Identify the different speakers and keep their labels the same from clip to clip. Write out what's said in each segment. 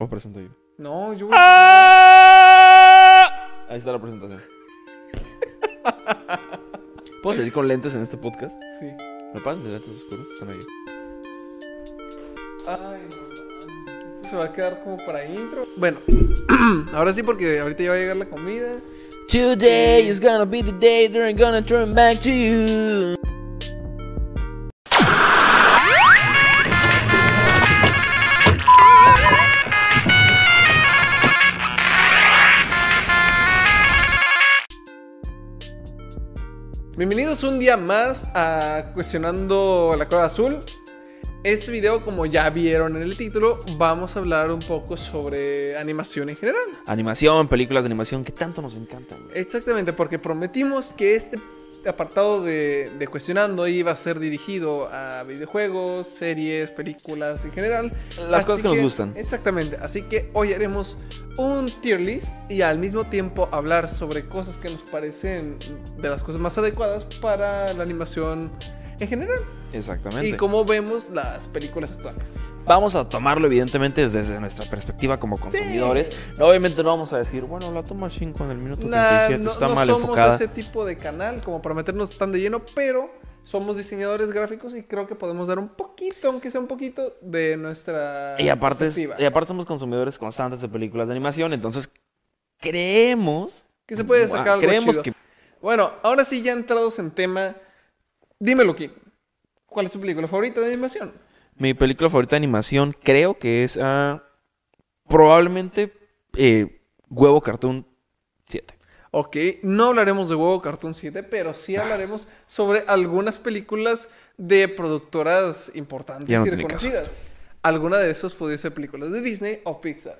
Speaker 1: O presento yo.
Speaker 2: No, yo.
Speaker 1: Ahí está la presentación. ¿Puedo salir con lentes en este podcast?
Speaker 2: Sí.
Speaker 1: ¿Me pasan mis lentes oscuros? Están ahí.
Speaker 2: Ay, no, esto se va a quedar como para intro. Bueno, ahora sí, porque ahorita ya va a llegar la comida.
Speaker 1: Today is gonna be the day that I'm gonna turn back to you.
Speaker 2: Bienvenidos un día más a Cuestionando la Cueva Azul. Este video, como ya vieron en el título, vamos a hablar un poco sobre animación en general.
Speaker 1: Animación, películas de animación que tanto nos encantan. güey.
Speaker 2: Exactamente, porque prometimos que este apartado de, de Cuestionando iba a ser dirigido a videojuegos, series, películas en general.
Speaker 1: Las
Speaker 2: Así
Speaker 1: cosas que, nos gustan.
Speaker 2: Exactamente, así que hoy haremos un tier list y al mismo tiempo hablar sobre cosas que nos parecen de las cosas más adecuadas para la animación en general
Speaker 1: Exactamente.
Speaker 2: y cómo vemos las películas actuales.
Speaker 1: Vamos a tomarlo, evidentemente, desde nuestra perspectiva como consumidores. No, obviamente no vamos a decir, bueno, la toma 5 en el minuto
Speaker 2: Nah,
Speaker 1: 37
Speaker 2: no,
Speaker 1: está
Speaker 2: no
Speaker 1: mal
Speaker 2: somos
Speaker 1: enfocada.
Speaker 2: ese tipo de canal como para meternos tan de lleno, pero somos diseñadores gráficos y creo que podemos dar un poquito, aunque sea un poquito, de nuestra
Speaker 1: Y aparte, es-
Speaker 2: perspectiva.
Speaker 1: y aparte somos consumidores constantes de películas de animación, entonces creemos...
Speaker 2: que se puede
Speaker 1: Guau,
Speaker 2: sacar algo
Speaker 1: Creemos
Speaker 2: chido.
Speaker 1: que...
Speaker 2: Bueno, ahora sí ya entrados en tema, dímelo, Kim. ¿Cuál es tu película favorita de animación?
Speaker 1: Mi película favorita de animación creo que es ah, probablemente eh, Huevo Cartoon 7.
Speaker 2: Ok, no hablaremos de Huevo Cartoon 7, pero
Speaker 1: Ah.
Speaker 2: sí hablaremos sobre algunas películas de productoras importantes
Speaker 1: Ya no
Speaker 2: y
Speaker 1: tiene caso
Speaker 2: reconocidas. Alguna de esas podría ser películas de Disney o Pixar.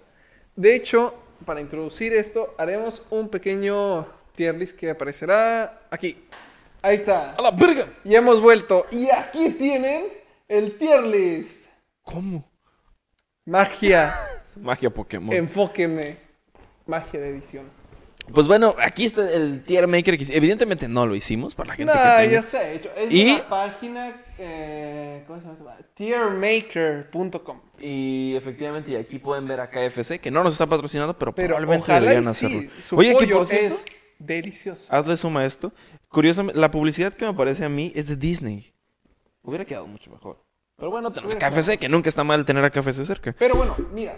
Speaker 2: De hecho, para introducir esto, haremos un pequeño tier list que aparecerá aquí. Ahí está.
Speaker 1: la verga!
Speaker 2: Y hemos vuelto. Y aquí tienen el tier list.
Speaker 1: ¿Cómo?
Speaker 2: Magia.
Speaker 1: Magia Pokémon.
Speaker 2: Em. Enfóquenme. Magia de edición.
Speaker 1: pues bueno, aquí está el tier maker que evidentemente no lo hicimos para la gente
Speaker 2: Nah,
Speaker 1: que
Speaker 2: ya
Speaker 1: tenga.
Speaker 2: está hecho. Es
Speaker 1: Y-
Speaker 2: una página. eh, ¿Cómo se llama? Tiermaker.com.
Speaker 1: Y efectivamente y aquí pueden ver a KFC que no nos está patrocinando, pero,
Speaker 2: Pero
Speaker 1: probablemente
Speaker 2: ojalá
Speaker 1: deberían
Speaker 2: y
Speaker 1: hacerlo.
Speaker 2: sí. Su
Speaker 1: Oye, que
Speaker 2: pollo
Speaker 1: por cierto,
Speaker 2: es delicioso.
Speaker 1: hazle suma a esto. Curiosamente, la publicidad que me aparece a mí es de Disney. Hubiera quedado mucho mejor. Pero bueno, tenemos
Speaker 2: Hubiera
Speaker 1: KFC, que nunca está mal tener a KFC cerca.
Speaker 2: Pero bueno, mira.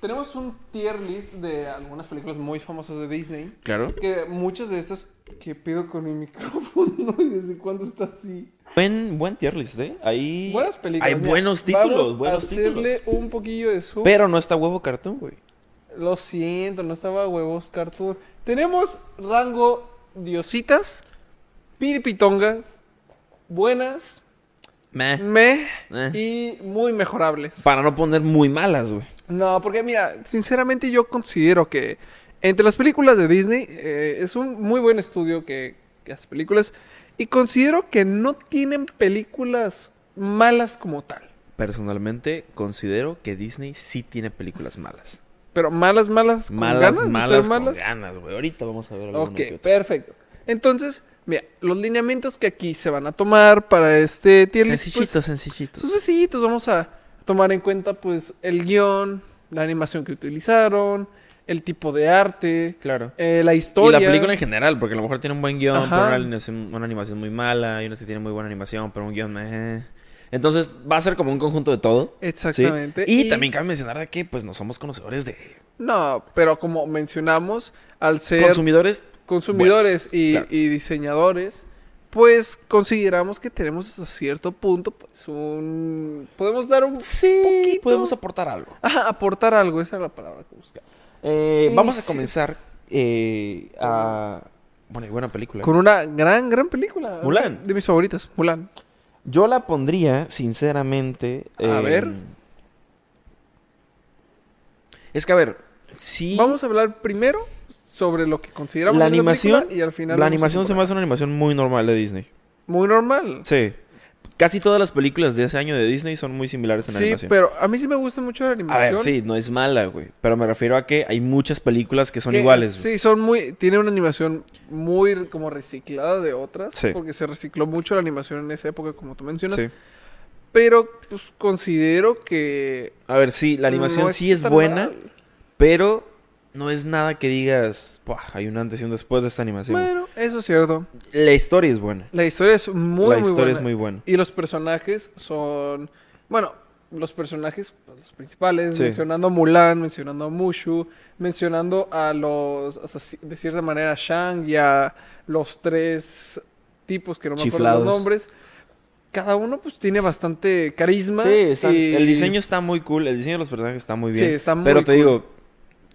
Speaker 2: Tenemos un tier list de algunas películas muy famosas de Disney.
Speaker 1: Claro.
Speaker 2: Que muchas de estas que pido con mi micrófono y desde cuándo está así.
Speaker 1: Buen, buen tier list, ¿eh? Ahí
Speaker 2: Buenas películas.
Speaker 1: hay
Speaker 2: mira.
Speaker 1: buenos
Speaker 2: Vamos
Speaker 1: títulos,
Speaker 2: a
Speaker 1: buenos
Speaker 2: hacerle
Speaker 1: títulos.
Speaker 2: un poquillo de zoom.
Speaker 1: Pero no está huevo cartón, güey.
Speaker 2: Lo siento, no estaba huevos cartoon. Tenemos rango diositas, piripitongas, buenas,
Speaker 1: Meh.
Speaker 2: me
Speaker 1: Eh.
Speaker 2: y muy mejorables.
Speaker 1: Para no poner muy malas, güey.
Speaker 2: No, porque mira, sinceramente yo considero que entre las películas de Disney eh, es un muy buen estudio que, que hace películas y considero que no tienen películas malas como tal.
Speaker 1: Personalmente, considero que Disney sí tiene películas malas.
Speaker 2: Pero malas, malas, con ganas
Speaker 1: Malas,
Speaker 2: de ser
Speaker 1: malas, con
Speaker 2: malas.
Speaker 1: ganas, güey. Ahorita vamos a ver alguna
Speaker 2: Ok,
Speaker 1: que otra.
Speaker 2: perfecto. Entonces, mira, los lineamientos que aquí se van a tomar para este tier list, pues,
Speaker 1: Sencillitos, sencillitos.
Speaker 2: son sencillitos. Vamos a tomar en cuenta, pues, el guión, la animación que utilizaron, el tipo de arte,
Speaker 1: Claro.
Speaker 2: eh, la
Speaker 1: Y
Speaker 2: historia.
Speaker 1: la película en general, porque a lo mejor tiene un buen guión,
Speaker 2: Ajá.
Speaker 1: pero una animación, una animación muy mala, y unos que tienen muy buena animación, pero un guión meh. Entonces, va a ser como un conjunto de todo. ¿sí?
Speaker 2: Exactamente.
Speaker 1: Y,
Speaker 2: Y-
Speaker 1: también cabe mencionar de que, pues, no somos conocedores de
Speaker 2: No, pero como mencionamos, al ser
Speaker 1: consumidores. buenos,
Speaker 2: consumidores y,
Speaker 1: claro.
Speaker 2: y diseñadores, pues consideramos que tenemos hasta cierto punto, pues, un... Podemos dar un...
Speaker 1: Sí,
Speaker 2: poquito.
Speaker 1: podemos aportar algo.
Speaker 2: Ajá, aportar algo, esa es la palabra que buscamos.
Speaker 1: Eh, vamos a
Speaker 2: sí.
Speaker 1: comenzar eh, a. Bueno, y buena película.
Speaker 2: Con una gran, gran película.
Speaker 1: Mulan.
Speaker 2: De mis favoritas, Mulan.
Speaker 1: Yo la pondría, sinceramente.
Speaker 2: A ver.
Speaker 1: Es que, a ver, sí.
Speaker 2: Vamos a hablar primero sobre lo que consideramos
Speaker 1: la
Speaker 2: de película
Speaker 1: animación,
Speaker 2: y al final
Speaker 1: la
Speaker 2: vamos a
Speaker 1: animación se me
Speaker 2: comparar.
Speaker 1: hace una animación muy normal de Disney.
Speaker 2: muy normal.
Speaker 1: Sí. Casi todas las películas de ese año de Disney son muy similares en
Speaker 2: Sí,
Speaker 1: animación.
Speaker 2: pero a mí sí me gusta mucho la
Speaker 1: A
Speaker 2: animación.
Speaker 1: ver, sí, no es mala, güey. Pero me refiero a que hay muchas películas que son
Speaker 2: que
Speaker 1: iguales. güey.
Speaker 2: Sí, son muy tiene una animación muy re- como reciclada de otras
Speaker 1: Sí.
Speaker 2: porque se recicló mucho la animación en esa época como tú mencionas.
Speaker 1: Sí.
Speaker 2: Pero pues considero que.
Speaker 1: A ver, sí, la animación
Speaker 2: no
Speaker 1: sí es
Speaker 2: tan
Speaker 1: buena,
Speaker 2: mal.
Speaker 1: pero no es nada que digas, "Buah, hay un antes y un después de esta animación.
Speaker 2: Bueno, eso es cierto.
Speaker 1: La historia es buena.
Speaker 2: La historia es muy,
Speaker 1: la
Speaker 2: muy
Speaker 1: historia
Speaker 2: buena.
Speaker 1: es muy buena.
Speaker 2: Y los personajes son. Bueno, los personajes, pues, los principales,
Speaker 1: Sí.
Speaker 2: mencionando a Mulan, mencionando a Mushu, mencionando a los. hasta ci- de cierta manera, a Shang y a los tres tipos que no me acuerdo
Speaker 1: Chiflados.
Speaker 2: los nombres. Cada uno, pues, tiene bastante carisma.
Speaker 1: Sí, están-
Speaker 2: y-
Speaker 1: el diseño está muy cool, el diseño de los personajes está muy
Speaker 2: Sí,
Speaker 1: bien.
Speaker 2: está muy
Speaker 1: pero te
Speaker 2: cool.
Speaker 1: digo,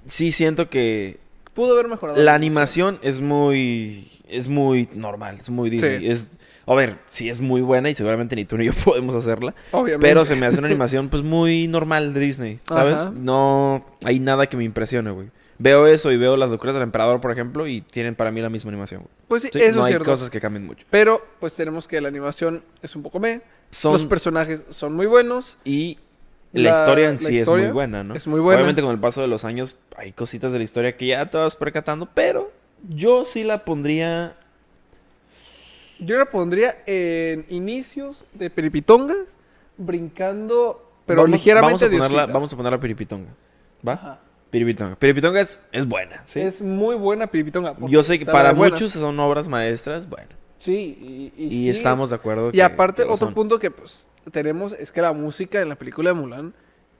Speaker 1: sí siento que
Speaker 2: Pudo haber mejorado.
Speaker 1: la animación es muy es muy normal, es muy Disney,
Speaker 2: Sí.
Speaker 1: es a ver, sí es muy buena y seguramente ni tú ni yo podemos hacerla,
Speaker 2: Obviamente.
Speaker 1: pero se me hace una animación pues muy normal de Disney, ¿sabes?
Speaker 2: Ajá.
Speaker 1: No hay nada que me impresione, güey. Veo eso y veo las locuras del emperador, por ejemplo, y tienen para mí la misma animación. güey.
Speaker 2: Pues sí,
Speaker 1: Sí,
Speaker 2: eso
Speaker 1: no
Speaker 2: es
Speaker 1: hay
Speaker 2: cierto.
Speaker 1: cosas que cambien mucho.
Speaker 2: Pero, pues, tenemos que la animación es un poco meh.
Speaker 1: Son
Speaker 2: Los personajes son muy buenos.
Speaker 1: Y la,
Speaker 2: La-
Speaker 1: historia en
Speaker 2: la
Speaker 1: sí es
Speaker 2: historia
Speaker 1: muy buena, ¿no?
Speaker 2: es muy buena.
Speaker 1: Obviamente con el paso de los años hay cositas de la historia que ya te vas percatando, pero yo sí la pondría...
Speaker 2: Yo la pondría en inicios de Peripitonga, brincando, pero
Speaker 1: vamos-
Speaker 2: ligeramente
Speaker 1: vamos a ponerla,
Speaker 2: Diosita.
Speaker 1: Vamos a ponerla piripitonga, ¿va?
Speaker 2: Ajá.
Speaker 1: Piripitonga. Piripitonga es, es buena, ¿sí?
Speaker 2: Es muy buena Peripitonga. porque
Speaker 1: yo sé que
Speaker 2: está
Speaker 1: para
Speaker 2: de buenas.
Speaker 1: muchos son obras maestras, bueno.
Speaker 2: Sí, y, y
Speaker 1: Y,
Speaker 2: sí.
Speaker 1: estamos de acuerdo.
Speaker 2: Y
Speaker 1: que-
Speaker 2: aparte,
Speaker 1: que lo
Speaker 2: otro
Speaker 1: son.
Speaker 2: punto que pues tenemos es que la música en la película de Mulan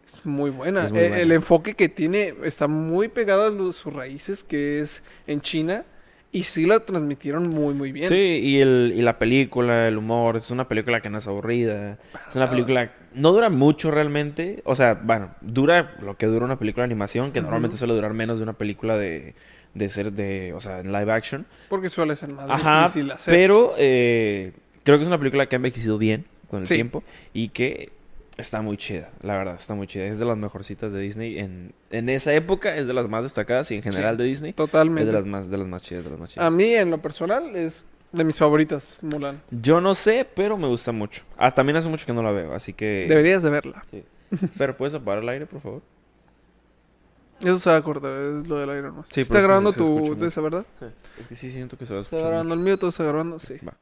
Speaker 2: es muy buena.
Speaker 1: Es muy
Speaker 2: Eh,
Speaker 1: buena.
Speaker 2: El enfoque que tiene está muy pegado a los- sus raíces, que es en China, y sí la transmitieron muy, muy bien.
Speaker 1: Sí, y, el, y la película, el humor, es una película que no es aburrida. Es una
Speaker 2: nada.
Speaker 1: película... No dura mucho realmente. O sea, bueno, dura lo que dura una película de animación, que
Speaker 2: Ujú.
Speaker 1: normalmente suele durar menos de una película de, de ser de... O sea, en live action.
Speaker 2: Porque suele ser más
Speaker 1: Ajá,
Speaker 2: difícil hacer.
Speaker 1: pero eh, creo que es una película que ha envejecido bien con el
Speaker 2: Sí.
Speaker 1: tiempo y que está muy chida, la verdad, está muy chida. Es de las mejorcitas de Disney en, en esa época, es de las más destacadas y en general de Disney
Speaker 2: Totalmente.
Speaker 1: es de las más de las más chidas, de las más chidas.
Speaker 2: A mí, en lo personal, es de mis favoritas, Mulan.
Speaker 1: Yo no sé, pero me gusta mucho. Ah, también hace mucho que no la veo, así que
Speaker 2: Deberías de verla.
Speaker 1: sí. Fer, ¿puedes apagar el aire, por favor?
Speaker 2: Eso se va a cortar, es lo del Iron Man.
Speaker 1: Sí, pero es
Speaker 2: está
Speaker 1: que
Speaker 2: grabando
Speaker 1: se- se escucha
Speaker 2: tu
Speaker 1: mucho.
Speaker 2: de esa, ¿verdad?
Speaker 1: Sí. Es que sí siento que se va a
Speaker 2: Está
Speaker 1: escuchar.
Speaker 2: grabando el mío, todo está grabando, sí.
Speaker 1: Va.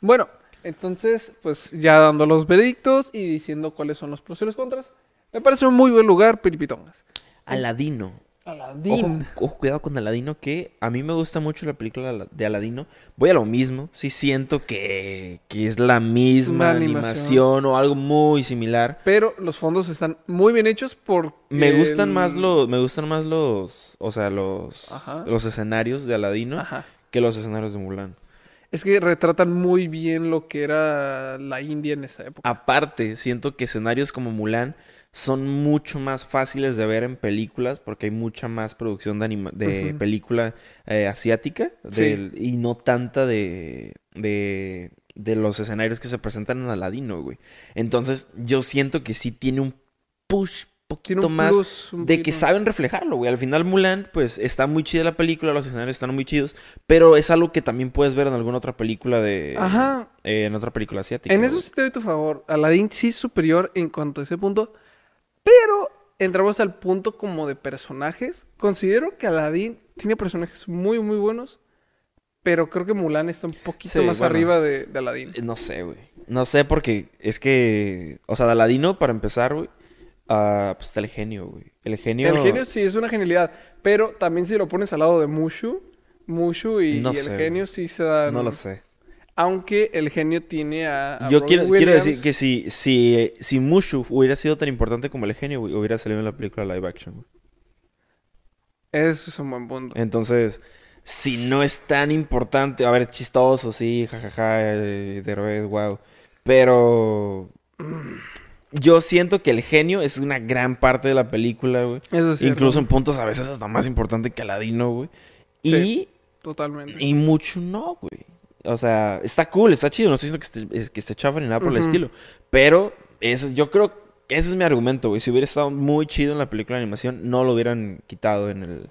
Speaker 2: Bueno, entonces, pues ya dando los veredictos y diciendo cuáles son los pros y los contras. Me parece un muy buen lugar, Piripitongas.
Speaker 1: mucho. Aladino. Ojo,
Speaker 2: Aladín.
Speaker 1: ojo, cuidado con Aladino, que a mí me gusta mucho la película de Ala- de Aladino. Voy a lo mismo, sí siento que, que es la misma
Speaker 2: La
Speaker 1: animación.
Speaker 2: animación.
Speaker 1: o algo muy similar.
Speaker 2: Pero los fondos están muy bien hechos porque...
Speaker 1: Me gustan
Speaker 2: el-
Speaker 1: más los, me gustan más los, o sea, los,
Speaker 2: Ajá. Ah.
Speaker 1: los escenarios de Aladino
Speaker 2: Ajá.
Speaker 1: que los escenarios de Mulan.
Speaker 2: Es que retratan muy bien lo que era la India en esa época.
Speaker 1: Aparte, siento que escenarios como Mulan son mucho más fáciles de ver en películas porque hay mucha más producción de, anima- de
Speaker 2: Ujú.
Speaker 1: película eh, asiática del- y no tanta de, de, de los escenarios que se presentan en Aladino, güey. Entonces, yo siento que sí tiene un push
Speaker 2: Tiene
Speaker 1: poquito
Speaker 2: un
Speaker 1: más
Speaker 2: plus, un
Speaker 1: de que
Speaker 2: poquito.
Speaker 1: saben reflejarlo, güey. Al final Mulan, pues está muy chida la película, los escenarios están muy chidos, pero es algo que también puedes ver en alguna otra película de...
Speaker 2: Ajá.
Speaker 1: eh, en otra película asiática.
Speaker 2: En
Speaker 1: güey.
Speaker 2: eso sí te doy tu favor. Aladdin sí es superior en cuanto a ese punto. Pero entramos al punto como de personajes. Considero que Aladdin tiene personajes muy, muy buenos. Pero creo que Mulan está un poquito
Speaker 1: Sí,
Speaker 2: más
Speaker 1: bueno.
Speaker 2: arriba de, de Aladdin.
Speaker 1: Eh, No sé, güey. No sé porque es que, o sea, de Aladino, para empezar, güey, ah, pues está el genio, güey. El genio...
Speaker 2: El genio sí es una genialidad. Pero también si lo pones al lado de Mushu. Mushu y,
Speaker 1: No
Speaker 2: y el
Speaker 1: sé,
Speaker 2: genio sí se dan.
Speaker 1: No lo sé.
Speaker 2: Aunque el genio tiene a. a
Speaker 1: Yo
Speaker 2: Robin
Speaker 1: quiero, quiero decir
Speaker 2: Williams.
Speaker 1: que si, si, si Mushu hubiera sido tan importante como el genio, güey, hubiera salido en la película live action, güey.
Speaker 2: Eso es un buen punto.
Speaker 1: Entonces, si no es tan importante, a ver, chistoso, sí, jajaja, eh, de Derbez, wow. Pero yo siento que el genio es una gran parte de la película, güey.
Speaker 2: Eso sí.
Speaker 1: Incluso en puntos a veces hasta más importante que Aladino, güey. Y,
Speaker 2: Sí. Totalmente.
Speaker 1: y mucho no, güey. O sea, está cool, está chido. No estoy diciendo que esté, es- que esté chafa ni nada por el
Speaker 2: Ujú.
Speaker 1: estilo. Pero ese- yo creo que ese es mi argumento, güey. Si hubiera estado muy chido en la película de animación, no lo hubieran quitado en, el,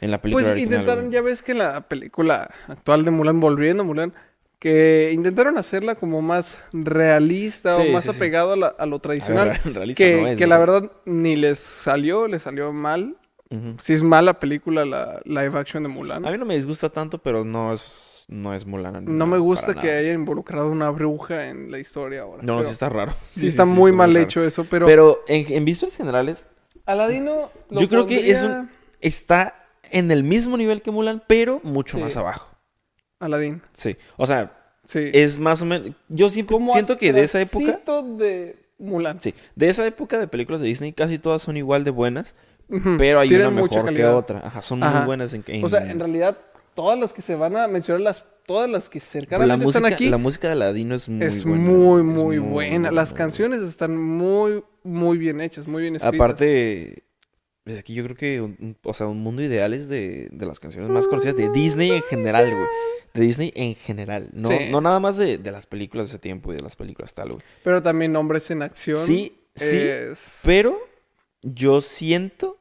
Speaker 1: en la película
Speaker 2: Pues
Speaker 1: original,
Speaker 2: intentaron,
Speaker 1: güey.
Speaker 2: ya ves que la película actual de Mulan, volviendo a Mulan, que intentaron hacerla como más realista
Speaker 1: Sí,
Speaker 2: o más
Speaker 1: sí, sí.
Speaker 2: apegado a, la- a lo tradicional.
Speaker 1: A ver, realista
Speaker 2: que
Speaker 1: no es,
Speaker 2: que la
Speaker 1: güey.
Speaker 2: verdad ni les salió, les salió mal.
Speaker 1: Ujú.
Speaker 2: Si es mala película la live action de Mulan.
Speaker 1: A mí no me disgusta tanto, pero no es no es Mulan.
Speaker 2: No me gusta
Speaker 1: para
Speaker 2: que
Speaker 1: nada.
Speaker 2: haya involucrado una bruja en la historia ahora.
Speaker 1: No, no,
Speaker 2: pero
Speaker 1: sí está raro.
Speaker 2: sí está muy mal
Speaker 1: raro.
Speaker 2: hecho eso, pero...
Speaker 1: Pero, en, en vísperas generales,
Speaker 2: Aladino... lo
Speaker 1: yo creo que es un-
Speaker 2: pondría-
Speaker 1: está en el mismo nivel que Mulan, pero mucho
Speaker 2: Sí.
Speaker 1: más abajo.
Speaker 2: Aladín,
Speaker 1: Sí. O sea,
Speaker 2: sí.
Speaker 1: es más o menos. Yo siempre siento que de esa época.
Speaker 2: atrasito de Mulan.
Speaker 1: Sí, de esa época de películas de Disney casi todas son igual de buenas,
Speaker 2: Ujú,
Speaker 1: pero hay
Speaker 2: Mm. tienen
Speaker 1: una
Speaker 2: mucha
Speaker 1: mejor que
Speaker 2: calidad.
Speaker 1: otra. Ajá, son
Speaker 2: Ajá.
Speaker 1: muy buenas en, en-
Speaker 2: O sea, en realidad, todas las que se van a mencionar, las, todas las que cercanamente
Speaker 1: la música,
Speaker 2: están aquí,
Speaker 1: la música de Aladino es muy
Speaker 2: es
Speaker 1: buena.
Speaker 2: muy,
Speaker 1: es
Speaker 2: muy buena. Las
Speaker 1: buena.
Speaker 2: canciones están muy, muy bien hechas, muy bien escritas.
Speaker 1: Aparte, es que yo creo que, un- un- o sea, un mundo ideal es de, de las canciones más conocidas de Disney en general, güey. De Disney en general. No,
Speaker 2: Sí.
Speaker 1: no nada más de, de las películas de ese tiempo y de las películas tal, güey.
Speaker 2: Pero también Hombres en Acción.
Speaker 1: Sí, sí,
Speaker 2: es-
Speaker 1: Pero yo siento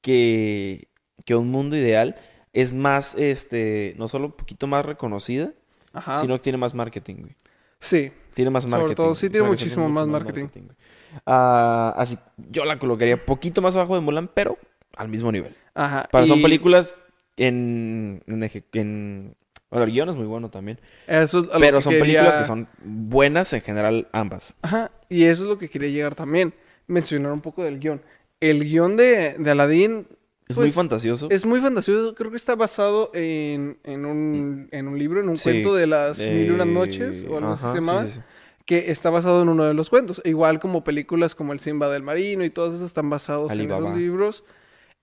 Speaker 1: que, que un mundo ideal es más, este, no solo un poquito más reconocida,
Speaker 2: Ajá.
Speaker 1: sino que tiene más marketing, güey.
Speaker 2: Sí,
Speaker 1: Tiene más
Speaker 2: Sobre
Speaker 1: marketing.
Speaker 2: todo, sí
Speaker 1: o sea,
Speaker 2: tiene
Speaker 1: que
Speaker 2: muchísimo
Speaker 1: mucho
Speaker 2: más marketing.
Speaker 1: güey. Ah, así, yo la colocaría poquito más abajo de Mulan, pero al mismo nivel.
Speaker 2: ajá.
Speaker 1: Para, Son
Speaker 2: y
Speaker 1: películas en, en, eje- en- o sea, el guión es muy bueno también.
Speaker 2: eso es a lo
Speaker 1: Pero
Speaker 2: que
Speaker 1: son películas que
Speaker 2: quería-
Speaker 1: son buenas en general ambas.
Speaker 2: Ajá, y eso es lo que quería llegar también. Mencionar un poco del guión. El guión de, de Aladdin
Speaker 1: Es muy
Speaker 2: Pues,
Speaker 1: fantasioso.
Speaker 2: es muy fantasioso. Creo que está basado en, en, un, en un libro, en un
Speaker 1: Sí,
Speaker 2: cuento de las Mil y Unas
Speaker 1: Eh,
Speaker 2: Noches, o algo así
Speaker 1: ajá,
Speaker 2: se
Speaker 1: sí,
Speaker 2: llamaba,
Speaker 1: sí, sí.
Speaker 2: que está basado en uno de los cuentos. Igual como películas como El Simba del Marino y todas esas están basados en
Speaker 1: Alibaba.
Speaker 2: esos libros.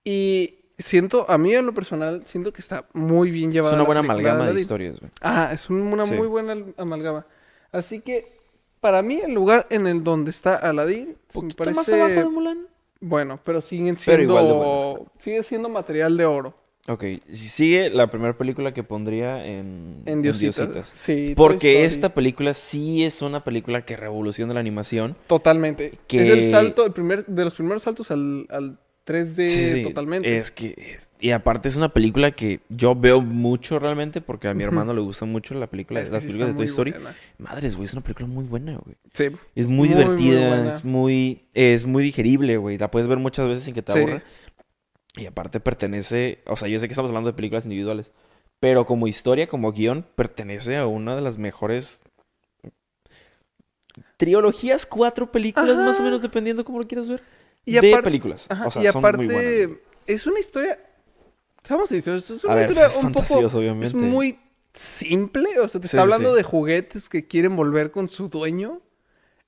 Speaker 2: Y siento, a mí en lo personal, siento que está muy bien
Speaker 1: Es
Speaker 2: llevada.
Speaker 1: una
Speaker 2: la
Speaker 1: buena
Speaker 2: película
Speaker 1: amalgama de
Speaker 2: Aladdin.
Speaker 1: historias, güey.
Speaker 2: Ah, es un- una
Speaker 1: Sí.
Speaker 2: muy buena al- amalgama. Así que, para mí, el lugar en el donde está Aladdin se pues, me
Speaker 1: Poquito
Speaker 2: parece
Speaker 1: más abajo de Mulan.
Speaker 2: bueno, pero siguen siendo
Speaker 1: Pero igual de buenas,
Speaker 2: sigue siendo material de oro
Speaker 1: Ok, si sigue la primera película que pondría en,
Speaker 2: en Diositas. Sí, Toy
Speaker 1: Porque
Speaker 2: Story.
Speaker 1: esta película sí es una película que revoluciona la animación.
Speaker 2: totalmente
Speaker 1: que-
Speaker 2: es el salto, el primer de los primeros saltos al, al 3D
Speaker 1: Sí, sí, sí.
Speaker 2: totalmente.
Speaker 1: Es que. es- y aparte es una película que yo veo mucho realmente porque a mi
Speaker 2: Ujú.
Speaker 1: hermano le gusta mucho la película,
Speaker 2: Es que
Speaker 1: las
Speaker 2: sí
Speaker 1: películas de
Speaker 2: está
Speaker 1: Toy
Speaker 2: muy
Speaker 1: Story.
Speaker 2: buena.
Speaker 1: Madres, güey, es una película muy buena, güey.
Speaker 2: Sí,
Speaker 1: Es muy,
Speaker 2: Muy, muy
Speaker 1: divertida,
Speaker 2: buena.
Speaker 1: es muy es muy digerible, güey. La puedes ver muchas veces sin que te
Speaker 2: Sí.
Speaker 1: aburra. Y aparte pertenece, o sea, yo sé que estamos hablando de películas individuales, pero como historia, como guión, pertenece a una de las mejores trilogías, cuatro películas
Speaker 2: Ajá.
Speaker 1: más o menos, dependiendo cómo lo quieras ver.
Speaker 2: Y
Speaker 1: de
Speaker 2: apar-
Speaker 1: películas.
Speaker 2: Ajá,
Speaker 1: o sea,
Speaker 2: y
Speaker 1: son
Speaker 2: aparte
Speaker 1: muy buenas. güey.
Speaker 2: es una historia Estamos diciendo, es una
Speaker 1: A ver, pues,
Speaker 2: historia
Speaker 1: es
Speaker 2: un
Speaker 1: fantasioso,
Speaker 2: poco
Speaker 1: obviamente.
Speaker 2: es muy simple, o sea, te
Speaker 1: Sí,
Speaker 2: está
Speaker 1: sí,
Speaker 2: hablando
Speaker 1: sí.
Speaker 2: de juguetes que quieren volver con su dueño.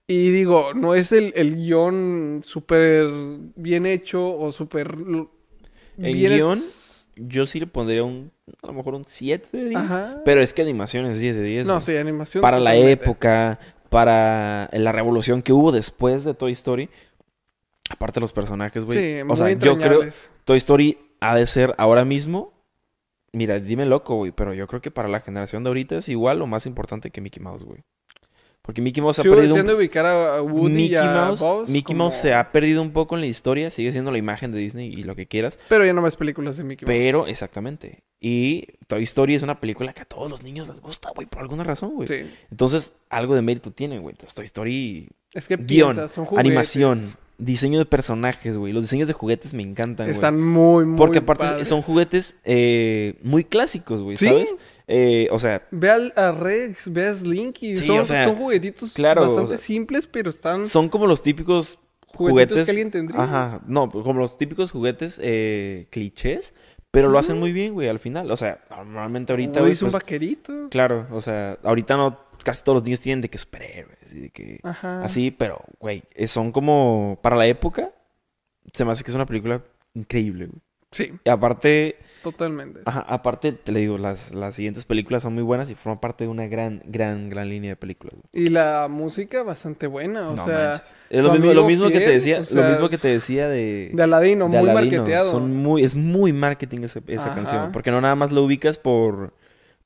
Speaker 2: Y digo, no es el, el guión súper bien hecho o súper... l-
Speaker 1: En
Speaker 2: bien es-
Speaker 1: guión, Yo sí le pondría un, a lo mejor un 7 de 10.
Speaker 2: Ajá.
Speaker 1: Pero es que animación es 10 de 10.
Speaker 2: No,
Speaker 1: güey.
Speaker 2: sí, animación.
Speaker 1: para la
Speaker 2: totalmente.
Speaker 1: época, para la revolución que hubo después de Toy Story. Aparte los personajes, güey.
Speaker 2: Sí,
Speaker 1: o
Speaker 2: muy
Speaker 1: sea, yo creo
Speaker 2: entrañables.
Speaker 1: Toy Story ha de ser ahora mismo. Mira, dime loco, güey, pero yo creo que para la generación de ahorita es igual o más importante que Mickey Mouse, güey. Porque Mickey Mouse ha
Speaker 2: Sigo
Speaker 1: perdido
Speaker 2: deseando
Speaker 1: un...
Speaker 2: ubicar a a Woody y
Speaker 1: Mickey
Speaker 2: a
Speaker 1: Mouse,
Speaker 2: Buzz
Speaker 1: Mickey
Speaker 2: como-
Speaker 1: Mouse se ha perdido un poco en la historia, sigue siendo la imagen de Disney y lo que quieras,
Speaker 2: Pero ya no ves películas de Mickey Mouse.
Speaker 1: pero exactamente. Y Toy Story es una película que a todos los niños les gusta, güey, por alguna razón, güey.
Speaker 2: Sí.
Speaker 1: Entonces, algo de mérito tiene, güey. Entonces, Toy Story
Speaker 2: Es que
Speaker 1: Guión,
Speaker 2: piensas, son
Speaker 1: Animación,
Speaker 2: juguetes.
Speaker 1: diseño de personajes, güey. Los diseños de juguetes me encantan, güey.
Speaker 2: Están muy, muy
Speaker 1: Porque aparte son
Speaker 2: padres.
Speaker 1: juguetes eh, muy clásicos, güey,
Speaker 2: Sí.
Speaker 1: ¿sabes? Eh, o sea,
Speaker 2: Ve al, a Rex, ve a Slinky.
Speaker 1: Sí,
Speaker 2: son,
Speaker 1: o sea,
Speaker 2: son juguetitos
Speaker 1: claro,
Speaker 2: bastante
Speaker 1: o sea,
Speaker 2: simples, pero están
Speaker 1: son como los típicos
Speaker 2: juguetitos
Speaker 1: juguetes...
Speaker 2: que alguien tendría.
Speaker 1: Ajá, no, pues, como los típicos juguetes eh, clichés, pero lo hacen muy bien, güey, al final. O sea, normalmente ahorita...
Speaker 2: Ahorita
Speaker 1: güey,
Speaker 2: hizo un
Speaker 1: pues,
Speaker 2: vaquerito.
Speaker 1: claro, o sea, ahorita no... Casi todos los niños tienen de que superhéroes y de que...
Speaker 2: Ajá.
Speaker 1: Así, pero, güey, eh, son como... Para la época, se me hace que es una película increíble, güey.
Speaker 2: Sí,
Speaker 1: Y aparte,
Speaker 2: totalmente.
Speaker 1: ajá, aparte, te le digo, las, las siguientes películas son muy buenas y forman parte de una gran, gran, gran línea de películas. güey.
Speaker 2: Y la música bastante buena, o
Speaker 1: no
Speaker 2: sea,
Speaker 1: manches. Es
Speaker 2: tu
Speaker 1: lo mismo, lo
Speaker 2: amigo
Speaker 1: mismo que te
Speaker 2: Fidel,
Speaker 1: decía,
Speaker 2: o
Speaker 1: lo
Speaker 2: sea,
Speaker 1: mismo que te decía de,
Speaker 2: de Aladino,
Speaker 1: de
Speaker 2: muy
Speaker 1: Aladino.
Speaker 2: marketeado.
Speaker 1: Son muy, es muy marketing ese- esa
Speaker 2: Ajá.
Speaker 1: canción. Porque no nada más lo ubicas por,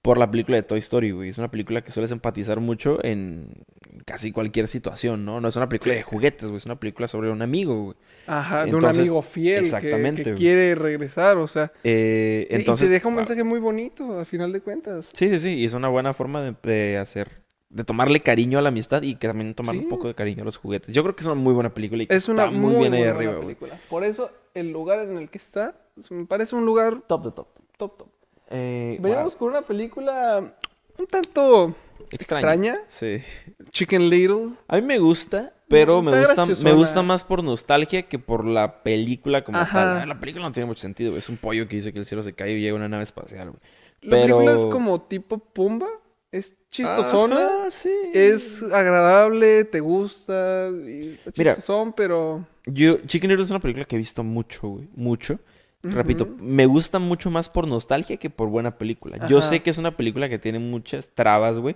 Speaker 1: por la película de Toy Story, güey. Es una película que sueles empatizar mucho en casi cualquier situación, ¿no? No es una película de juguetes, güey. Es una película sobre un amigo, güey.
Speaker 2: Ajá, de
Speaker 1: Entonces,
Speaker 2: un amigo fiel que-
Speaker 1: exactamente,
Speaker 2: que,
Speaker 1: güey.
Speaker 2: quiere regresar, o sea.
Speaker 1: Eh,
Speaker 2: y-
Speaker 1: entonces,
Speaker 2: y te deja un
Speaker 1: ah,
Speaker 2: mensaje muy bonito, al final de cuentas.
Speaker 1: Sí, sí, sí, y es una buena forma de, de hacer, de tomarle cariño a la amistad y que también tomarle
Speaker 2: Sí.
Speaker 1: un poco de cariño a los juguetes. Yo creo que es una muy buena película y que
Speaker 2: Es una
Speaker 1: está
Speaker 2: muy,
Speaker 1: muy bien ahí
Speaker 2: buena
Speaker 1: arriba, güey.
Speaker 2: película. Por eso, el lugar en el que está, pues, me parece un lugar
Speaker 1: Top de top.
Speaker 2: top, top.
Speaker 1: Eh,
Speaker 2: Veníamos
Speaker 1: wow,
Speaker 2: con una película un tanto
Speaker 1: extraña.
Speaker 2: extraña.
Speaker 1: Sí.
Speaker 2: Chicken Little.
Speaker 1: A mí me gusta, pero me
Speaker 2: Está
Speaker 1: gusta, me
Speaker 2: graciosona.
Speaker 1: gusta más por nostalgia que por la película como
Speaker 2: Ajá.
Speaker 1: tal. Ah, La película no tiene mucho sentido, güey. Es un pollo que dice que el cielo se cae y llega una nave espacial, güey.
Speaker 2: La película es
Speaker 1: Pero-
Speaker 2: como tipo Pumba. Es chistosona.
Speaker 1: Ajá, sí.
Speaker 2: Es agradable, te gusta. Y está
Speaker 1: Mira.
Speaker 2: chistosón, pero.
Speaker 1: Yo, Chicken Little es una película que he visto mucho, güey. Mucho. Repito, me gusta mucho más por nostalgia que por buena película. Yo
Speaker 2: Ajá.
Speaker 1: sé que es una película que tiene muchas trabas, güey.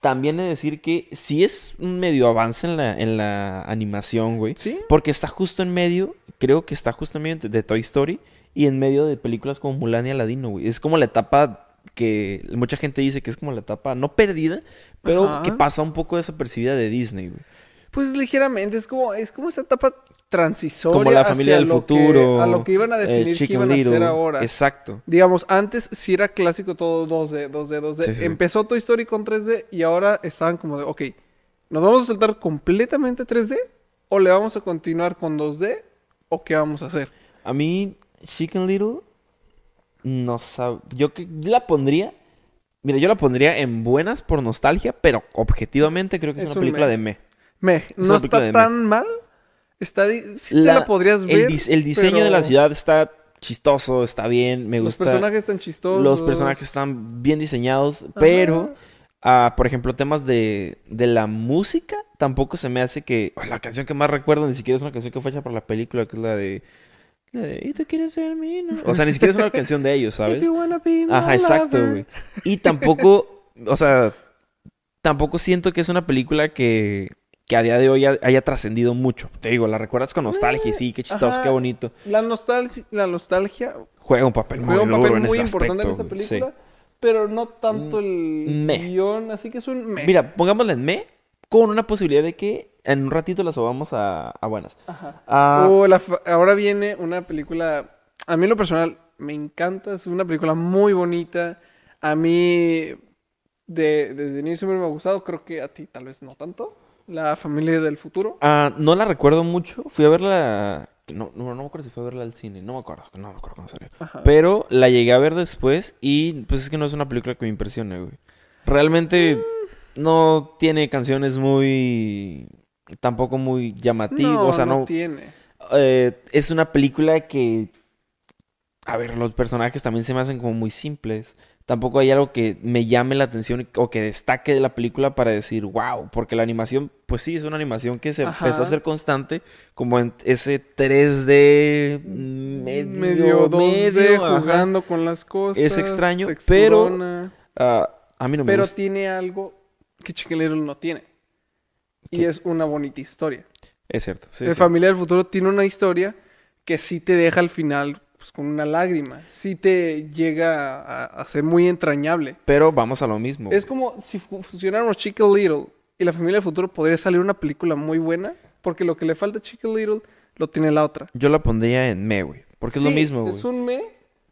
Speaker 1: También he de decir que sí es un medio avance en la, en la animación, güey.
Speaker 2: Sí.
Speaker 1: Porque está justo en medio, creo que está justo en medio de Toy Story y en medio de películas como Mulan y Aladino, güey. Es como la etapa que mucha gente dice que es como la etapa no perdida, pero
Speaker 2: Ajá.
Speaker 1: que pasa un poco desapercibida de Disney, güey.
Speaker 2: Pues ligeramente, es como, es como esa etapa transitoria.
Speaker 1: Como la
Speaker 2: hacia
Speaker 1: familia del
Speaker 2: lo que-
Speaker 1: futuro.
Speaker 2: a lo que iban a
Speaker 1: eh,
Speaker 2: definir que
Speaker 1: Chicken
Speaker 2: iban a hacer
Speaker 1: Little,
Speaker 2: ahora.
Speaker 1: Exacto.
Speaker 2: Digamos, antes sí era clásico todo 2D, 2D, 2D.
Speaker 1: Sí, sí, sí.
Speaker 2: Empezó Toy Story con 3D y ahora estaban como de, ok, ¿nos vamos a saltar completamente 3D? ¿O le vamos a continuar con 2D? ¿O qué vamos a hacer?
Speaker 1: A mí, Chicken Little, no sab... Yo que- yo la pondría. Mira, yo la pondría en buenas por nostalgia, pero objetivamente creo que es,
Speaker 2: Es
Speaker 1: una
Speaker 2: un
Speaker 1: película
Speaker 2: meh.
Speaker 1: de me.
Speaker 2: Meh,
Speaker 1: una
Speaker 2: no
Speaker 1: película de
Speaker 2: está tan mal. Está, di- sí te la podrías ver.
Speaker 1: El, dis- el diseño de la
Speaker 2: pero
Speaker 1: ciudad está chistoso, está bien, me
Speaker 2: Los
Speaker 1: gusta.
Speaker 2: personajes están chistosos.
Speaker 1: Los personajes están bien diseñados, pero, ah, por ejemplo, temas de, de la música, tampoco se me hace que. oh, la canción que más recuerdo ni siquiera es una canción que fue hecha para la película, que es la de. la de, ¿Y tú quieres ser mi novia?" O sea, ni siquiera es una canción de ellos,
Speaker 2: If
Speaker 1: ¿sabes?
Speaker 2: you wanna be my
Speaker 1: Ajá, exacto,
Speaker 2: lover.
Speaker 1: güey. Y tampoco, o sea, tampoco siento que es una película que, que a día de hoy ha- haya trascendido mucho. Te digo, la recuerdas con nostalgia y sí, qué chistoso,
Speaker 2: Eh, ajá.
Speaker 1: qué bonito.
Speaker 2: La nostalgia, la nostalgia
Speaker 1: Juega un papel muy
Speaker 2: juega un
Speaker 1: duro
Speaker 2: papel
Speaker 1: en
Speaker 2: muy
Speaker 1: ese
Speaker 2: importante en
Speaker 1: aspecto,
Speaker 2: esta
Speaker 1: güey, sí.
Speaker 2: película, pero no tanto el
Speaker 1: meh.
Speaker 2: guión, así que es un meh.
Speaker 1: Mira, pongámosla en me con una posibilidad de que en un ratito la subamos a, a buenas.
Speaker 2: Ajá.
Speaker 1: Ah,
Speaker 2: Oh, la fa- ahora viene una película, a mí en lo personal me encanta, es una película muy bonita, a mí de, desde el inicio siempre me ha gustado, creo que a ti tal vez no tanto, La familia del futuro.
Speaker 1: ah, no la recuerdo mucho. Fui a verla. No, no, no me acuerdo si fue a verla al cine. No me acuerdo. No me acuerdo cuándo salió.
Speaker 2: Ajá.
Speaker 1: Pero la llegué a ver después y pues es que no es una película que me impresione, güey. Realmente no tiene canciones muy... Tampoco muy llamativas.
Speaker 2: no,
Speaker 1: o sea,
Speaker 2: no
Speaker 1: no...
Speaker 2: tiene.
Speaker 1: eh, es una película que... A ver, los personajes también se me hacen como muy simples. Tampoco hay algo que me llame la atención y- o que destaque de la película para decir, wow, porque la animación, pues sí, es una animación que se
Speaker 2: Ajá.
Speaker 1: empezó a hacer constante, como en ese 3D medio,
Speaker 2: Medio, 2D
Speaker 1: medio, ajá.
Speaker 2: jugando con las cosas.
Speaker 1: extraño, pero-
Speaker 2: texturona.
Speaker 1: Ah, a mí no me
Speaker 2: Pero
Speaker 1: gusta.
Speaker 2: tiene algo que Chicken Little no tiene. Y
Speaker 1: ¿Qué?
Speaker 2: es una bonita historia.
Speaker 1: Es cierto. sí,
Speaker 2: el
Speaker 1: sí.
Speaker 2: Familia del Futuro tiene una historia que sí te deja al final pues, con una lágrima. Sí te llega a, a ser muy entrañable.
Speaker 1: Pero vamos a lo mismo.
Speaker 2: Es como si fu- fusionáramos Chicken Little y la Familia del Futuro podría salir una película muy buena. Porque lo que le falta a Chicken Little lo tiene la otra.
Speaker 1: Yo la pondría en me, güey. Porque es lo
Speaker 2: Sí,
Speaker 1: mismo, güey.
Speaker 2: Es un me.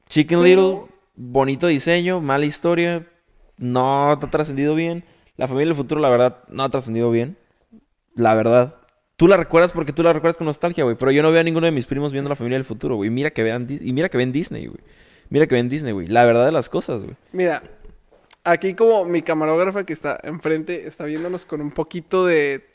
Speaker 1: Chicken
Speaker 2: pero-
Speaker 1: Little, bonito diseño, mala historia. No ha trascendido bien. La familia del futuro, la verdad, no ha trascendido bien. La verdad. Tú la recuerdas porque tú la recuerdas con nostalgia, güey. Pero yo no veo a ninguno de mis primos viendo la familia del futuro, güey. Mira que vean Di- y mira que ven Disney, güey. Mira que ven Disney, güey. La verdad de las cosas, güey.
Speaker 2: Mira, aquí como mi camarógrafa que está enfrente está viéndonos con un poquito de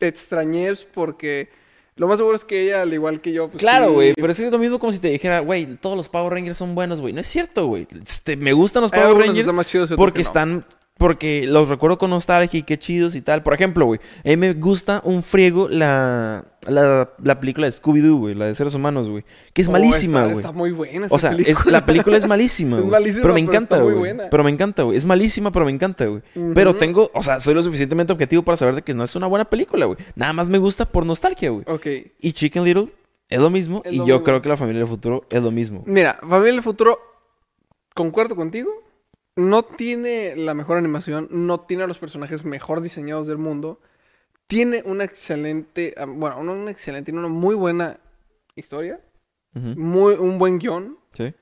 Speaker 2: extrañez porque lo más seguro es que ella, al igual que yo, pues
Speaker 1: Claro,
Speaker 2: sí,
Speaker 1: güey, pero es que es lo mismo como si te dijera, güey, todos los Power Rangers son buenos, güey. No es cierto, güey. Este, me gustan los
Speaker 2: hay
Speaker 1: Power
Speaker 2: algunos que
Speaker 1: Rangers.
Speaker 2: están más chidos y otros
Speaker 1: Porque
Speaker 2: que no.
Speaker 1: están. Porque los recuerdo con nostalgia y qué chidos y tal. Por ejemplo, güey. A mí me gusta un friego la, la, la película de Scooby-Doo, güey. La de seres humanos, güey. Que es
Speaker 2: Oh,
Speaker 1: malísima,
Speaker 2: está-
Speaker 1: güey.
Speaker 2: Está, muy buena esa
Speaker 1: O sea, es-
Speaker 2: película.
Speaker 1: la película es malísima.
Speaker 2: Es
Speaker 1: güey,
Speaker 2: malísima,
Speaker 1: pero me
Speaker 2: pero está
Speaker 1: encanta,
Speaker 2: muy
Speaker 1: güey.
Speaker 2: buena.
Speaker 1: Pero me encanta, güey. Es malísima, pero me encanta, güey. Pero tengo, o sea, soy lo suficientemente objetivo para saber de que no es una buena película, güey. Nada más me gusta por nostalgia, güey.
Speaker 2: Ok,
Speaker 1: Y Chicken Little es lo mismo.
Speaker 2: Es
Speaker 1: y
Speaker 2: lo
Speaker 1: yo
Speaker 2: mismo.
Speaker 1: creo que la familia del futuro es lo mismo.
Speaker 2: mira, Familia del Futuro, concuerdo contigo, no tiene la mejor animación, no tiene a los personajes mejor diseñados del mundo, tiene una excelente, ah, bueno, no una excelente, tiene una muy buena historia,
Speaker 1: Ujú,
Speaker 2: muy, un buen guión,
Speaker 1: Sí.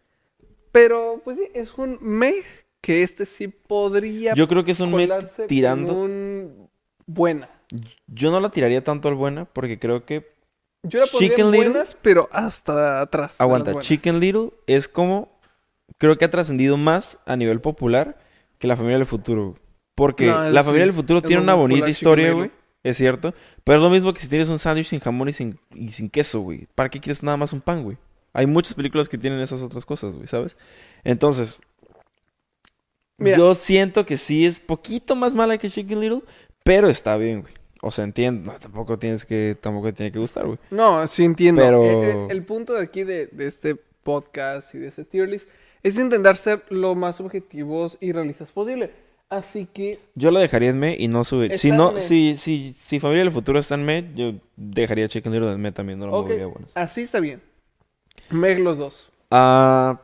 Speaker 2: Pero, pues sí, es un me que este sí podría
Speaker 1: Yo creo que es un me
Speaker 2: colarse
Speaker 1: tirando.
Speaker 2: con un buena.
Speaker 1: Yo no la tiraría tanto al buena porque creo que
Speaker 2: Yo la pondría
Speaker 1: Chicken
Speaker 2: en
Speaker 1: Little.
Speaker 2: buenas, pero hasta atrás. de las
Speaker 1: aguanta.
Speaker 2: buenas.
Speaker 1: Chicken Little es como creo que ha trascendido más a nivel popular que La Familia del Futuro. güey. Porque
Speaker 2: No, eso
Speaker 1: La Familia
Speaker 2: sí,
Speaker 1: del Futuro
Speaker 2: es
Speaker 1: tiene
Speaker 2: muy
Speaker 1: una bonita
Speaker 2: popular,
Speaker 1: historia,
Speaker 2: Chicken
Speaker 1: güey.
Speaker 2: Little.
Speaker 1: Es cierto. Pero es lo mismo que si tienes un sándwich sin jamón y sin, y sin queso, güey. ¿Para qué quieres nada más un pan, güey? Hay muchas películas que tienen esas otras cosas, güey, ¿sabes? Entonces,
Speaker 2: Mira.
Speaker 1: yo siento que sí es poquito más mala que Chicken Little, pero está bien, güey. O sea, entiendo. No, tampoco tienes que, tampoco te tiene que gustar, güey.
Speaker 2: No, sí entiendo.
Speaker 1: Pero-
Speaker 2: Eh, eh, el punto de aquí de, de este podcast y de este tier list es intentar ser lo más objetivos y realistas posible. Así que
Speaker 1: Yo la dejaría en me y no subir. Si
Speaker 2: Está en
Speaker 1: no,
Speaker 2: me.
Speaker 1: si, si, si Familia del Futuro está en me, yo dejaría Chicken Little en me también, no lo
Speaker 2: Ok,
Speaker 1: movería, bueno.
Speaker 2: Así está bien. Meg los dos.
Speaker 1: Ah,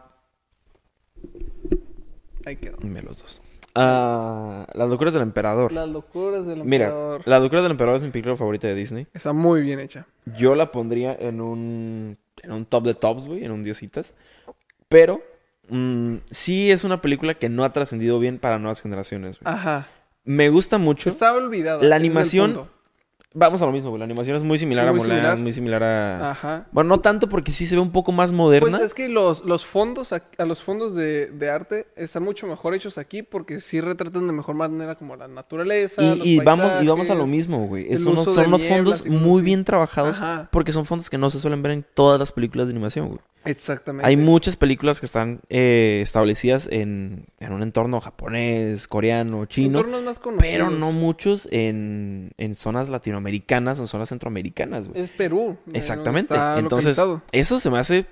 Speaker 2: Ahí quedó.
Speaker 1: me los dos. Ah, Las locuras del emperador.
Speaker 2: Las locuras del
Speaker 1: Mira,
Speaker 2: emperador.
Speaker 1: Las locuras del emperador es mi película favorita de Disney.
Speaker 2: Está muy bien hecha.
Speaker 1: Yo la pondría en un en un top de tops, güey, en un diositas. Pero mm, sí es una película que no ha trascendido bien para nuevas generaciones. güey.
Speaker 2: Ajá.
Speaker 1: Me gusta mucho.
Speaker 2: Estaba olvidada.
Speaker 1: La
Speaker 2: ese es el
Speaker 1: animación-
Speaker 2: punto.
Speaker 1: Vamos a lo mismo, güey. La animación es muy similar
Speaker 2: Muy
Speaker 1: a Mulan,
Speaker 2: similar.
Speaker 1: muy similar a
Speaker 2: Ajá.
Speaker 1: Bueno, no tanto porque sí se ve un poco más moderna.
Speaker 2: Pues es que los, los fondos, a, a los fondos de, de arte están mucho mejor hechos aquí porque sí retratan de mejor manera como la naturaleza.
Speaker 1: Y,
Speaker 2: los
Speaker 1: y vamos, y vamos a lo
Speaker 2: paisajes.
Speaker 1: mismo, güey. Es
Speaker 2: el
Speaker 1: unos-
Speaker 2: uso de
Speaker 1: son unos
Speaker 2: nieblas
Speaker 1: fondos
Speaker 2: y cosas
Speaker 1: muy
Speaker 2: así.
Speaker 1: bien trabajados
Speaker 2: Ajá.
Speaker 1: porque son fondos que no se suelen ver en todas las películas de animación, güey.
Speaker 2: Exactamente.
Speaker 1: Hay muchas películas que están eh, establecidas en, en un entorno japonés, coreano, chino,
Speaker 2: Entornos más conocidos.
Speaker 1: pero no muchos en, en zonas latinoamericanas o zonas centroamericanas, güey.
Speaker 2: Es Perú. eh,
Speaker 1: Exactamente.
Speaker 2: está
Speaker 1: Entonces,
Speaker 2: localizado.
Speaker 1: eso se me hace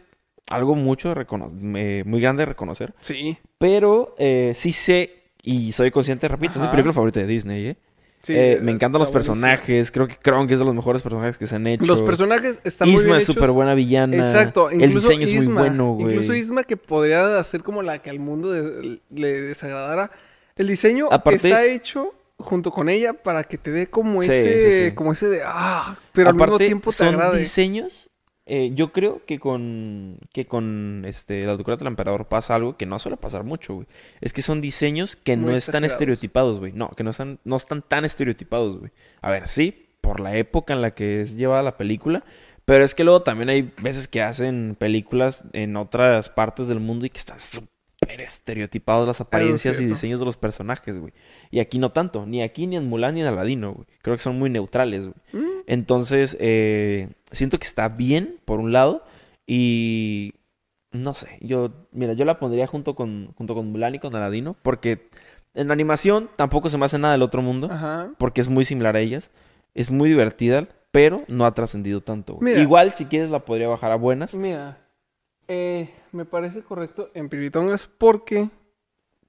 Speaker 1: algo mucho de recono- eh, muy grande de reconocer.
Speaker 2: Sí.
Speaker 1: Pero eh, sí sé y soy consciente, repito, es mi
Speaker 2: Ajá.
Speaker 1: película favorita de Disney, ¿eh?
Speaker 2: sí,
Speaker 1: Eh, me encantan los
Speaker 2: está buenísimo.
Speaker 1: personajes. Creo que Kronk es de los mejores personajes que se han hecho.
Speaker 2: Los personajes están muy
Speaker 1: Isma
Speaker 2: bien
Speaker 1: es
Speaker 2: hechos.
Speaker 1: súper buena villana.
Speaker 2: Exacto.
Speaker 1: El
Speaker 2: incluso
Speaker 1: diseño es muy
Speaker 2: Isma,
Speaker 1: bueno,
Speaker 2: Incluso
Speaker 1: güey.
Speaker 2: Isma que podría hacer como la que al mundo de- le desagradara. El diseño
Speaker 1: Aparte-
Speaker 2: está hecho junto con ella para que te dé como
Speaker 1: Sí,
Speaker 2: ese,
Speaker 1: sí, sí.
Speaker 2: como ese de ah, pero al mismo
Speaker 1: Aparte,
Speaker 2: tiempo te
Speaker 1: son
Speaker 2: agrade.
Speaker 1: diseños. eh, yo creo que con que con este la locura del emperador pasa algo que no suele pasar mucho, güey. Es que son diseños que
Speaker 2: Muy
Speaker 1: no están
Speaker 2: exagerados.
Speaker 1: estereotipados, güey. No, que no están no están tan estereotipados, güey. A ver, sí, por la época en la que es llevada la película, pero es que luego también hay veces que hacen películas en otras partes del mundo y que están súper estereotipados las apariencias y
Speaker 2: cierto.
Speaker 1: diseños de los personajes, güey. Y aquí no tanto, ni aquí ni en Mulan ni en Aladino, güey. Creo que son muy neutrales, güey.
Speaker 2: Mm,
Speaker 1: Entonces, eh, siento que está bien, por un lado, y no sé, yo, mira, yo la pondría junto con, junto con Mulan y con Aladino, porque en la animación tampoco se me hace nada del otro mundo,
Speaker 2: Ajá.
Speaker 1: porque es muy similar a ellas, es muy divertida, pero no ha trascendido tanto. güey.
Speaker 2: Mira. Mm.
Speaker 1: Igual, si quieres, la podría bajar a buenas.
Speaker 2: Mira, eh, me parece correcto en Piritongas porque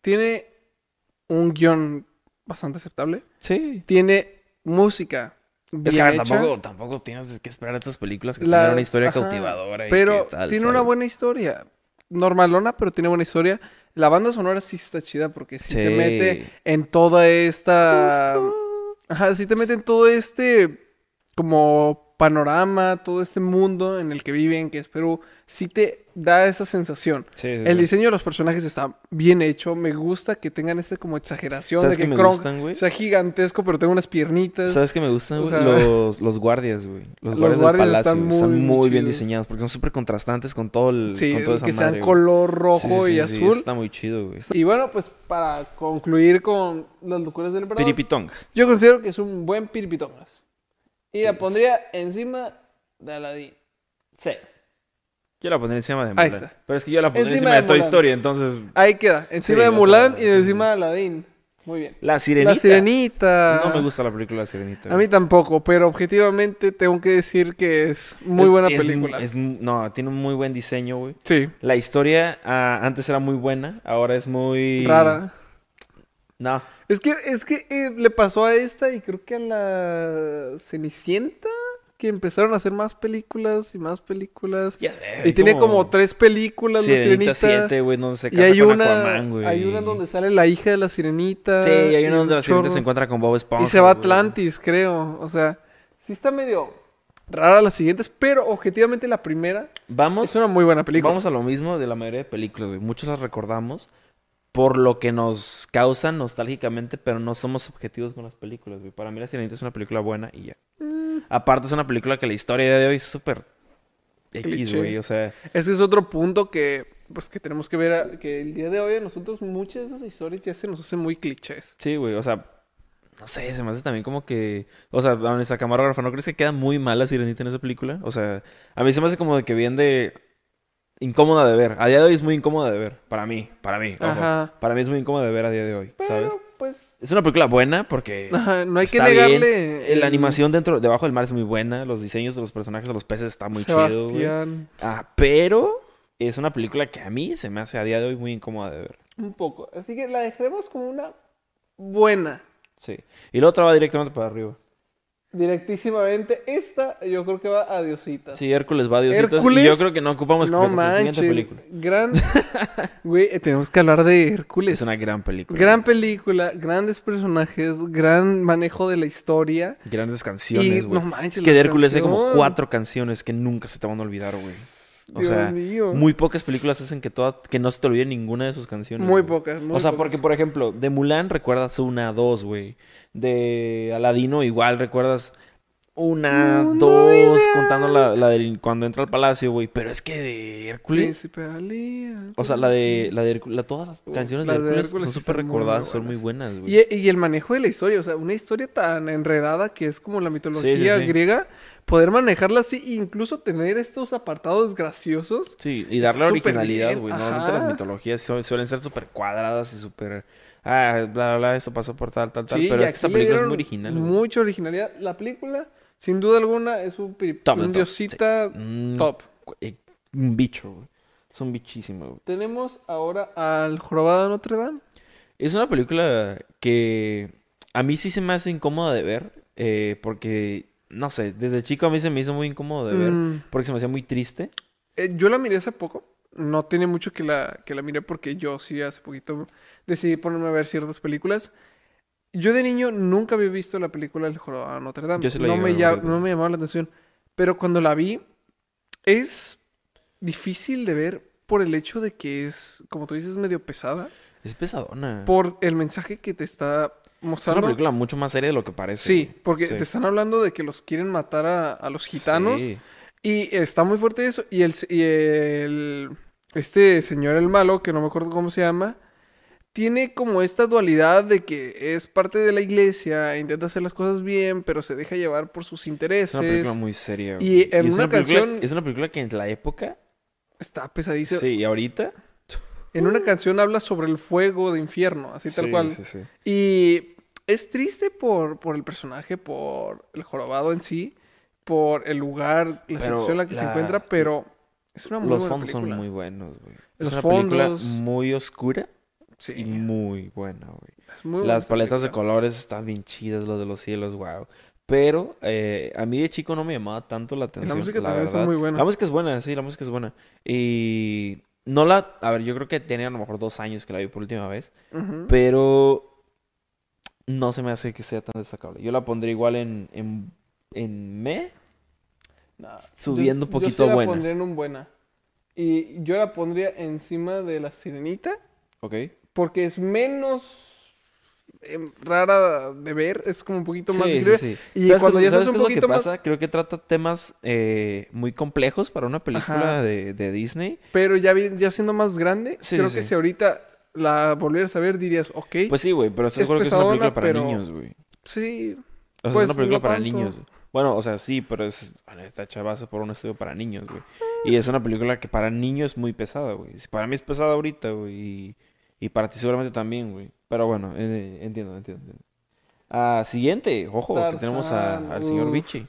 Speaker 2: tiene un guión bastante aceptable.
Speaker 1: Sí.
Speaker 2: Tiene música.
Speaker 1: Es que
Speaker 2: bien
Speaker 1: a ver,
Speaker 2: hecha.
Speaker 1: tampoco, tampoco tienes que esperar a estas películas que
Speaker 2: La-
Speaker 1: tengan una historia
Speaker 2: ajá,
Speaker 1: cautivadora. y
Speaker 2: Pero
Speaker 1: que tal,
Speaker 2: tiene una
Speaker 1: ¿sabes?
Speaker 2: buena historia. Normalona, pero tiene buena historia. La banda sonora sí está chida porque sí, te
Speaker 1: Sí.
Speaker 2: mete en toda esta. Ajá, sí te mete en todo este como panorama, todo este mundo en el que viven, que es Perú. Sí te da esa sensación.
Speaker 1: Sí, sí,
Speaker 2: El
Speaker 1: sí.
Speaker 2: diseño de los personajes está bien hecho. Me gusta que tengan esta como exageración
Speaker 1: ¿Sabes qué
Speaker 2: de que
Speaker 1: me
Speaker 2: Kronk
Speaker 1: gustan, güey?
Speaker 2: sea gigantesco, pero tenga unas piernitas.
Speaker 1: ¿Sabes qué me gustan,
Speaker 2: o
Speaker 1: güey?
Speaker 2: sea,
Speaker 1: los, los guardias, güey. Los
Speaker 2: los
Speaker 1: guardias,
Speaker 2: guardias
Speaker 1: del palacio
Speaker 2: están
Speaker 1: güey, están muy,
Speaker 2: muy
Speaker 1: bien
Speaker 2: chidos.
Speaker 1: diseñados porque son súper contrastantes con todo el
Speaker 2: Sí,
Speaker 1: con toda esa
Speaker 2: que sean
Speaker 1: madre, güey.
Speaker 2: color rojo
Speaker 1: Sí, sí,
Speaker 2: y
Speaker 1: sí, sí,
Speaker 2: azul.
Speaker 1: está muy chido, güey.
Speaker 2: Y bueno, pues para concluir con las locuras del emperador,
Speaker 1: Piripitongas.
Speaker 2: yo considero que es un buen piripitongas. Y la pondría encima de Aladdin. Sí.
Speaker 1: Yo la pondría encima de Mulan.
Speaker 2: Ahí está.
Speaker 1: Pero es que yo la pondría
Speaker 2: Encima
Speaker 1: encima, de,
Speaker 2: de
Speaker 1: Toy
Speaker 2: Mulan.
Speaker 1: Story, entonces
Speaker 2: Ahí queda, encima
Speaker 1: Sí, la
Speaker 2: de Mulan
Speaker 1: sala,
Speaker 2: y
Speaker 1: sí, sí.
Speaker 2: encima de Aladdin. Muy bien.
Speaker 1: la sirenita.
Speaker 2: La sirenita.
Speaker 1: No me gusta la película La Sirenita.
Speaker 2: A mí
Speaker 1: güey.
Speaker 2: tampoco, pero objetivamente tengo que decir que es muy
Speaker 1: Es-
Speaker 2: buena
Speaker 1: es-
Speaker 2: película.
Speaker 1: es- no, tiene un muy buen diseño, güey.
Speaker 2: Sí,
Speaker 1: La historia ah, antes era muy buena, ahora es muy
Speaker 2: rara.
Speaker 1: No,
Speaker 2: Es que, es que eh, le pasó a esta y creo que a la Cenicienta, que empezaron a hacer más películas y más películas.
Speaker 1: ya sé.
Speaker 2: Y tiene como tres películas la
Speaker 1: Sirenita
Speaker 2: Sirenita.
Speaker 1: 7, güey, donde se
Speaker 2: y
Speaker 1: casa
Speaker 2: hay
Speaker 1: con
Speaker 2: una,
Speaker 1: Aquaman, güey.
Speaker 2: hay una donde sale la hija de la Sirenita.
Speaker 1: Sí, y hay
Speaker 2: y
Speaker 1: una donde
Speaker 2: un
Speaker 1: la sirena se
Speaker 2: chorro.
Speaker 1: encuentra con Bob Esponja.
Speaker 2: Y se va a
Speaker 1: güey.
Speaker 2: Atlantis, creo. O sea, sí está medio rara las siguientes, pero objetivamente la primera es
Speaker 1: Vamos,
Speaker 2: una muy buena película.
Speaker 1: vamos a lo mismo de la mayoría de películas, güey. Muchos las recordamos por lo que nos causan nostálgicamente, pero no somos objetivos con las películas, güey. Para mí La Sirenita es una película buena y ya.
Speaker 2: Mm.
Speaker 1: Aparte es una película que la historia de hoy es súper X,
Speaker 2: Cliché.
Speaker 1: güey. O sea,
Speaker 2: Ese es otro punto que pues que tenemos que ver a- que el día de hoy a nosotros muchas de esas historias ya se nos hacen muy clichés.
Speaker 1: Sí, güey, o sea, no sé, se me hace también como que, o sea, a nuestra camarógrafa, ¿no crees que queda muy mala Sirenita en esa película? O sea, a mí se me hace como de que bien de incómoda de ver. A día de hoy es muy incómoda de ver, para mí, para mí, ojo.
Speaker 2: Ajá.
Speaker 1: Para mí es muy incómoda de ver a día de hoy,
Speaker 2: Pero
Speaker 1: ¿sabes?
Speaker 2: pues
Speaker 1: Es una película buena porque
Speaker 2: ajá, no hay que
Speaker 1: está bien.
Speaker 2: negarle
Speaker 1: Eh, La animación dentro, debajo del mar es muy buena, los diseños de los personajes de los peces está muy chido, güey.
Speaker 2: Sebastián,
Speaker 1: Ah, pero es una película que a mí se me hace a día de hoy muy incómoda de ver.
Speaker 2: un poco. Así que la dejaremos como una buena.
Speaker 1: Sí. Y la otra va directamente para arriba.
Speaker 2: Directísimamente, esta yo creo que va a Diosita.
Speaker 1: Sí, Hércules va a Diositos.
Speaker 2: Hércules,
Speaker 1: Y yo creo que no ocupamos
Speaker 2: no
Speaker 1: explicación. Siguiente
Speaker 2: manches.
Speaker 1: película.
Speaker 2: Gran. Güey, eh, tenemos que hablar de Hércules.
Speaker 1: Es una gran película.
Speaker 2: Gran película, grandes personajes, gran manejo de la historia.
Speaker 1: Grandes canciones,
Speaker 2: Y,
Speaker 1: güey.
Speaker 2: no manches,
Speaker 1: es que
Speaker 2: la
Speaker 1: de Hércules hay como
Speaker 2: canción.
Speaker 1: cuatro canciones que nunca se te van a olvidar, güey. O
Speaker 2: Dios
Speaker 1: sea,
Speaker 2: mío.
Speaker 1: Muy pocas películas hacen que toda, que no se te olvide ninguna de sus canciones.
Speaker 2: Muy
Speaker 1: güey.
Speaker 2: pocas. muy
Speaker 1: O sea,
Speaker 2: pocas.
Speaker 1: porque, por ejemplo, de Mulan recuerdas una, dos, güey. De Aladino igual recuerdas una,
Speaker 2: Una
Speaker 1: dos,
Speaker 2: idea.
Speaker 1: contando la, la del- cuando entra al palacio, güey. Pero es que de Hércules...
Speaker 2: Príncipe Ali,
Speaker 1: O sea, la de, la de Hércu- la- todas las
Speaker 2: Uh,
Speaker 1: canciones
Speaker 2: las
Speaker 1: de
Speaker 2: de
Speaker 1: Hércules,
Speaker 2: Hércules
Speaker 1: son
Speaker 2: sí
Speaker 1: súper
Speaker 2: están muy, muy
Speaker 1: recordadas, son muy
Speaker 2: buenas.
Speaker 1: buenas, güey.
Speaker 2: Y, y el manejo de la historia, o sea, una historia tan enredada que es como la mitología
Speaker 1: sí.
Speaker 2: griega, poder manejarla así, incluso tener estos apartados graciosos.
Speaker 1: Sí, y darle
Speaker 2: Está súper
Speaker 1: originalidad,
Speaker 2: bien,
Speaker 1: güey. ¿no? Ahorita las
Speaker 2: ajá.
Speaker 1: mitologías su- suelen ser súper cuadradas y súper... Ah, bla, bla, bla, esto pasó por tal, tal, tal.
Speaker 2: Sí,
Speaker 1: pero
Speaker 2: y
Speaker 1: es que esta
Speaker 2: aquí le
Speaker 1: película es
Speaker 2: dieron
Speaker 1: muy original, güey.
Speaker 2: Mucha originalidad. La película, sin duda alguna, es un, piri-
Speaker 1: Top,
Speaker 2: un
Speaker 1: top,
Speaker 2: diosita
Speaker 1: Mm,
Speaker 2: top.
Speaker 1: eh, Un bicho, güey. Es un bichísimo, güey.
Speaker 2: Tenemos ahora al jorobado de Notre Dame.
Speaker 1: Es una película que a mí sí se me hace incómoda de ver, eh, porque, no sé, desde chico a mí se me hizo muy incómodo de ver,
Speaker 2: Mm.
Speaker 1: porque se me hacía muy triste.
Speaker 2: Eh, yo la miré hace poco. No tiene mucho que la, que la miré porque yo sí hace poquito decidí ponerme a ver ciertas películas. Yo de niño nunca había visto la película El Jorobado de Notre Dame.
Speaker 1: Yo sí la
Speaker 2: no,
Speaker 1: llegué a
Speaker 2: me
Speaker 1: ver
Speaker 2: ya-
Speaker 1: varias
Speaker 2: no me llamaba la atención. Pero cuando la vi, es difícil de ver por el hecho de que es, como tú dices, medio pesada.
Speaker 1: Es pesadona.
Speaker 2: Por el mensaje que te está
Speaker 1: Es una
Speaker 2: mostrando.
Speaker 1: película mucho más seria de lo que parece.
Speaker 2: Sí,
Speaker 1: güey.
Speaker 2: porque
Speaker 1: Sí.
Speaker 2: te están hablando de que los quieren matar a, a los gitanos.
Speaker 1: Sí.
Speaker 2: Y está muy fuerte eso. Y el, se- y el- Este señor, el malo, que no me acuerdo cómo se llama, tiene como esta dualidad de que es parte de la iglesia, intenta hacer las cosas bien, pero se deja llevar por sus
Speaker 1: Es una película
Speaker 2: intereses.
Speaker 1: muy seria.
Speaker 2: Y
Speaker 1: güey.
Speaker 2: en
Speaker 1: es
Speaker 2: una
Speaker 1: película-
Speaker 2: canción-
Speaker 1: Es una película que en la época.
Speaker 2: Está pesadísimo.
Speaker 1: Sí, y ahorita.
Speaker 2: En una canción habla sobre el fuego de infierno, así tal
Speaker 1: sí,
Speaker 2: cual.
Speaker 1: sí, sí.
Speaker 2: Y es triste por, por el personaje, por el jorobado en sí, por el lugar, la
Speaker 1: Pero
Speaker 2: situación en la que se
Speaker 1: la-
Speaker 2: encuentra, pero es una muy
Speaker 1: Los
Speaker 2: buena
Speaker 1: fondos son
Speaker 2: película.
Speaker 1: muy buenos, güey.
Speaker 2: Los
Speaker 1: es una
Speaker 2: fondos.
Speaker 1: película muy oscura
Speaker 2: Sí,
Speaker 1: y muy buena, güey.
Speaker 2: es muy buena
Speaker 1: Las
Speaker 2: esa
Speaker 1: paletas de
Speaker 2: película.
Speaker 1: colores están bien chidas, lo de los cielos, wow. Pero eh, a mí de chico no me llamaba tanto la atención.
Speaker 2: música
Speaker 1: la
Speaker 2: también está
Speaker 1: verdad.
Speaker 2: muy buena.
Speaker 1: La música es buena, sí, la música es buena. Y no la. A ver, yo creo que tenía a lo mejor dos años que la vi por última vez.
Speaker 2: Ujú.
Speaker 1: Pero no se me hace que sea tan destacable. Yo la pondré igual en, en, en me.
Speaker 2: Nah,
Speaker 1: subiendo
Speaker 2: yo,
Speaker 1: poquito
Speaker 2: yo sí la
Speaker 1: buena.
Speaker 2: pondría en un buena. Y yo la pondría encima de la sirenita
Speaker 1: Ok.
Speaker 2: porque es menos em, rara de ver, es como un poquito más
Speaker 1: Sí, sí,
Speaker 2: libre.
Speaker 1: sí.
Speaker 2: Y
Speaker 1: ¿Sabes
Speaker 2: cuando
Speaker 1: qué-
Speaker 2: ya
Speaker 1: sabes
Speaker 2: estás un
Speaker 1: qué es lo que
Speaker 2: poquito más,
Speaker 1: pasa? Creo que trata temas eh, muy complejos para una película
Speaker 2: Ajá.
Speaker 1: de, de Disney.
Speaker 2: pero ya, vi- ya siendo más grande,
Speaker 1: Sí,
Speaker 2: creo
Speaker 1: sí,
Speaker 2: que
Speaker 1: sí.
Speaker 2: si ahorita la volvieras a ver dirías, ok,
Speaker 1: Pues sí, güey, pero estás
Speaker 2: Es
Speaker 1: seguro que es una película
Speaker 2: pesadona,
Speaker 1: para
Speaker 2: pero-
Speaker 1: niños, güey.
Speaker 2: sí,
Speaker 1: O sea,
Speaker 2: Pues,
Speaker 1: es una película
Speaker 2: no
Speaker 1: para
Speaker 2: tanto.
Speaker 1: niños. güey. Bueno, o sea, sí, pero es, bueno, está hecha base por un estudio para niños, güey. Y es una película que para niños es muy pesada, güey. Si Para mí es pesada ahorita, güey. Y, y para ti seguramente también, güey. Pero bueno, eh, entiendo, entiendo, entiendo. Ah, siguiente, ojo, que tenemos a-
Speaker 2: Tarzán,
Speaker 1: al señor
Speaker 2: uf.
Speaker 1: Bichi.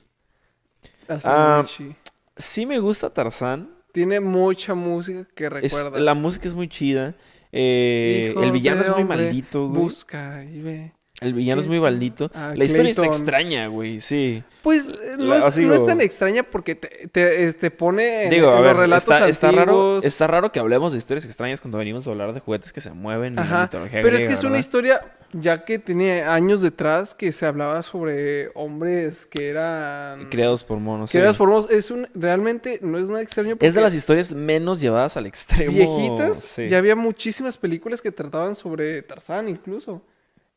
Speaker 2: al
Speaker 1: Ah,
Speaker 2: Sinachi.
Speaker 1: Sí me gusta Tarzán.
Speaker 2: Tiene mucha música que
Speaker 1: Es-
Speaker 2: recuerdas.
Speaker 1: la música es muy chida. Eh, el
Speaker 2: Hijo
Speaker 1: villano
Speaker 2: de
Speaker 1: es muy
Speaker 2: hombre,
Speaker 1: maldito, güey.
Speaker 2: Busca y ve.
Speaker 1: El villano es muy maldito.
Speaker 2: Ah,
Speaker 1: la historia está
Speaker 2: Clayton.
Speaker 1: extraña, güey, sí.
Speaker 2: Pues eh, no,
Speaker 1: La-
Speaker 2: es,
Speaker 1: así
Speaker 2: no es
Speaker 1: digo-
Speaker 2: tan extraña porque te, te, es- te pone en, e,
Speaker 1: Digo,
Speaker 2: en
Speaker 1: a
Speaker 2: los
Speaker 1: ver,
Speaker 2: relatos
Speaker 1: está, está raro,
Speaker 2: antiguos.
Speaker 1: está raro que hablemos de historias extrañas cuando venimos a hablar de juguetes que se mueven y la
Speaker 2: Ajá,
Speaker 1: mitología
Speaker 2: Pero es
Speaker 1: griega,
Speaker 2: que es una
Speaker 1: ¿verdad?
Speaker 2: historia ya que tiene años detrás que se hablaba sobre hombres que eran
Speaker 1: Creados por monos.
Speaker 2: que eran
Speaker 1: sí.
Speaker 2: formosos. Es un realmente no es nada extraño
Speaker 1: Es de
Speaker 2: porque
Speaker 1: las historias menos llevadas al extremo.
Speaker 2: viejitas
Speaker 1: sí.
Speaker 2: ya había muchísimas películas que trataban sobre Tarzán incluso.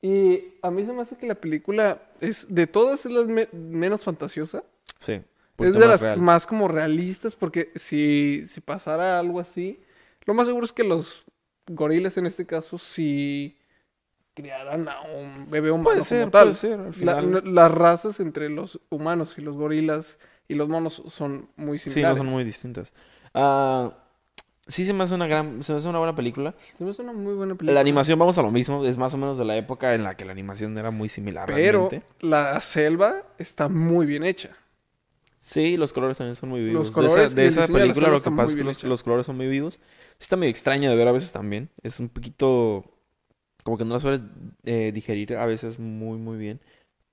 Speaker 2: Y a mí se me hace que la película es de todas es la me- menos fantasiosa.
Speaker 1: Sí, un
Speaker 2: Es
Speaker 1: poquito
Speaker 2: de
Speaker 1: más
Speaker 2: las
Speaker 1: real.
Speaker 2: más como realistas porque si, si pasara algo así, Lo más seguro es que los gorilas en este caso sí criaran a un bebé humano
Speaker 1: Puede
Speaker 2: como
Speaker 1: ser,
Speaker 2: tal.
Speaker 1: puede ser. Al
Speaker 2: La-
Speaker 1: final,
Speaker 2: n- las razas entre los humanos y los gorilas y los monos son muy
Speaker 1: sí, no
Speaker 2: similares.
Speaker 1: son muy distintas. Ah, sí se me hace una gran, se me hace una buena película.
Speaker 2: Se me hace una muy buena película.
Speaker 1: La animación, vamos a lo mismo, es más o menos de la época en la que la animación era muy similar
Speaker 2: Pero
Speaker 1: realmente.
Speaker 2: la selva está muy bien hecha.
Speaker 1: Sí, los colores también son muy vivos.
Speaker 2: Los colores
Speaker 1: de
Speaker 2: y el
Speaker 1: esa, de esa
Speaker 2: diseño de la
Speaker 1: película
Speaker 2: selva
Speaker 1: lo
Speaker 2: está
Speaker 1: que
Speaker 2: muy
Speaker 1: pasa es que
Speaker 2: bien
Speaker 1: los,
Speaker 2: hecho.
Speaker 1: los colores son muy vivos. Sí está medio extraño de ver a veces también. Es un poquito... Como que no las sueles eh, digerir a veces muy, muy bien.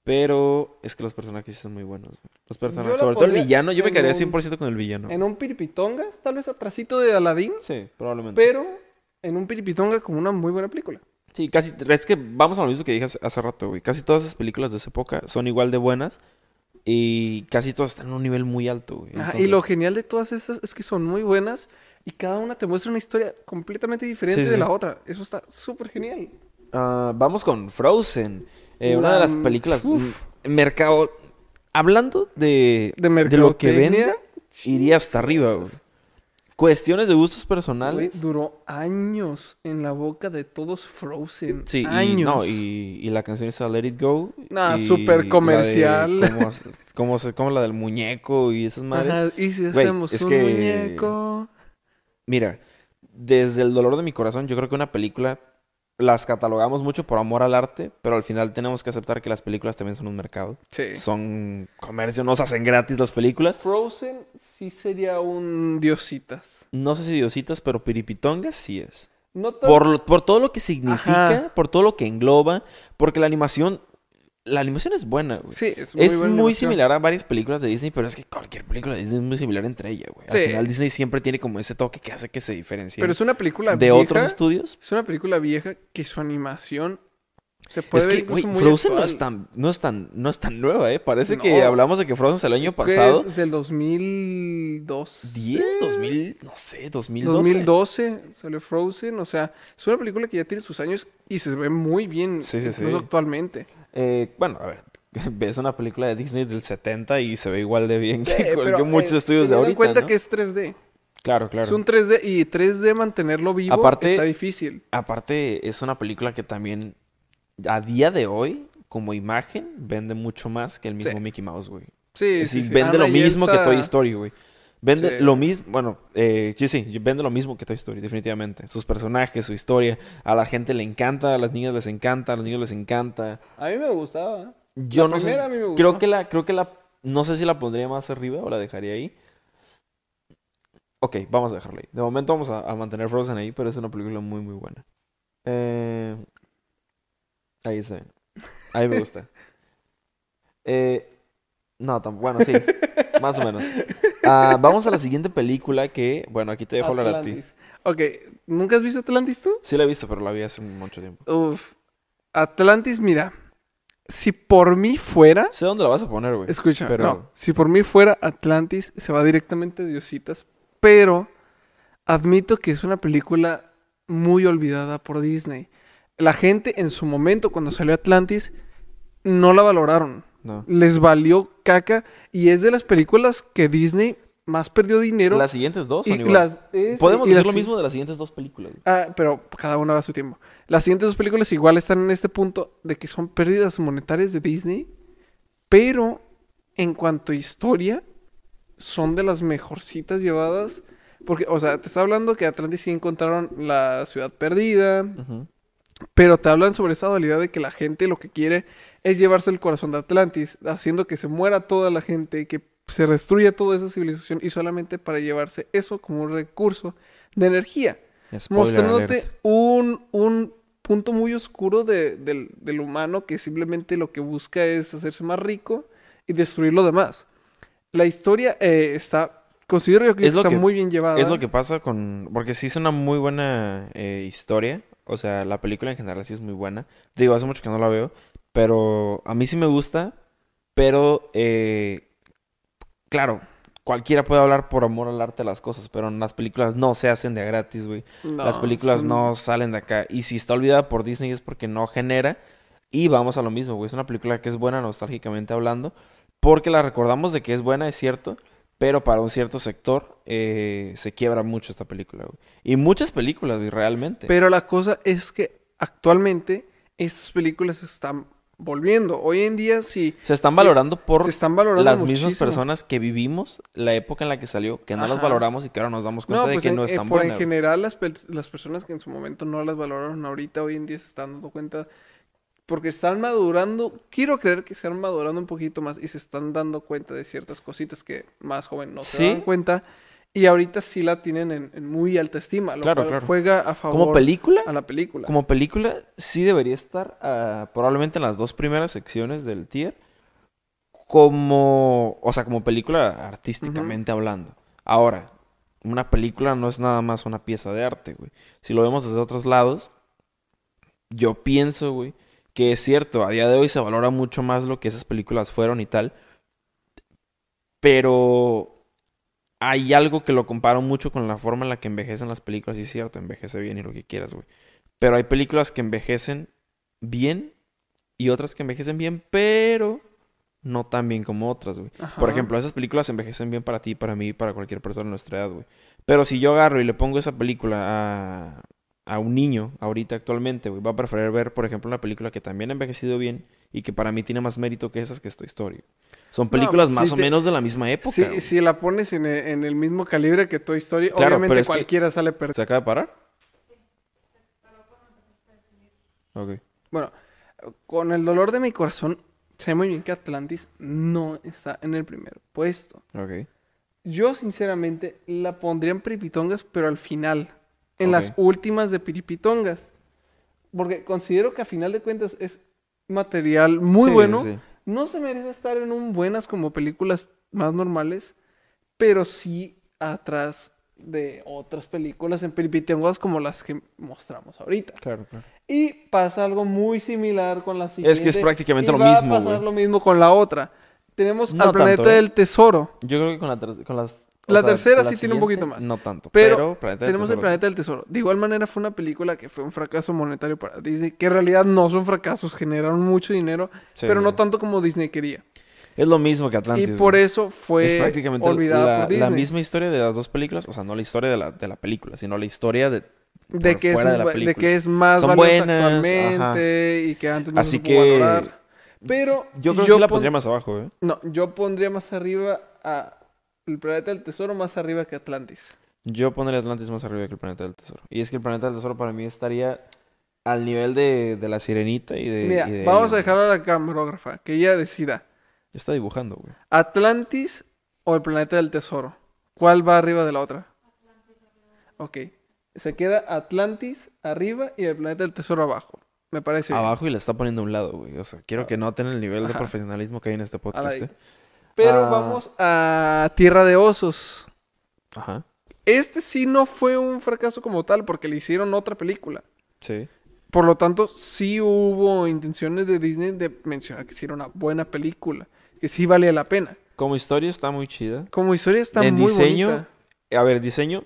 Speaker 1: Pero es que los personajes sí son muy buenos. güey. Los personajes,
Speaker 2: la
Speaker 1: sobre todo el
Speaker 2: pondría
Speaker 1: villano, yo me
Speaker 2: en
Speaker 1: quedaría
Speaker 2: un-
Speaker 1: 100% con el villano.
Speaker 2: En un piripitongas, tal vez atrasito de Aladdin,
Speaker 1: Sí, probablemente.
Speaker 2: pero en un piripitonga como una muy buena película.
Speaker 1: Sí, casi. Es que vamos a lo mismo que dije hace, hace rato, güey. Casi todas esas películas de esa época son igual de buenas. Y casi todas están en un nivel muy alto, güey.
Speaker 2: Ajá, y
Speaker 1: Entonces-
Speaker 2: lo genial de todas estas es que son muy buenas y cada una te muestra una historia completamente diferente
Speaker 1: Sí,
Speaker 2: de
Speaker 1: sí.
Speaker 2: la otra. Eso está súper genial.
Speaker 1: Ah, vamos con Frozen. Eh, una de
Speaker 2: La-
Speaker 1: las películas.
Speaker 2: uf.
Speaker 1: m- Mercado. Hablando de,
Speaker 2: De
Speaker 1: de lo que
Speaker 2: mercadotecnia,
Speaker 1: venda, iría hasta arriba, güey. Cuestiones de gustos personales.
Speaker 2: Güey, duró años en la boca de todos Frozen.
Speaker 1: Sí, y,
Speaker 2: años.
Speaker 1: no, y, y la canción esa Let It Go.
Speaker 2: Nah,
Speaker 1: y
Speaker 2: súper
Speaker 1: la de
Speaker 2: comercial.
Speaker 1: cómo se- cómo se- cómo la del muñeco y esas madres.
Speaker 2: Ajá, y si
Speaker 1: Güey,
Speaker 2: hacemos
Speaker 1: es
Speaker 2: un
Speaker 1: que-
Speaker 2: muñeco.
Speaker 1: Mira, desde el dolor de mi corazón, yo creo que una película las catalogamos mucho por amor al arte, pero al final tenemos que aceptar que las películas también son un mercado.
Speaker 2: Sí.
Speaker 1: Son comercio, nos hacen gratis las películas.
Speaker 2: Frozen sí sería un diositas.
Speaker 1: No sé si diositas, pero piripitongas sí es.
Speaker 2: No tan-
Speaker 1: Por, lo- por todo lo que significa,
Speaker 2: Ajá.
Speaker 1: por todo lo que engloba, porque la animación, la animación es buena, güey.
Speaker 2: Sí, es muy,
Speaker 1: Es
Speaker 2: buena
Speaker 1: muy
Speaker 2: animación.
Speaker 1: similar a varias películas de Disney, pero es que cualquier película de Disney es muy similar entre ella, güey. Al
Speaker 2: Sí.
Speaker 1: final Disney siempre tiene como ese toque que hace que se diferencie
Speaker 2: Pero es una película
Speaker 1: de
Speaker 2: vieja.
Speaker 1: otros estudios.
Speaker 2: Es una película vieja que su animación se puede
Speaker 1: es
Speaker 2: ver
Speaker 1: que,
Speaker 2: incluso
Speaker 1: güey,
Speaker 2: muy
Speaker 1: Frozen no
Speaker 2: actual.
Speaker 1: es, tan, no, es tan, no es tan nueva, ¿eh? Parece que
Speaker 2: No. pues,
Speaker 1: hablamos de que Frozen salió el año
Speaker 2: Creo que
Speaker 1: pasado.
Speaker 2: Es del 2002.
Speaker 1: ¿10? ¿2000? No sé, 2012.
Speaker 2: 2012 salió Frozen, o sea, es una película que ya tiene sus años y se ve muy bien
Speaker 1: Sí, sí,
Speaker 2: incluso
Speaker 1: sí.
Speaker 2: actualmente.
Speaker 1: Eh, bueno, a ver, ves una película de Disney del 70 y se ve igual de bien que,
Speaker 2: Eh,
Speaker 1: con-
Speaker 2: pero,
Speaker 1: que muchos
Speaker 2: eh,
Speaker 1: estudios de
Speaker 2: teniendo
Speaker 1: ahorita,
Speaker 2: en cuenta
Speaker 1: ¿no?
Speaker 2: que es 3D.
Speaker 1: Claro, claro.
Speaker 2: Es un 3D y 3D mantenerlo vivo
Speaker 1: Aparte-
Speaker 2: está difícil.
Speaker 1: Aparte, es una película que también, a día de hoy, como imagen, vende mucho más que el mismo
Speaker 2: Sí.
Speaker 1: Mickey Mouse, güey.
Speaker 2: Sí,
Speaker 1: eh, Sí,
Speaker 2: sí, sí.
Speaker 1: vende
Speaker 2: Ana
Speaker 1: lo
Speaker 2: y
Speaker 1: mismo que
Speaker 2: Elsa-
Speaker 1: Toy Story, güey. Vende
Speaker 2: Sí.
Speaker 1: lo mismo, bueno, eh, sí, sí, vende lo mismo que Toy Story, definitivamente. Sus personajes, su historia, a la gente le encanta, a las niñas les encanta, a los niños les encanta.
Speaker 2: A mí me gustaba. ¿eh?
Speaker 1: Yo
Speaker 2: La
Speaker 1: no sé,
Speaker 2: primera a mí me gustó.
Speaker 1: creo que la, creo que la, no sé si la pondría más arriba o la dejaría ahí. Ok, vamos a dejarla ahí. De momento vamos a, a mantener Frozen ahí, pero es una película muy, muy buena. Eh, ahí está. bien. Ahí me gusta. Eh, no, tam- bueno, sí, más o menos. Ah, vamos a la siguiente película que, bueno, aquí te dejo hablar a ti.
Speaker 2: Atlantis. Ok, ¿nunca has visto Atlantis tú?
Speaker 1: Sí la he visto, pero la vi hace mucho tiempo.
Speaker 2: Uf. Atlantis, mira. Si por mí fuera,
Speaker 1: Sé dónde la vas a poner, güey.
Speaker 2: escucha,
Speaker 1: pero-
Speaker 2: no, si por mí fuera Atlantis se va directamente a Diositas, pero admito que es una película muy olvidada por Disney. La gente en su momento cuando salió Atlantis no la valoraron.
Speaker 1: No.
Speaker 2: Les valió caca y es de las películas que Disney más perdió dinero.
Speaker 1: Las siguientes dos
Speaker 2: y
Speaker 1: son igual.
Speaker 2: las- eh,
Speaker 1: Podemos
Speaker 2: y
Speaker 1: decir
Speaker 2: las
Speaker 1: lo
Speaker 2: si-
Speaker 1: mismo de las siguientes dos películas. güey.
Speaker 2: Ah, pero cada una va a su tiempo. Las siguientes dos películas igual están en este punto de que son pérdidas monetarias de Disney, pero en cuanto a historia, son de las mejorcitas llevadas. Porque, o sea, te está hablando que Atlantis sí encontraron la ciudad perdida, pero te hablan sobre esa dualidad de que la gente lo que quiere es llevarse el corazón de Atlantis, haciendo que se muera toda la gente, que se destruya toda esa civilización y solamente para llevarse eso como un recurso de energía
Speaker 1: Spoiler
Speaker 2: mostrándote
Speaker 1: alert.
Speaker 2: un, un punto muy oscuro de- del, del humano que simplemente lo que busca es hacerse más rico y destruir lo demás. La historia eh, está, considero yo que
Speaker 1: Es lo
Speaker 2: está
Speaker 1: que-
Speaker 2: muy bien llevada.
Speaker 1: Es lo que pasa con... Porque sí es una muy buena eh, historia. O sea, la película en general sí es muy buena. Te Digo, hace mucho que no la veo. Pero a mí sí me gusta. Pero, eh, claro, cualquiera puede hablar por amor al arte de las cosas. Pero las películas no se hacen de a gratis, güey.
Speaker 2: No,
Speaker 1: Las películas
Speaker 2: son-
Speaker 1: no salen de acá. Y si está olvidada por Disney es porque no genera. Y vamos a lo mismo, güey. Es una película que es buena nostálgicamente hablando. Porque la recordamos de que es buena, es cierto. Pero para un cierto sector eh, se quiebra mucho esta película, güey. Y muchas películas, güey, realmente.
Speaker 2: Pero la cosa es que actualmente estas películas se están volviendo. Hoy en día sí.
Speaker 1: se están
Speaker 2: sí,
Speaker 1: valorando por
Speaker 2: se están valorando
Speaker 1: las mismas
Speaker 2: muchísimo.
Speaker 1: personas que vivimos la época en la que salió, que no las
Speaker 2: Ajá.
Speaker 1: valoramos y que ahora nos damos cuenta
Speaker 2: No,
Speaker 1: de
Speaker 2: pues
Speaker 1: que
Speaker 2: en-
Speaker 1: no es
Speaker 2: eh,
Speaker 1: tan
Speaker 2: por
Speaker 1: buena.
Speaker 2: en
Speaker 1: güey.
Speaker 2: general las, pel- las personas que en su momento no las valoraron ahorita, hoy en día se están dando cuenta porque están madurando, quiero creer que están madurando un poquito más y se están dando cuenta de ciertas cositas que más joven no se
Speaker 1: Sí.
Speaker 2: dan cuenta y ahorita sí la tienen en, en muy alta estima, lo
Speaker 1: Claro,
Speaker 2: cual
Speaker 1: claro.
Speaker 2: juega a favor
Speaker 1: Como película,
Speaker 2: a la película.
Speaker 1: como película sí debería estar ah, probablemente en las dos primeras secciones del tier. Como, o sea, como película artísticamente hablando. Ahora, una película no es nada más una pieza de arte, güey. Si lo vemos desde otros lados, yo pienso, güey, que es cierto, a día de hoy se valora mucho más lo que esas películas fueron y tal. Pero hay algo que lo comparo mucho con la forma en la que envejecen las películas. Y es cierto, envejece bien y lo que quieras, güey. Pero hay películas que envejecen bien y otras que envejecen bien, pero no tan bien como otras, güey. Por
Speaker 2: Ajá.
Speaker 1: ejemplo, esas películas envejecen bien para ti, para mí, para cualquier persona de nuestra edad, güey. Pero si yo agarro y le pongo esa película a, a un niño ahorita actualmente, güey, va a preferir ver, por ejemplo, una película que también ha envejecido bien y que para mí tiene más mérito que esas que estoy historia. Son películas
Speaker 2: pues,
Speaker 1: más
Speaker 2: sí
Speaker 1: o
Speaker 2: te-
Speaker 1: menos de la misma época.
Speaker 2: si,
Speaker 1: güey.
Speaker 2: si la pones en e- en el, mismo calibre que Toy Story,
Speaker 1: Claro, pero
Speaker 2: obviamente
Speaker 1: es que-
Speaker 2: cualquiera sale perdido.
Speaker 1: ¿Se acaba de parar? Ok.
Speaker 2: Bueno, con el dolor de mi corazón, sé muy bien que Atlantis no está en el primer puesto.
Speaker 1: Ok.
Speaker 2: Yo, sinceramente, la pondría en Piripitongas, pero al final. En las
Speaker 1: Ok.
Speaker 2: últimas de Piripitongas. Porque considero que a final de cuentas es material
Speaker 1: Sí,
Speaker 2: muy bueno.
Speaker 1: sí.
Speaker 2: No se merece estar en un buenas como películas más normales, pero sí atrás de otras películas en Piripitongas como las que mostramos ahorita.
Speaker 1: Claro, claro.
Speaker 2: Y pasa algo muy similar con la siguiente.
Speaker 1: Es que es prácticamente
Speaker 2: y
Speaker 1: lo
Speaker 2: va
Speaker 1: mismo,
Speaker 2: a pasar
Speaker 1: güey.
Speaker 2: lo mismo con la otra. Tenemos
Speaker 1: No
Speaker 2: al planeta
Speaker 1: tanto, ¿eh?
Speaker 2: del tesoro.
Speaker 1: Yo creo que con, la ter- con las... o
Speaker 2: La
Speaker 1: sea,
Speaker 2: tercera
Speaker 1: la
Speaker 2: sí tiene un poquito
Speaker 1: siguiente,
Speaker 2: más.
Speaker 1: No tanto. Pero,
Speaker 2: Pero
Speaker 1: Planeta del
Speaker 2: tenemos el
Speaker 1: Tesoro sí.
Speaker 2: planeta del tesoro. De igual manera fue una película que fue un fracaso monetario para Disney, que en realidad no son fracasos, generaron mucho dinero,
Speaker 1: Sí,
Speaker 2: pero
Speaker 1: sí,
Speaker 2: no
Speaker 1: sí.
Speaker 2: tanto como Disney quería.
Speaker 1: Es lo mismo que Atlantis.
Speaker 2: y por
Speaker 1: güey.
Speaker 2: eso fue
Speaker 1: es prácticamente
Speaker 2: olvidada
Speaker 1: la,
Speaker 2: por Disney.
Speaker 1: la misma historia de las dos películas. O sea, no la historia de la, de la película, sino la historia de...
Speaker 2: de
Speaker 1: por
Speaker 2: que, es,
Speaker 1: fuera de la
Speaker 2: bu- de
Speaker 1: película.
Speaker 2: que es más
Speaker 1: Son
Speaker 2: valiosa
Speaker 1: buenas, ajá.
Speaker 2: actualmente y que antes no se
Speaker 1: Así
Speaker 2: supo
Speaker 1: que-
Speaker 2: valorar. Pero
Speaker 1: Yo creo que sí la
Speaker 2: pon-
Speaker 1: pondría más abajo, ¿eh?
Speaker 2: No, yo pondría más arriba a el planeta del tesoro más arriba que Atlantis.
Speaker 1: Yo pondría Atlantis más arriba que el Planeta del Tesoro. Y es que el Planeta del Tesoro para mí estaría al nivel de, de La Sirenita y de...
Speaker 2: Mira,
Speaker 1: y de-
Speaker 2: vamos a dejar a la camarógrafa que ella decida.
Speaker 1: Ya está dibujando, güey.
Speaker 2: Atlantis o el planeta del tesoro. ¿Cuál va arriba de la otra? Ok. Se queda Atlantis arriba y el planeta del tesoro abajo. Me parece. bien.
Speaker 1: Abajo y la está poniendo a un lado, güey. O sea, quiero que noten el nivel de
Speaker 2: Ah. Ajá.
Speaker 1: profesionalismo que hay en este
Speaker 2: A
Speaker 1: podcast,
Speaker 2: la-
Speaker 1: ¿eh?
Speaker 2: Pero
Speaker 1: Ah.
Speaker 2: vamos a Tierra de Osos.
Speaker 1: Ajá.
Speaker 2: Este sí no fue un fracaso como tal porque le hicieron otra película.
Speaker 1: Sí.
Speaker 2: Por lo tanto, sí hubo intenciones de Disney de mencionar que sí era una buena película, que sí valía la pena.
Speaker 1: Como historia está muy chida.
Speaker 2: Como historia está
Speaker 1: En
Speaker 2: muy
Speaker 1: diseño,
Speaker 2: bonita.
Speaker 1: A ver, diseño.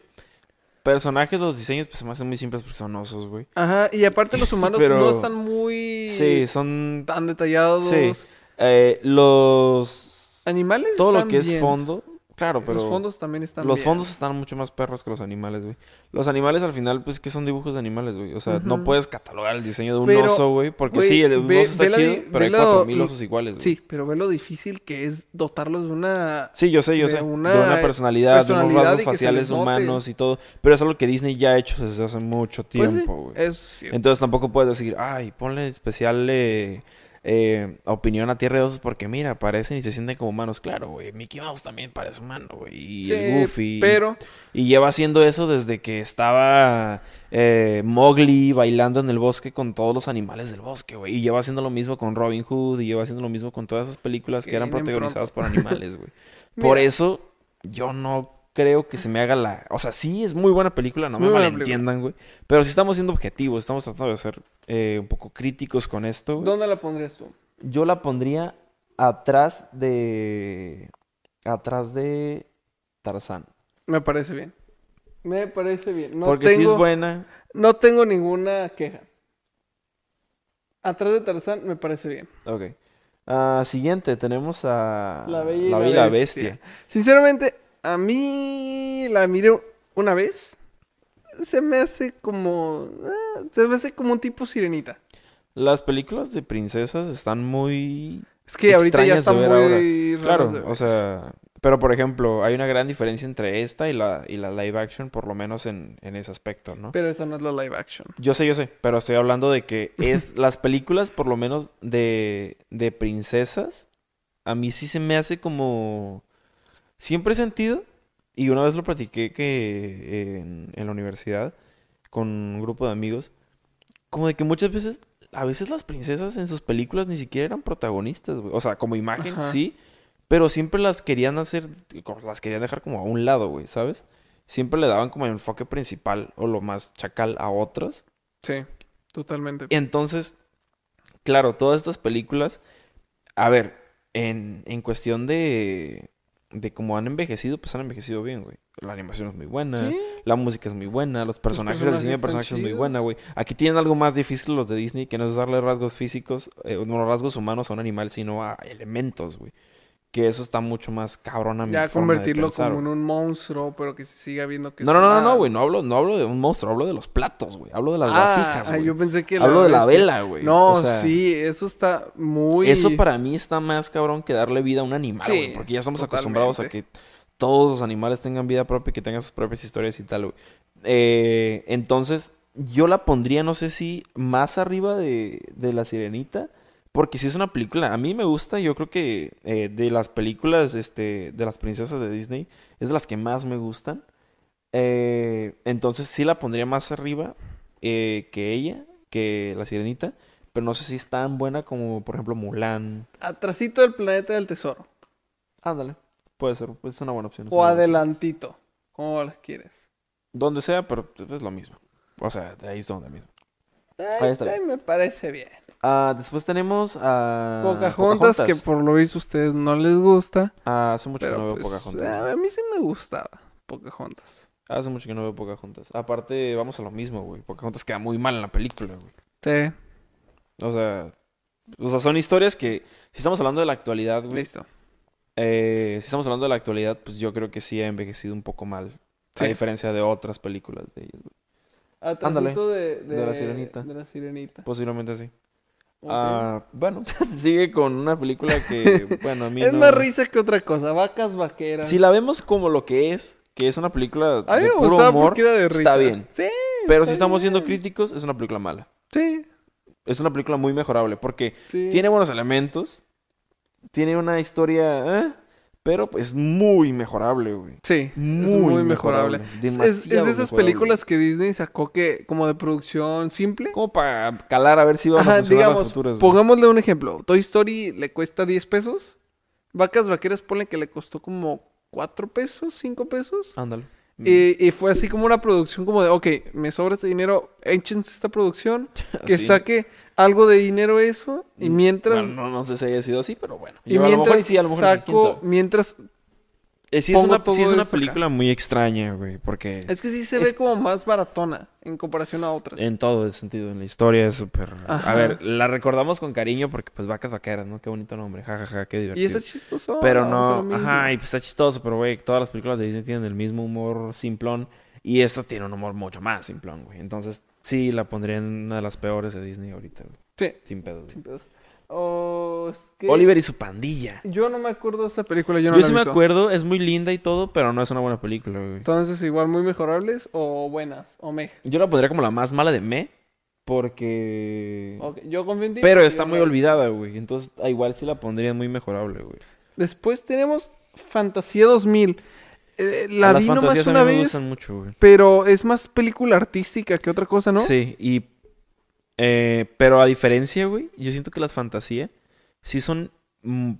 Speaker 1: Personajes, los diseños pues, se me hacen muy simples porque son osos, güey.
Speaker 2: Ajá, y aparte los humanos
Speaker 1: Pero-
Speaker 2: no están muy
Speaker 1: Sí, son.
Speaker 2: tan detallados.
Speaker 1: Sí. eh, los.
Speaker 2: Animales
Speaker 1: Todo lo
Speaker 2: están
Speaker 1: que es
Speaker 2: bien.
Speaker 1: fondo. Claro, pero.
Speaker 2: Los fondos también están
Speaker 1: los
Speaker 2: bien.
Speaker 1: fondos están mucho más perros que los animales, güey. Los animales al final, pues que son dibujos de animales, güey. O sea, no
Speaker 2: Ujú.
Speaker 1: puedes catalogar el diseño de un
Speaker 2: Pero,
Speaker 1: oso, güey. Porque
Speaker 2: güey,
Speaker 1: sí, el un
Speaker 2: ve-
Speaker 1: oso está
Speaker 2: ve la di-
Speaker 1: chido, pero
Speaker 2: ve
Speaker 1: hay
Speaker 2: la-
Speaker 1: 4000 osos iguales, güey.
Speaker 2: Sí, pero ve lo difícil que es dotarlos de una...
Speaker 1: Sí, yo sé, yo
Speaker 2: de
Speaker 1: sé.
Speaker 2: una,
Speaker 1: de
Speaker 2: eh,
Speaker 1: una personalidad, de
Speaker 2: personalidad
Speaker 1: unos
Speaker 2: y que
Speaker 1: rasgos
Speaker 2: se les
Speaker 1: faciales
Speaker 2: note.
Speaker 1: humanos y todo. Pero es algo que Disney ya ha hecho desde hace mucho
Speaker 2: Pues sí,
Speaker 1: tiempo, güey.
Speaker 2: eso sí.
Speaker 1: Entonces tampoco puedes decir, ay, ponle especial eh, eh, opinión a Tierra de Osos porque mira, parecen y se sienten como humanos. Claro, güey, Mickey Mouse también parece humano, güey. Y el
Speaker 2: Sí,
Speaker 1: Goofy.
Speaker 2: Pero
Speaker 1: Y lleva haciendo eso desde que estaba eh, Mowgli bailando en el bosque con todos los animales del bosque, güey. Y lleva haciendo lo mismo con Robin Hood y lleva haciendo lo mismo con todas esas películas que,
Speaker 2: Que
Speaker 1: eran
Speaker 2: vienen
Speaker 1: protagonizadas por animales, güey. Por
Speaker 2: Mira.
Speaker 1: eso yo no creo que se me haga la... O sea, sí es muy buena película, no
Speaker 2: Es
Speaker 1: me
Speaker 2: muy buena
Speaker 1: malentiendan, güey. Pero sí estamos siendo objetivos, estamos tratando de ser eh, un poco críticos con esto. güey.
Speaker 2: ¿dónde la pondrías tú?
Speaker 1: Yo la pondría atrás de... Atrás de Tarzán.
Speaker 2: Me parece bien. Me parece bien. No
Speaker 1: Porque sí
Speaker 2: tengo-
Speaker 1: es buena.
Speaker 2: No tengo ninguna queja. Atrás de Tarzán me parece bien.
Speaker 1: Ok. Ah, siguiente, tenemos a
Speaker 2: La Bella y la Bestia.
Speaker 1: Ah, Bestia.
Speaker 2: Sinceramente, a mí la miré una vez. Se me hace como. ah, se me hace como un tipo sirenita.
Speaker 1: Las películas de princesas están muy
Speaker 2: Es que ahorita ya
Speaker 1: extrañas
Speaker 2: está
Speaker 1: de ver ahora.
Speaker 2: muy. raras
Speaker 1: Claro,
Speaker 2: de ver.
Speaker 1: o sea, pero por ejemplo, hay una gran diferencia entre esta y la, y la live action, por lo menos en, en ese aspecto, ¿no?
Speaker 2: Pero esa no es la live action.
Speaker 1: Yo sé, yo sé, pero estoy hablando de que es las películas, por lo menos de, de princesas, a mí sí se me hace como... Siempre he sentido, y una vez lo platiqué que en, en la universidad, con un grupo de amigos, como de que muchas veces, a veces las princesas en sus películas ni siquiera eran protagonistas, güey. O sea, como imagen,
Speaker 2: Ajá.
Speaker 1: sí, pero siempre las querían hacer, como las querían dejar como a un lado, güey, ¿sabes? Siempre le daban como el enfoque principal o lo más chacal a otras.
Speaker 2: Sí, totalmente.
Speaker 1: Entonces, claro, todas estas películas, a ver, en, en cuestión de, de cómo han envejecido, pues han envejecido bien, güey. La animación es muy buena,
Speaker 2: Sí.
Speaker 1: la música es muy buena, los personajes, el
Speaker 2: personajes
Speaker 1: diseño de
Speaker 2: están
Speaker 1: personajes es muy
Speaker 2: chidos.
Speaker 1: buena, güey. Aquí tienen algo más difícil los de Disney, que no es darle rasgos físicos, eh, no rasgos humanos a un animal, sino a elementos, güey. Que eso está mucho más cabrón a mi
Speaker 2: Ya
Speaker 1: forma de
Speaker 2: convertirlo
Speaker 1: pensar,
Speaker 2: como
Speaker 1: güey.
Speaker 2: en un monstruo, pero que se siga viendo que es
Speaker 1: No, no, no, no,
Speaker 2: humano.
Speaker 1: no, güey, no hablo, no hablo de un monstruo, hablo de los platos, güey. Hablo de las
Speaker 2: Ah,
Speaker 1: vasijas,
Speaker 2: ah,
Speaker 1: güey.
Speaker 2: yo pensé que
Speaker 1: Hablo de la
Speaker 2: este-
Speaker 1: vela, güey.
Speaker 2: No,
Speaker 1: O sea,
Speaker 2: sí, eso está muy.
Speaker 1: Eso para mí está más cabrón que darle vida a un animal, güey.
Speaker 2: Sí,
Speaker 1: porque ya estamos acostumbrados a que todos los animales tengan vida propia y que tengan sus propias historias y tal, güey. Eh, entonces, yo la pondría, no sé si más arriba de, de La Sirenita. Porque si es una película, a mí me gusta, yo creo que eh, de las películas este, de las princesas de Disney, es de las que más me gustan. Eh, entonces sí la pondría más arriba eh, que ella, que la sirenita, pero no sé si es tan buena como, por ejemplo, Mulan.
Speaker 2: Atrasito del planeta del tesoro.
Speaker 1: Ándale, puede ser, pues es una buena opción. es
Speaker 2: O
Speaker 1: una buena opción.
Speaker 2: adelantito. Como las quieres.
Speaker 1: Donde sea, pero es lo mismo. O sea, de ahí es donde mismo.
Speaker 2: Ahí
Speaker 1: está.
Speaker 2: me parece bien.
Speaker 1: Ah, después tenemos a
Speaker 2: Pocahontas, que por lo visto a ustedes no les gusta.
Speaker 1: Ah, hace Ah, mucho que
Speaker 2: pero
Speaker 1: no veo
Speaker 2: pues,
Speaker 1: Pocahontas.
Speaker 2: A mí sí me gustaba Pocahontas.
Speaker 1: Hace mucho que no veo Pocahontas. Aparte, vamos a lo mismo, güey. Pocahontas queda muy mal en la película, güey.
Speaker 2: Sí,
Speaker 1: O sea, o sea, son historias que, si estamos hablando de la actualidad, güey,
Speaker 2: listo.
Speaker 1: eh, si estamos hablando de la actualidad, pues yo creo que sí ha envejecido un poco mal. A
Speaker 2: Sí.
Speaker 1: diferencia de otras películas de ellos. güey. Ándale,
Speaker 2: Atrasito de,
Speaker 1: de la sirenita.
Speaker 2: De la sirenita.
Speaker 1: Posiblemente sí.
Speaker 2: Ok.
Speaker 1: Ah, bueno, sigue con una película que, bueno, a mí
Speaker 2: es
Speaker 1: no-
Speaker 2: más risa que otra cosa. Vacas vaqueras.
Speaker 1: Si la vemos como lo que es, que es una película
Speaker 2: a mí
Speaker 1: de
Speaker 2: me
Speaker 1: puro
Speaker 2: gustaba
Speaker 1: humor,
Speaker 2: porque era de risa.
Speaker 1: está bien.
Speaker 2: Sí,
Speaker 1: Pero si
Speaker 2: está
Speaker 1: estamos siendo
Speaker 2: bien.
Speaker 1: críticos, es una película mala.
Speaker 2: sí.
Speaker 1: Es una película muy mejorable porque
Speaker 2: sí.
Speaker 1: Tiene buenos elementos. Tiene una historia. ¿eh? Pero es muy mejorable, güey.
Speaker 2: Sí,
Speaker 1: Muy
Speaker 2: es muy mejorable.
Speaker 1: mejorable,
Speaker 2: Es- Es, es
Speaker 1: demasiado
Speaker 2: de esas
Speaker 1: mejorable.
Speaker 2: películas que Disney sacó que, como de producción simple.
Speaker 1: Como para calar a ver si van a
Speaker 2: Ajá,
Speaker 1: funcionar las
Speaker 2: digamos,
Speaker 1: futuras, güey.
Speaker 2: pongámosle un ejemplo. Toy Story le cuesta 10 pesos. Vacas Vaqueras, ponle que le costó como 4 pesos, 5 pesos.
Speaker 1: Ándale. mm.
Speaker 2: Y, y fue así como una producción como de, ok, me sobra este dinero, échense esta producción, que
Speaker 1: Así.
Speaker 2: saque algo de dinero eso, y mientras...
Speaker 1: Mm, Bueno, no, no sé si haya sido así, pero bueno.
Speaker 2: y
Speaker 1: Yo a lo mejor y
Speaker 2: mientras
Speaker 1: sí, a lo mejor sí, quién
Speaker 2: saco,
Speaker 1: sabe.
Speaker 2: mientras...
Speaker 1: Eh, sí es
Speaker 2: pongo
Speaker 1: una, sí
Speaker 2: todo
Speaker 1: es una
Speaker 2: esto acá.
Speaker 1: película muy extraña, güey. Porque
Speaker 2: Es que sí se
Speaker 1: Es-
Speaker 2: ve como más baratona en comparación a otras.
Speaker 1: en todo el sentido, en la historia es súper... A
Speaker 2: Pues Ajá.
Speaker 1: ver, la recordamos con cariño porque pues vacas vaqueras, ¿no? Qué bonito nombre. jajaja, qué
Speaker 2: Y
Speaker 1: divertido.
Speaker 2: está chistoso.
Speaker 1: Pero
Speaker 2: vamos a lo
Speaker 1: no,
Speaker 2: mismo.
Speaker 1: ajá, y pues está chistoso, pero güey, todas las películas de Disney tienen el mismo humor simplón y esta tiene un humor mucho más simplón, güey. Entonces, sí, la pondría en una de las peores de Disney ahorita, güey.
Speaker 2: Sí.
Speaker 1: Sin pedo. güey.
Speaker 2: sin pedos. O, es que
Speaker 1: Oliver y su pandilla.
Speaker 2: Yo no me acuerdo de esta película, yo
Speaker 1: Yo,
Speaker 2: no la
Speaker 1: sí
Speaker 2: he
Speaker 1: me
Speaker 2: visto.
Speaker 1: acuerdo, es muy linda y todo, pero no es una buena película, güey.
Speaker 2: Entonces, igual muy mejorables o buenas o mej.
Speaker 1: Yo la pondría como la más mala de me porque
Speaker 2: Ok, Yo confío en ti.
Speaker 1: pero
Speaker 2: porque
Speaker 1: está
Speaker 2: yo
Speaker 1: muy
Speaker 2: no la he visto.
Speaker 1: olvidada, güey. Entonces, ah, igual sí la pondría muy mejorable, güey.
Speaker 2: Después tenemos Fantasía 2000. Eh, la
Speaker 1: Las
Speaker 2: vi nomás
Speaker 1: fantasías
Speaker 2: una
Speaker 1: a mí me
Speaker 2: vez,
Speaker 1: gustan mucho, güey.
Speaker 2: pero es más película artística que otra cosa, ¿no?
Speaker 1: Sí, y. eh, pero a diferencia, güey, yo siento que las fantasías sí son. mm,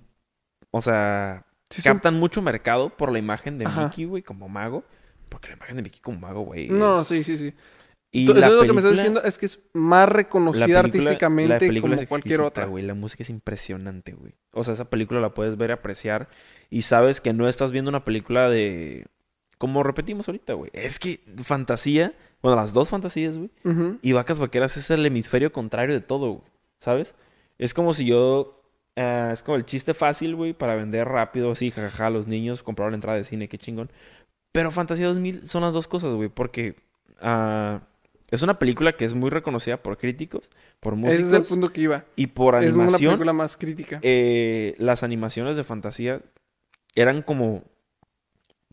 Speaker 1: o sea,
Speaker 2: Sí, son-
Speaker 1: captan mucho mercado por la imagen de
Speaker 2: Ajá.
Speaker 1: Mickey, güey, como mago. Porque la imagen de Mickey como mago, güey.
Speaker 2: No,
Speaker 1: es-
Speaker 2: sí, sí, sí.
Speaker 1: Y
Speaker 2: Tú-
Speaker 1: la
Speaker 2: entonces,
Speaker 1: película,
Speaker 2: lo que me estás diciendo es que es más
Speaker 1: la
Speaker 2: reconocida
Speaker 1: película-
Speaker 2: artísticamente
Speaker 1: la película
Speaker 2: como
Speaker 1: es
Speaker 2: cualquier
Speaker 1: exquisita,
Speaker 2: otra.
Speaker 1: güey. La música es impresionante, güey. O sea, esa película la puedes ver, apreciar. Y sabes que no estás viendo una película de. Como repetimos ahorita, güey. Es que fantasía. Bueno, las dos fantasías, güey.
Speaker 2: Ujú.
Speaker 1: Y vacas vaqueras es el hemisferio contrario de todo, güey, ¿Sabes? Es como si yo Ah, es como el chiste fácil, güey, para vender rápido, así, jajaja, los niños compraron la entrada de cine, qué chingón. Pero Fantasía 2000 son las dos cosas, güey, porque ah, es una película que es muy reconocida por críticos, por
Speaker 2: Ese es el
Speaker 1: músicos
Speaker 2: punto que iba.
Speaker 1: y por
Speaker 2: Es una
Speaker 1: animación.
Speaker 2: película más crítica.
Speaker 1: eh, las animaciones de fantasía eran como,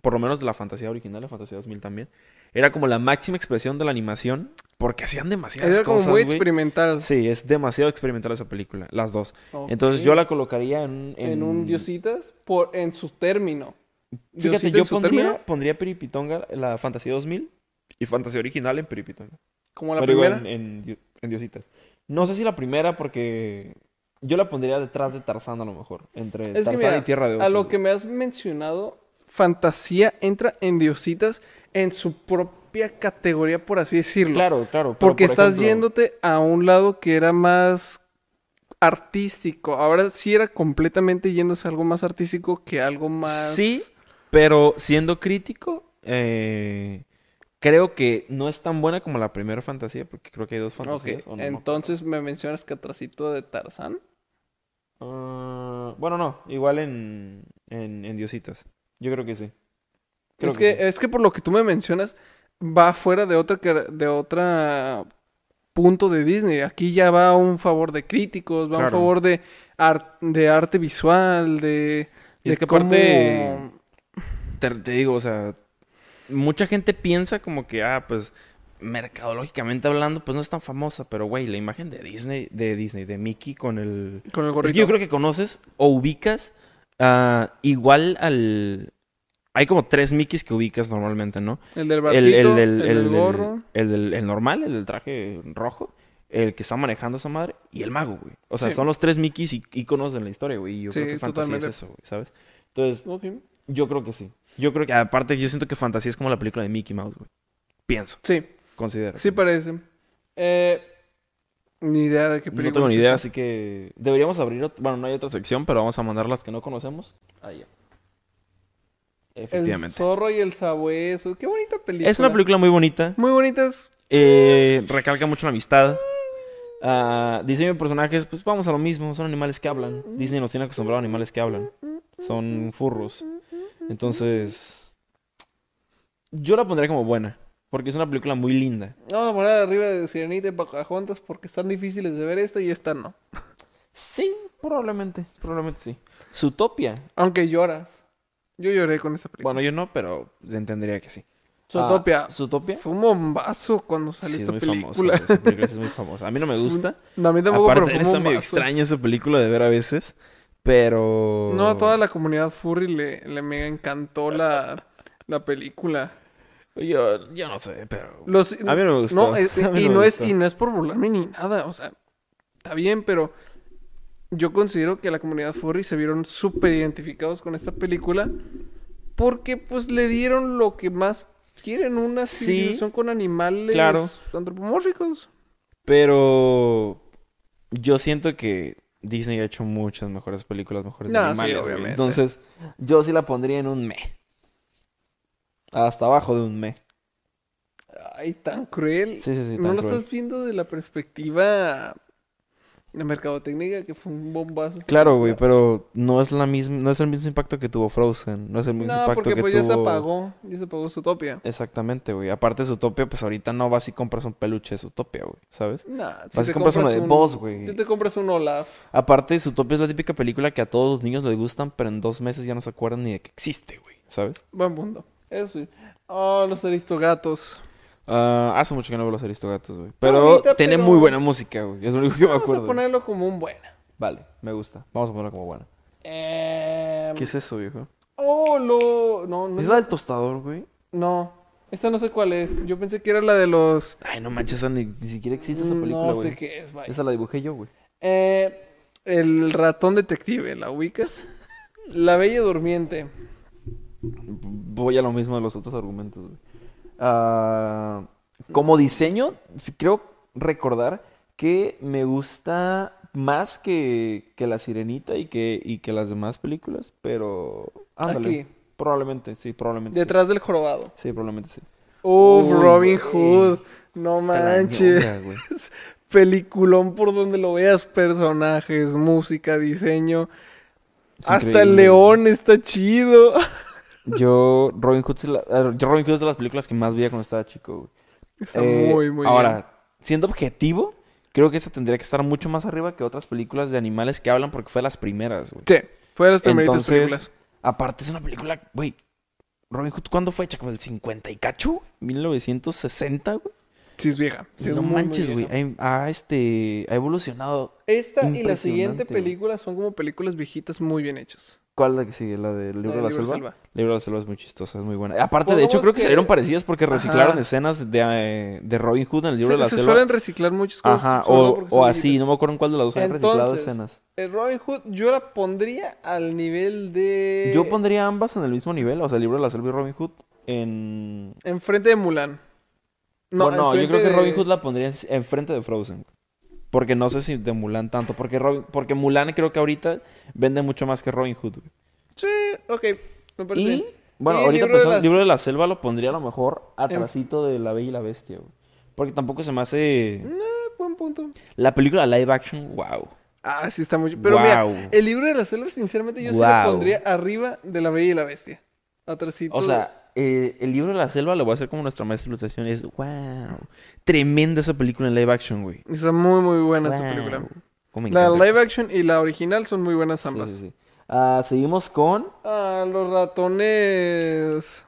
Speaker 1: por lo menos de la fantasía original, la fantasía 2000 también, era como la máxima expresión de la animación porque hacían demasiadas
Speaker 2: Era como
Speaker 1: cosas,
Speaker 2: muy
Speaker 1: güey.
Speaker 2: experimental.
Speaker 1: Sí, es demasiado experimental esa película, las dos.
Speaker 2: Ok.
Speaker 1: Entonces yo la colocaría en...
Speaker 2: en, un diositas por en su término.
Speaker 1: Fíjate,
Speaker 2: Diosito
Speaker 1: yo
Speaker 2: en su término,
Speaker 1: pondría, pondría Peripitonga, la fantasía 2000 y fantasía original en Peripitonga.
Speaker 2: como la
Speaker 1: Pero digo,
Speaker 2: primera.
Speaker 1: en, en Dio- en Diositas. No sé si la primera porque yo la pondría detrás de Tarzán a lo mejor, entre
Speaker 2: es que
Speaker 1: Tarzán
Speaker 2: mira,
Speaker 1: y Tierra de Osos.
Speaker 2: a lo
Speaker 1: güey.
Speaker 2: que me has mencionado, fantasía entra en diositas en su propia categoría por así decirlo.
Speaker 1: Claro, claro. pero,
Speaker 2: Porque
Speaker 1: por
Speaker 2: estás
Speaker 1: ejemplo,
Speaker 2: yéndote a un lado que era más artístico. Ahora sí era completamente yéndose a algo más artístico que algo más.
Speaker 1: Sí, pero siendo crítico, eh, creo que no es tan buena como la primera fantasía, porque creo que hay dos
Speaker 2: Ok,
Speaker 1: fantasías. o Pues, no me acuerdo.
Speaker 2: entonces me mencionas Catracito de Tarzán.
Speaker 1: Ah, bueno, no, igual en, en, en Diositas. Yo creo que sí. Creo
Speaker 2: es que,
Speaker 1: sí.
Speaker 2: es que por lo que tú me mencionas, va fuera de otra, que- de otra punto de Disney. Aquí ya va un favor de críticos, va un
Speaker 1: Claro.
Speaker 2: favor de, ar- de arte visual, de,
Speaker 1: Y
Speaker 2: de
Speaker 1: es que aparte-
Speaker 2: cómo-
Speaker 1: Te, te digo, o sea, mucha gente piensa como que, ah, pues, mercadológicamente hablando, pues no es tan famosa, pero güey, la imagen de Disney, de Disney, de Mickey con el...
Speaker 2: con el gorrito.
Speaker 1: Es que yo creo que conoces o ubicas ah, igual al... Hay como tres Mickeys que ubicas normalmente, ¿no?
Speaker 2: El del barquito,
Speaker 1: El,
Speaker 2: el,
Speaker 1: el del,
Speaker 2: del
Speaker 1: el del-
Speaker 2: gorro.
Speaker 1: el del- el normal, el del traje rojo, el que está manejando esa madre y el mago, güey. O sea,
Speaker 2: Sí.
Speaker 1: son los tres Mickeys í- íconos de la historia, güey. Y yo
Speaker 2: Sí,
Speaker 1: creo que fantasía
Speaker 2: totalmente.
Speaker 1: es eso, güey, ¿sabes? Entonces,
Speaker 2: Ok.
Speaker 1: yo creo que sí. Yo creo que, aparte, yo siento que fantasía es como la película de Mickey Mouse, güey. Pienso,
Speaker 2: Sí,
Speaker 1: considero.
Speaker 2: sí parece. Eh, ni idea de qué película.
Speaker 1: no tengo ni
Speaker 2: es
Speaker 1: idea,
Speaker 2: esta.
Speaker 1: así que deberíamos abrir. ot- Bueno, no hay otra sección, pero vamos a mandar las que no conocemos. Ahí.
Speaker 2: El
Speaker 1: Efectivamente.
Speaker 2: zorro y el sabueso. Qué bonita película.
Speaker 1: Es una película muy bonita.
Speaker 2: Muy bonitas.
Speaker 1: Eh, recalca mucho la amistad. Ah, diseño de personajes, pues vamos a lo mismo. Son animales que hablan. Disney nos tiene acostumbrado a animales que hablan. Son furros. Entonces, yo la pondré como buena. Porque es una película muy linda.
Speaker 2: Vamos a poner arriba de Sirenita y Pocahontas porque están difíciles de ver esta y esta no.
Speaker 1: Sí, probablemente. Probablemente sí. Zootopia.
Speaker 2: Aunque lloras. Yo lloré con esa película.
Speaker 1: Bueno, yo no, pero entendería que sí.
Speaker 2: Zootopia.
Speaker 1: Ah, Zootopia.
Speaker 2: Fue un bombazo cuando
Speaker 1: Sí,
Speaker 2: salió
Speaker 1: es
Speaker 2: esta
Speaker 1: muy famosa.
Speaker 2: película.
Speaker 1: güey, Esa película es muy famosa. A mí no me gusta.
Speaker 2: No, a mí tampoco, pero
Speaker 1: Aparte,
Speaker 2: fue un
Speaker 1: está medio
Speaker 2: bombazo.
Speaker 1: extraña esa película de ver a veces. Pero.
Speaker 2: No, a toda la comunidad furry le, le mega encantó la, la película.
Speaker 1: Yo, yo no sé, pero.
Speaker 2: Los-
Speaker 1: A mí no me gustó.
Speaker 2: No, eh, eh,
Speaker 1: A mí
Speaker 2: y,
Speaker 1: no me
Speaker 2: no es,
Speaker 1: gustó.
Speaker 2: y no es por burlarme ni nada, o sea, está bien, pero yo considero que la comunidad furry se vieron súper identificados con esta película porque pues le dieron lo que más quieren, una
Speaker 1: Sí.
Speaker 2: civilización con animales
Speaker 1: Claro.
Speaker 2: antropomórficos.
Speaker 1: Pero. Yo siento que Disney ha hecho muchas mejores películas, mejores de
Speaker 2: No, sí,
Speaker 1: animales. güey.
Speaker 2: obviamente.
Speaker 1: Entonces, yo sí la pondría en un me. Hasta abajo de un me.
Speaker 2: Ay, tan cruel.
Speaker 1: Sí, sí, sí.
Speaker 2: no
Speaker 1: tan
Speaker 2: lo
Speaker 1: cruel.
Speaker 2: estás viendo de la perspectiva de mercadotecnia que fue un bombazo.
Speaker 1: Claro, güey, pues, pero no es la misma, no es el mismo impacto que tuvo Frozen, no es el mismo
Speaker 2: No,
Speaker 1: impacto
Speaker 2: porque
Speaker 1: que
Speaker 2: pues
Speaker 1: tuvo.
Speaker 2: ya se apagó, ya se apagó su topia.
Speaker 1: Exactamente, güey. Aparte de Zootopia, pues ahorita no vas y compras un peluche de Zootopia, güey, ¿sabes?
Speaker 2: Nah,
Speaker 1: Vas y compras uno de Buzz, güey.
Speaker 2: Si te compras un Olaf.
Speaker 1: Aparte, Zootopia es la típica película que a todos los niños les gustan, pero en dos meses ya no se acuerdan ni de que existe, güey, ¿sabes?
Speaker 2: Buen mundo. Eso sí. Oh, los aristogatos.
Speaker 1: Ah, hace mucho que no veo los Aristogatos, güey. Pero
Speaker 2: Ahorita,
Speaker 1: tiene
Speaker 2: pero-
Speaker 1: muy buena música, güey. Es lo único que me
Speaker 2: Vamos
Speaker 1: acuerdo.
Speaker 2: a
Speaker 1: güey.
Speaker 2: ponerlo como un bueno.
Speaker 1: Vale, me gusta. Vamos a ponerla como buena.
Speaker 2: Em,
Speaker 1: ¿Qué es eso, viejo?
Speaker 2: Oh, lo... No, no.
Speaker 1: ¿Es la del tostador, güey?
Speaker 2: No. Esta no sé cuál es. Yo pensé que era la de los...
Speaker 1: Ay, no manches, esa ni, ni siquiera existe esa película,
Speaker 2: Mm, No
Speaker 1: güey.
Speaker 2: sé qué es, vaya.
Speaker 1: Esa la dibujé yo, güey.
Speaker 2: Eh, el ratón detective, ¿la ubicas? La bella durmiente.
Speaker 1: Voy a lo mismo de los otros argumentos, güey. Ah, como diseño, f- creo recordar que me gusta más que, que La Sirenita y que, y que las demás películas, pero... Ándale.
Speaker 2: Aquí.
Speaker 1: Probablemente, sí, probablemente sí.
Speaker 2: Detrás del jorobado.
Speaker 1: Sí, probablemente sí.
Speaker 2: Uf,
Speaker 1: Uy,
Speaker 2: Robin
Speaker 1: güey.
Speaker 2: Hood. No
Speaker 1: Te la
Speaker 2: manches.
Speaker 1: ñonga, güey.
Speaker 2: peliculón por donde lo veas, personajes, música, diseño.
Speaker 1: Es
Speaker 2: Hasta el
Speaker 1: increíble.
Speaker 2: león está chido.
Speaker 1: Yo, Robin Hood, es la- eh, yo Robin Hood es de las películas que más veía cuando estaba chico, güey.
Speaker 2: Está
Speaker 1: Eh,
Speaker 2: muy, muy
Speaker 1: Ahora,
Speaker 2: bien.
Speaker 1: siendo objetivo, creo que esa tendría que estar mucho más arriba que otras películas de animales que hablan porque fue de las primeras, güey.
Speaker 2: Sí, fue de las primeritas
Speaker 1: Entonces,
Speaker 2: películas.
Speaker 1: aparte es una película, güey. Robin Hood, ¿cuándo fue hecha? ¿Como el 50 y cacho? ¿1960, güey?
Speaker 2: Sí, es vieja. Sí, es
Speaker 1: no
Speaker 2: muy, muy
Speaker 1: manches, güey.
Speaker 2: vieja.
Speaker 1: Ha, ha, este, ha evolucionado.
Speaker 2: Esta y la
Speaker 1: Impresionante,
Speaker 2: siguiente
Speaker 1: güey.
Speaker 2: película son como películas viejitas muy bien hechas.
Speaker 1: ¿Cuál la que sigue? ¿La del
Speaker 2: La
Speaker 1: libro de la
Speaker 2: del Libro
Speaker 1: selva?
Speaker 2: de la Selva.
Speaker 1: El libro de la selva es muy chistosa, es muy buena. Aparte, de
Speaker 2: Podemos
Speaker 1: hecho, creo que
Speaker 2: que-
Speaker 1: salieron parecidas porque
Speaker 2: Ajá.
Speaker 1: reciclaron escenas de, eh, de Robin Hood en el libro
Speaker 2: se,
Speaker 1: de la
Speaker 2: se
Speaker 1: selva.
Speaker 2: suelen reciclar muchas cosas.
Speaker 1: Ajá,
Speaker 2: sobre todo
Speaker 1: o,
Speaker 2: porque son
Speaker 1: o así,
Speaker 2: viejitas.
Speaker 1: no me acuerdo en cuál de las dos han reciclado
Speaker 2: Entonces,
Speaker 1: escenas.
Speaker 2: El Robin Hood yo la pondría al nivel de...
Speaker 1: Yo pondría ambas en el mismo nivel, o sea, el libro de la selva y Robin Hood en...
Speaker 2: Enfrente de Mulan.
Speaker 1: No, no, yo creo
Speaker 2: enfrente
Speaker 1: que Robin
Speaker 2: de-
Speaker 1: Hood la pondría en- enfrente de Frozen. Porque no sé si de Mulan tanto, porque Robin- porque Mulan creo que ahorita vende mucho más que Robin Hood. güey.
Speaker 2: Sí, ok. Me parece
Speaker 1: Y,
Speaker 2: bien.
Speaker 1: bueno,
Speaker 2: Y
Speaker 1: ahorita
Speaker 2: Pues Libro de
Speaker 1: pensando,
Speaker 2: las-
Speaker 1: el libro de la selva lo pondría a lo mejor atrasito de La Bella y la Bestia, güey. Porque tampoco se me hace...
Speaker 2: Ah, buen punto.
Speaker 1: La película live action, wow.
Speaker 2: Ah, sí está muy... Pero mira,
Speaker 1: Guau.
Speaker 2: el libro de la selva, sinceramente, yo sí la
Speaker 1: Guau.
Speaker 2: pondría arriba de La Bella y la Bestia. Atrásito.
Speaker 1: O sea, eh, el libro de la selva lo voy a hacer como nuestra maestra de ilustración. Es wow. Tremenda esa película en live action, güey.
Speaker 2: de- Está muy, muy buena esa
Speaker 1: Wow.
Speaker 2: película.
Speaker 1: Cómo me
Speaker 2: La
Speaker 1: encanta.
Speaker 2: live action y la original son muy buenas
Speaker 1: Sí,
Speaker 2: ambas.
Speaker 1: sí, sí. Ah, seguimos con.
Speaker 2: Ah, los ratones...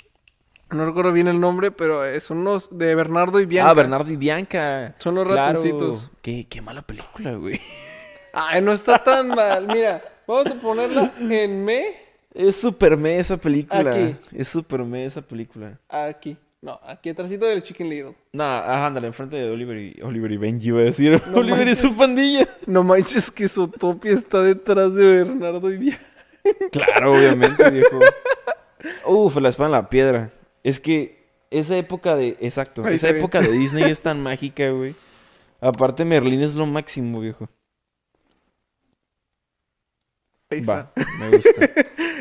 Speaker 2: No recuerdo bien el nombre, pero eh, son unos de Bernardo y Bianca.
Speaker 1: Ah, Bernardo y Bianca.
Speaker 2: Son los
Speaker 1: Claro.
Speaker 2: ratoncitos.
Speaker 1: Qué, qué mala película, güey.
Speaker 2: Ay, no está tan mal. Mira, vamos a ponerla en me
Speaker 1: Es super me esa película.
Speaker 2: Aquí.
Speaker 1: Es super me esa película.
Speaker 2: aquí. No, aquí atrásito del Chicken Little.
Speaker 1: No, ah, ándale, enfrente de Oliver y, Oliver y Benji, iba a decir.
Speaker 2: No
Speaker 1: Oliver y su pandilla.
Speaker 2: No manches que Zootopia está detrás de Bernardo y Bianca.
Speaker 1: Claro, obviamente, viejo. Uf, la espada en la piedra. Es que esa época de. Exacto.
Speaker 2: Ahí
Speaker 1: esa
Speaker 2: está bien.
Speaker 1: época de Disney es tan mágica, güey. Aparte, Merlín es lo máximo, viejo.
Speaker 2: Ahí
Speaker 1: Va,
Speaker 2: está.
Speaker 1: me gusta.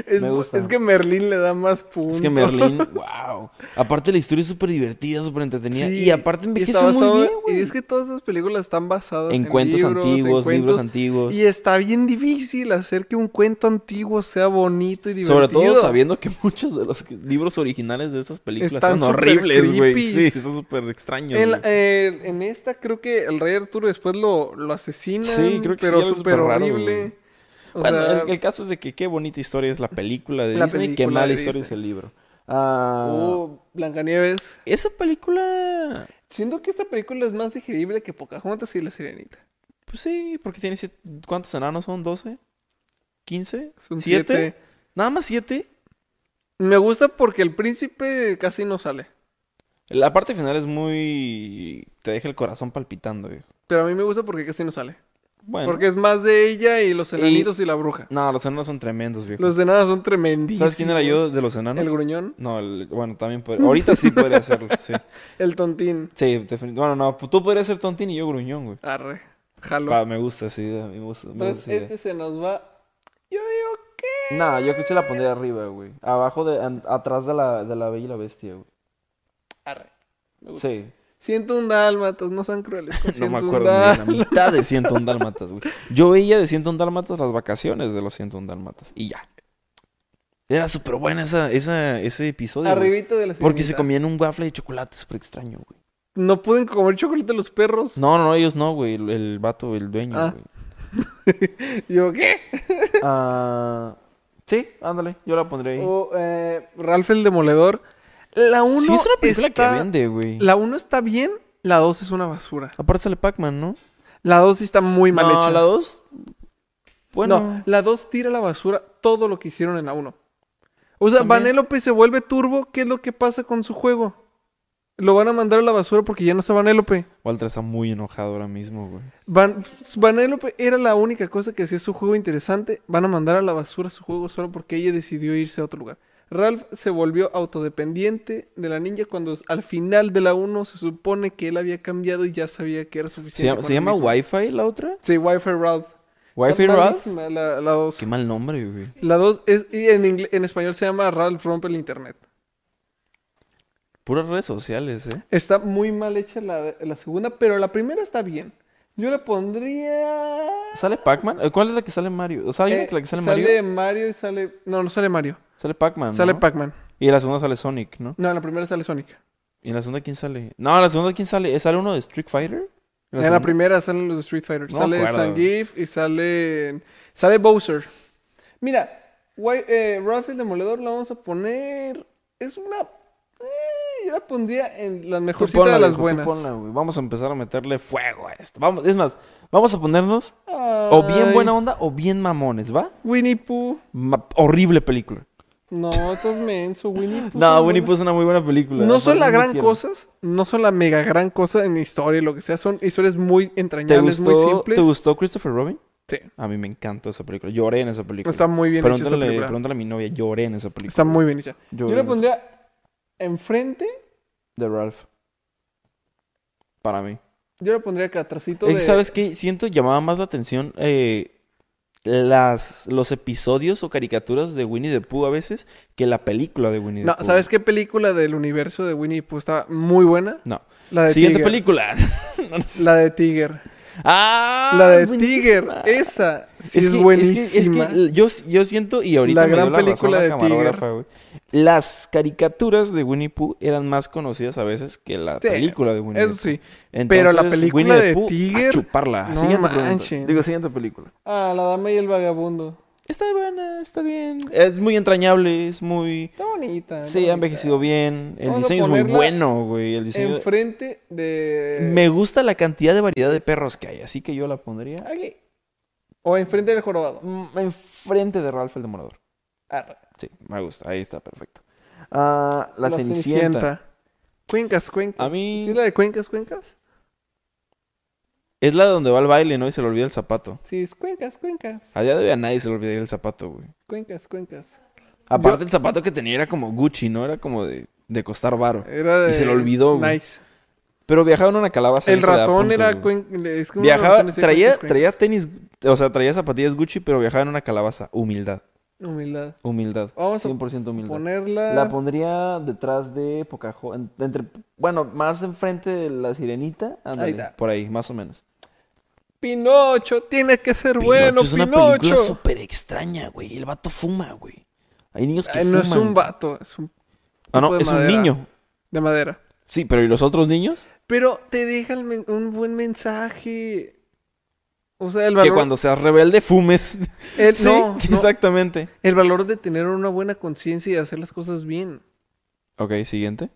Speaker 2: Es,
Speaker 1: me gusta.
Speaker 2: es que Merlín le da más puntos.
Speaker 1: Es que Merlín, wow. Aparte, la historia es súper divertida, súper entretenida.
Speaker 2: Sí,
Speaker 1: y aparte,
Speaker 2: y
Speaker 1: envejece
Speaker 2: está
Speaker 1: muy
Speaker 2: basado-
Speaker 1: bien, güey.
Speaker 2: Y es que todas esas películas están basadas
Speaker 1: En cuentos
Speaker 2: libros, en
Speaker 1: antiguos, libros
Speaker 2: cuentos,
Speaker 1: antiguos.
Speaker 2: Y está bien difícil hacer que un cuento antiguo sea bonito y
Speaker 1: Sobre
Speaker 2: divertido.
Speaker 1: todo sabiendo que muchos de los que- libros originales de estas películas
Speaker 2: Están
Speaker 1: son
Speaker 2: súper
Speaker 1: horribles, güey.
Speaker 2: creepy.
Speaker 1: Sí, están súper extraños.
Speaker 2: En, la-
Speaker 1: güey.
Speaker 2: eh, en esta creo que el rey Arturo después lo, lo asesinan.
Speaker 1: Sí, creo que sí,
Speaker 2: pero
Speaker 1: algo
Speaker 2: súper
Speaker 1: súper raro,
Speaker 2: horrible.
Speaker 1: güey.
Speaker 2: O
Speaker 1: Bueno,
Speaker 2: sea,
Speaker 1: el, el caso es de que qué bonita historia es la película de
Speaker 2: La
Speaker 1: Disney, qué
Speaker 2: película
Speaker 1: mala
Speaker 2: de
Speaker 1: historia es
Speaker 2: Disney.
Speaker 1: el libro. Ah,
Speaker 2: oh, Blancanieves.
Speaker 1: Esa película,
Speaker 2: Siento que esta película es más digerible que Pocahontas y La Sirenita.
Speaker 1: pues sí, porque tiene siete- ¿cuántos enanos son? ¿12? ¿15?
Speaker 2: Son
Speaker 1: ¿Siete?
Speaker 2: siete.
Speaker 1: Nada más siete.
Speaker 2: Me gusta porque el príncipe casi no sale.
Speaker 1: La parte final es muy... te deja el corazón palpitando, viejo.
Speaker 2: Pero a mí me gusta porque casi no sale.
Speaker 1: Bueno.
Speaker 2: Porque es más de ella y los enanitos y, la bruja.
Speaker 1: No, los enanos son tremendos, viejo.
Speaker 2: Los enanos son tremendísimos.
Speaker 1: ¿Sabes quién era yo de los enanos?
Speaker 2: El gruñón,
Speaker 1: No, el- bueno, también podría... Ahorita sí podría hacerlo, sí.
Speaker 2: el tontín.
Speaker 1: Sí, definitivamente. Bueno, no, tú podrías ser tontín y yo gruñón, güey.
Speaker 2: Arre, jalo.
Speaker 1: Va, me gusta, sí, a mí me gusta. me
Speaker 2: Entonces
Speaker 1: gusta esa idea.
Speaker 2: este se nos va. Yo digo que.
Speaker 1: No, yo creo que se la pondría arriba, güey. Abajo de, an- atrás de la, de la Bella y la Bestia, güey.
Speaker 2: Arre. Me gusta.
Speaker 1: Sí.
Speaker 2: Siento un dálmatas, no sean crueles. con
Speaker 1: No
Speaker 2: siento
Speaker 1: me
Speaker 2: un
Speaker 1: acuerdo ni de la
Speaker 2: dál-
Speaker 1: mitad de 101 Dálmatas, güey. Yo veía de 101 Dálmatas las vacaciones de los 101 Dálmatas. Y ya. Era súper buena esa, esa, ese episodio, güey.
Speaker 2: Arribita de la
Speaker 1: Porque se
Speaker 2: sirenita.
Speaker 1: comían un waffle de chocolate súper extraño, güey.
Speaker 2: No pueden comer chocolate los perros.
Speaker 1: No, no, ellos no, güey. El, el vato, el dueño,
Speaker 2: Ah.
Speaker 1: güey.
Speaker 2: Digo, ¿qué?
Speaker 1: Ah, sí, ándale. Yo la pondré ahí.
Speaker 2: O eh, Ralph el Demoledor. La 1
Speaker 1: sí, es una película
Speaker 2: está...
Speaker 1: que vende, güey.
Speaker 2: La 1 está bien, la 2 es una basura.
Speaker 1: Aparte sale Pac-Man, ¿no?
Speaker 2: La 2 sí está muy mal
Speaker 1: no,
Speaker 2: hecha.
Speaker 1: la 2. Bueno.
Speaker 2: No, la 2 tira a la basura todo lo que hicieron en la 1. O sea,
Speaker 1: También.
Speaker 2: Vanellope se vuelve turbo, ¿qué es lo que pasa con su juego? Lo van a mandar a la basura porque ya no está Vanellope.
Speaker 1: Walter está muy enojado ahora mismo, güey.
Speaker 2: Van... Vanellope era la única cosa que hacía su juego interesante. Van a mandar a la basura su juego solo porque ella decidió irse a otro lugar. Ralph se volvió autodependiente de la ninja cuando al final de la 1 se supone que él había cambiado y ya sabía que era
Speaker 1: ¿Se
Speaker 2: suficiente.
Speaker 1: llama,
Speaker 2: con
Speaker 1: se
Speaker 2: él
Speaker 1: llama
Speaker 2: mismo.
Speaker 1: Wi-Fi la otra?
Speaker 2: Sí, Wi-Fi Ralph.
Speaker 1: ¿Wi-Fi
Speaker 2: Está
Speaker 1: Ralph?
Speaker 2: malísima La, la 2.
Speaker 1: Qué mal nombre, güey.
Speaker 2: La 2 es, y en, ingle- en español se llama Ralph rompe el internet.
Speaker 1: Puras redes sociales, ¿eh?
Speaker 2: Está muy mal hecha la, la segunda, pero la primera está bien. Yo le pondría.
Speaker 1: ¿Sale Pac-Man? Eh, ¿Cuál es la que sale Mario? O sea, hay una
Speaker 2: Eh,
Speaker 1: que la que sale,
Speaker 2: Sale
Speaker 1: Mario.
Speaker 2: Mario y sale. No, no sale Mario.
Speaker 1: Sale Pac-Man.
Speaker 2: Sale
Speaker 1: ¿no? Ah,
Speaker 2: Pac-Man.
Speaker 1: Y en la segunda sale Sonic, ¿no?
Speaker 2: No, en la primera sale Sonic.
Speaker 1: ¿Y en la segunda quién sale? No, en la segunda quién sale. ¿Eh, ¿Sale uno de Street Fighter?
Speaker 2: En la
Speaker 1: segunda?
Speaker 2: primera salen los de Street Fighter.
Speaker 1: No
Speaker 2: sale
Speaker 1: acuerdo.
Speaker 2: Zangief y sale. Sale Bowser. Mira, Wi- eh, Ralph el Demoledor la vamos a poner. Es una. eh, yo la pondría en las
Speaker 1: Tú
Speaker 2: mejorcitas
Speaker 1: ponla,
Speaker 2: de las
Speaker 1: viejo, tú
Speaker 2: buenas.
Speaker 1: ponla, güey. Vamos a empezar a meterle fuego a esto. Vamos, es más, vamos a ponernos o
Speaker 2: Ay,
Speaker 1: bien buena onda o bien mamones, ¿va?
Speaker 2: Winnie Pooh.
Speaker 1: Ma- horrible película.
Speaker 2: No, estás menso. Winnie Pooh.
Speaker 1: No,
Speaker 2: es
Speaker 1: Winnie
Speaker 2: buena.
Speaker 1: Pooh es una muy buena película. ¿eh?
Speaker 2: No son la
Speaker 1: Entonces,
Speaker 2: gran
Speaker 1: entiendo.
Speaker 2: cosas, no son la mega gran cosa en historia y lo que sea, son historias muy
Speaker 1: ¿Te
Speaker 2: entrañables, muy
Speaker 1: gustó,
Speaker 2: simples.
Speaker 1: ¿Te gustó Christopher Robin?
Speaker 2: Sí,
Speaker 1: A mí me encanta esa película. Lloré en esa película.
Speaker 2: está muy bien hecha esa
Speaker 1: pregúntale,
Speaker 2: película.
Speaker 1: pregúntale a mi novia, lloré en esa película.
Speaker 2: Está muy bien hecha. Yo
Speaker 1: Lloré
Speaker 2: la
Speaker 1: en esa-
Speaker 2: pondría enfrente,
Speaker 1: De Ralph. Para mí.
Speaker 2: yo la pondría acá atrásito
Speaker 1: Es que,
Speaker 2: de...
Speaker 1: ¿Sabes qué? Siento llamaba más la atención eh, las, los episodios o caricaturas de Winnie the Pooh a veces que la película de Winnie the
Speaker 2: No,
Speaker 1: Pooh.
Speaker 2: ¿sabes qué película del universo de Winnie Pooh está muy buena?
Speaker 1: No.
Speaker 2: La de
Speaker 1: Siguiente
Speaker 2: Tiger.
Speaker 1: película. No, no sé.
Speaker 2: La de Tiger.
Speaker 1: ¡Ah!
Speaker 2: la de Tiger.
Speaker 1: buenísima!
Speaker 2: Esa sí es,
Speaker 1: que-
Speaker 2: buenísima.
Speaker 1: Es que, es que yo, yo siento, y ahorita me
Speaker 2: La
Speaker 1: dio
Speaker 2: gran
Speaker 1: la razón
Speaker 2: película
Speaker 1: la
Speaker 2: de
Speaker 1: camarógrafa, güey. Las caricaturas de Winnie Pooh eran más conocidas a veces que la
Speaker 2: Sí,
Speaker 1: película de Winnie the
Speaker 2: Eso
Speaker 1: Pooh.
Speaker 2: sí.
Speaker 1: Entonces,
Speaker 2: pero la película
Speaker 1: Winnie the
Speaker 2: de
Speaker 1: Pooh, a
Speaker 2: Tiger,
Speaker 1: chuparla.
Speaker 2: no
Speaker 1: siguiente pregunta.
Speaker 2: manchen.
Speaker 1: Digo, siguiente película.
Speaker 2: Ah, La Dama y el Vagabundo.
Speaker 1: Está buena, está bien. Es muy entrañable, es muy...
Speaker 2: Está bonita. está
Speaker 1: Sí, ha
Speaker 2: bonita.
Speaker 1: envejecido bien. El
Speaker 2: Ah, Vamos a
Speaker 1: diseño es muy
Speaker 2: ponerla
Speaker 1: bueno, güey. El diseño...
Speaker 2: Enfrente de...
Speaker 1: Me gusta la cantidad de variedad de perros que hay, así que yo la pondría...
Speaker 2: Aquí. O enfrente del jorobado.
Speaker 1: mm, Enfrente de Ralph el Demorador.
Speaker 2: Arre.
Speaker 1: Sí, me gusta. Ahí está, perfecto. Ah, la, Cenicienta. Ah,
Speaker 2: Cuencas, cuencas.
Speaker 1: A mí-
Speaker 2: ¿Sí es la de cuencas, cuencas?
Speaker 1: Es la donde va al baile, ¿no? Y se le olvida el zapato.
Speaker 2: Sí, es cuencas, cuencas.
Speaker 1: Allá de hoy a nadie se le olvidaría el zapato, güey.
Speaker 2: Cuencas, cuencas.
Speaker 1: Aparte, el zapato que tenía era como Gucci, ¿no? Era como de, de costar varo.
Speaker 2: Era de...
Speaker 1: Y se lo olvidó, güey.
Speaker 2: Nice.
Speaker 1: Pero viajaba en una calabaza. y
Speaker 2: El
Speaker 1: eso le daba
Speaker 2: ratón
Speaker 1: puntos,
Speaker 2: era
Speaker 1: güey.
Speaker 2: cuencas. Es que uno de los
Speaker 1: Viajaba,
Speaker 2: ratones era
Speaker 1: traía,
Speaker 2: cuencas,
Speaker 1: traía
Speaker 2: cuencas.
Speaker 1: tenis, o sea, traía zapatillas Gucci, pero viajaba en una calabaza. Humildad,
Speaker 2: Humildad.
Speaker 1: humildad.
Speaker 2: Vamos a
Speaker 1: 100% humildad.
Speaker 2: Ponerla...
Speaker 1: La pondría detrás de Pocahontas, entre, bueno, más enfrente de la sirenita, ándale,
Speaker 2: está.
Speaker 1: por ahí, más o menos.
Speaker 2: Pinocho, tiene que ser
Speaker 1: Pinocho
Speaker 2: bueno,
Speaker 1: es una película
Speaker 2: Pinocho.
Speaker 1: súper extraña, güey. El vato fuma, güey. Hay niños que
Speaker 2: Ay,
Speaker 1: fuman.
Speaker 2: no es un vato, es un...
Speaker 1: Ah, no,
Speaker 2: tipo de
Speaker 1: es un
Speaker 2: madera.
Speaker 1: niño.
Speaker 2: de madera.
Speaker 1: Sí, pero ¿y los otros niños?
Speaker 2: Pero te deja el men- un buen mensaje. O sea, el
Speaker 1: Que
Speaker 2: valor...
Speaker 1: cuando seas rebelde fumes.
Speaker 2: el-
Speaker 1: sí,
Speaker 2: no, no,
Speaker 1: exactamente.
Speaker 2: El valor de tener una buena conciencia y de hacer las cosas bien.
Speaker 1: Ok, siguiente.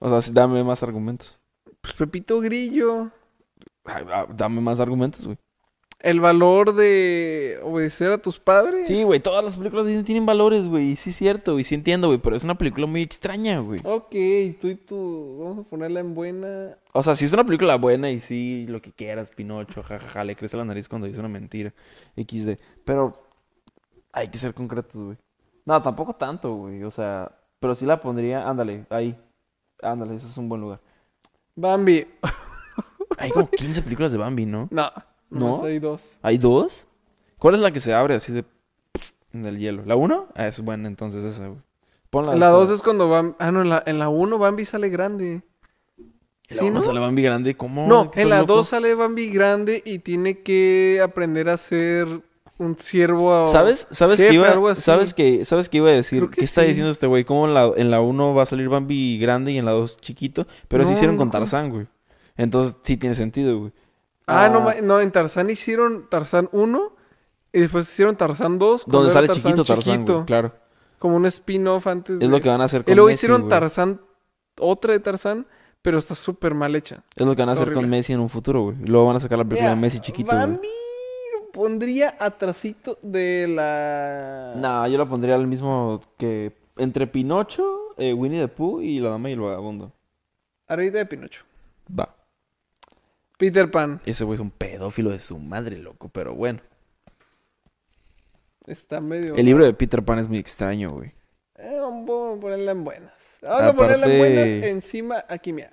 Speaker 1: O sea, sí, dame más argumentos.
Speaker 2: Pues Pepito Grillo.
Speaker 1: Ay, ah, Dame más argumentos, güey.
Speaker 2: El valor de obedecer a tus padres.
Speaker 1: Sí, güey, todas las películas de Disney tienen valores, güey. y Sí, es cierto, güey. Sí entiendo, güey, pero es una película muy extraña, güey.
Speaker 2: Ok, tú y tú. Vamos a ponerla en buena.
Speaker 1: O sea, sí es una película buena y sí, lo que quieras, Pinocho, jajaja, le crece la nariz cuando dice una mentira. XD. Pero hay que ser concretos, güey. No, tampoco tanto, güey. O sea, pero sí la pondría, ándale, ahí. Ándale, ese es un buen lugar.
Speaker 2: Bambi.
Speaker 1: Hay como 15 películas de Bambi, ¿no?
Speaker 2: No.
Speaker 1: ¿No?
Speaker 2: No. Hay dos.
Speaker 1: ¿Hay dos? ¿Cuál es la que se abre así de... en el hielo? ¿La uno? Ah, es buena entonces esa, güey. Ponla.
Speaker 2: La dos es cuando Bambi. Ah, no, en la, en la uno Bambi sale grande.
Speaker 1: La
Speaker 2: ¿sí,
Speaker 1: uno
Speaker 2: no?
Speaker 1: sale Bambi grande, ¿cómo?
Speaker 2: No,
Speaker 1: Ah, ¿Estás
Speaker 2: en la
Speaker 1: loco?
Speaker 2: 2 sale Bambi grande y tiene que aprender a ser un siervo. a-
Speaker 1: ¿Sabes? ¿Sabes
Speaker 2: Jefe,
Speaker 1: que
Speaker 2: algo
Speaker 1: iba,
Speaker 2: así.
Speaker 1: ¿sabes que, ¿Sabes que iba a decir?
Speaker 2: Creo que
Speaker 1: ¿Qué está
Speaker 2: sí.
Speaker 1: diciendo este güey? ¿Cómo en la, en la 1 va a salir Bambi grande y en la 2 chiquito? Pero se
Speaker 2: No,
Speaker 1: hicieron con
Speaker 2: no.
Speaker 1: Tarzán, güey. Entonces sí tiene sentido, güey.
Speaker 2: Ah, no,
Speaker 1: Ah.
Speaker 2: ma- no, en Tarzán hicieron Tarzán 1 y después hicieron Tarzán 2. cuando
Speaker 1: Donde
Speaker 2: era
Speaker 1: sale chiquito Tarzán, güey. Claro.
Speaker 2: Como un spin-off antes.
Speaker 1: Es
Speaker 2: de-
Speaker 1: lo que van a hacer con
Speaker 2: y luego
Speaker 1: Messi,
Speaker 2: hicieron
Speaker 1: güey.
Speaker 2: Tarzán, otra de Tarzán, pero está súper mal hecha.
Speaker 1: Es lo que van a
Speaker 2: Está
Speaker 1: hacer con
Speaker 2: horrible.
Speaker 1: Messi en un futuro, güey. Luego van a sacar la película de
Speaker 2: Mira,
Speaker 1: Messi chiquito, güey.
Speaker 2: Bambi lo pondría atrasito de la.
Speaker 1: Nah, yo la pondría al mismo que entre Pinocho, eh, Winnie the Pooh y la dama y el vagabundo.
Speaker 2: Arriba de Pinocho.
Speaker 1: Va.
Speaker 2: Peter Pan.
Speaker 1: Ese güey es un pedófilo de su madre, loco, pero bueno.
Speaker 2: Está medio.
Speaker 1: El libro de Peter Pan es muy extraño, güey.
Speaker 2: Eh, vamos a ponerla en buenas. Vamos a ponerla en
Speaker 1: Aparte-
Speaker 2: buenas encima aquí, mira.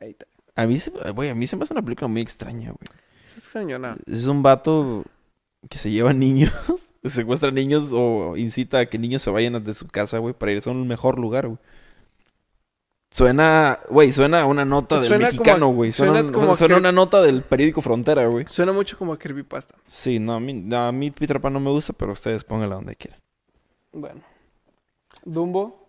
Speaker 2: Ahí está.
Speaker 1: A mí, se, güey, a mí se me hace una película muy extraña, güey.
Speaker 2: Es cañona.
Speaker 1: Es un vato que se lleva niños, secuestra niños o incita a que niños se vayan de su casa, güey, para irse a un mejor lugar, güey. Suena, güey, suena a una nota del
Speaker 2: Suena como-
Speaker 1: mexicano, güey. Suena,
Speaker 2: suena
Speaker 1: un-
Speaker 2: como
Speaker 1: suena
Speaker 2: que-
Speaker 1: una nota del periódico Frontera, güey.
Speaker 2: Suena mucho como a Creepypasta.
Speaker 1: Sí, no, a mí, no, a mí Peter Pan no me gusta, pero ustedes pónganla donde quieran.
Speaker 2: Bueno. Dumbo.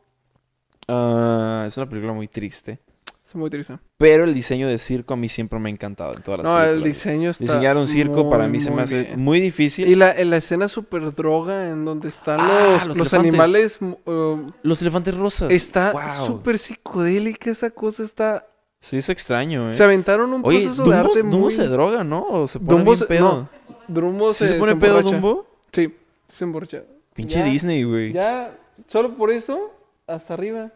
Speaker 1: Ah, es una película muy triste.
Speaker 2: Es muy triste.
Speaker 1: Pero el diseño de circo a mí siempre me ha encantado en todas las
Speaker 2: No, el
Speaker 1: películas.
Speaker 2: diseño está.
Speaker 1: Diseñar un circo
Speaker 2: muy,
Speaker 1: para mí se me
Speaker 2: muy
Speaker 1: hace
Speaker 2: bien.
Speaker 1: muy difícil.
Speaker 2: Y la, en la escena super droga en donde están
Speaker 1: Ah,
Speaker 2: los,
Speaker 1: los
Speaker 2: los
Speaker 1: elefantes.
Speaker 2: animales. mm,
Speaker 1: Los elefantes rosas.
Speaker 2: eh, está
Speaker 1: Wow.
Speaker 2: súper psicodélica esa cosa. Está.
Speaker 1: Sí, es extraño, eh.
Speaker 2: Se aventaron un
Speaker 1: Oye,
Speaker 2: proceso
Speaker 1: Dumbo,
Speaker 2: de arte
Speaker 1: Dumbo
Speaker 2: muy.
Speaker 1: se droga, ¿no? O se pone
Speaker 2: Dumbo
Speaker 1: bien
Speaker 2: se-
Speaker 1: pedo.
Speaker 2: no, Dumbo
Speaker 1: ¿Sí se,
Speaker 2: se
Speaker 1: pone pedo
Speaker 2: emborracha.
Speaker 1: Dumbo?
Speaker 2: Sí, se emborracha.
Speaker 1: Pinche
Speaker 2: Ya-
Speaker 1: Disney, güey.
Speaker 2: Ya, solo por eso, hasta arriba.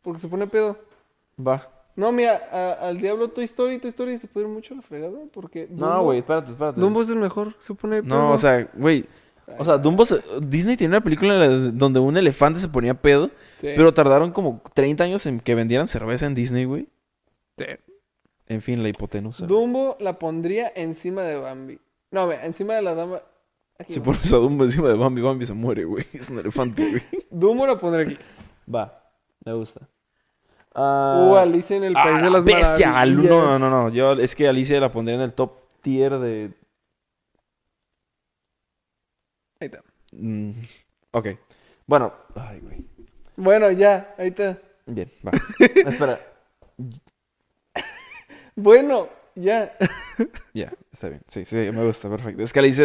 Speaker 2: Porque se pone pedo.
Speaker 1: Va.
Speaker 2: No, mira, a- al diablo Toy Story, Toy Story se puede ir mucho a la fregada porque...
Speaker 1: No,
Speaker 2: Dumbo-
Speaker 1: güey, espérate, espérate.
Speaker 2: Dumbo es el mejor, se pone...
Speaker 1: No, o sea, güey. O sea, Dumbo. se- Disney tenía una película en la- donde un elefante se ponía pedo. Pero tardaron como 30 años en que vendieran cerveza en Disney, güey. En fin, la hipotenusa.
Speaker 2: Dumbo la pondría encima de Bambi. No, ve, encima de la dama... Aquí
Speaker 1: Si
Speaker 2: va.
Speaker 1: pones a Dumbo encima de Bambi, Bambi se muere, güey. Es un elefante, güey.
Speaker 2: Dumbo la pondría aquí.
Speaker 3: Va, me gusta.
Speaker 2: Uh,
Speaker 3: Ah,
Speaker 2: Alicia en el
Speaker 1: ¡Ah,
Speaker 2: País de
Speaker 1: la
Speaker 2: las
Speaker 1: bestia! Al-
Speaker 2: Maravillas.
Speaker 1: No, no, no. Yo es que Alicia la pondría en el top
Speaker 3: tier de.
Speaker 2: Ahí está.
Speaker 1: Mm, ok.
Speaker 3: Bueno, ay, güey.
Speaker 2: Bueno, ya, ahí está.
Speaker 1: Bien, va.
Speaker 3: Espera,
Speaker 2: Bueno, ya.
Speaker 1: Ya, está bien. Sí, sí, me gusta, perfecto. Es que Alicia.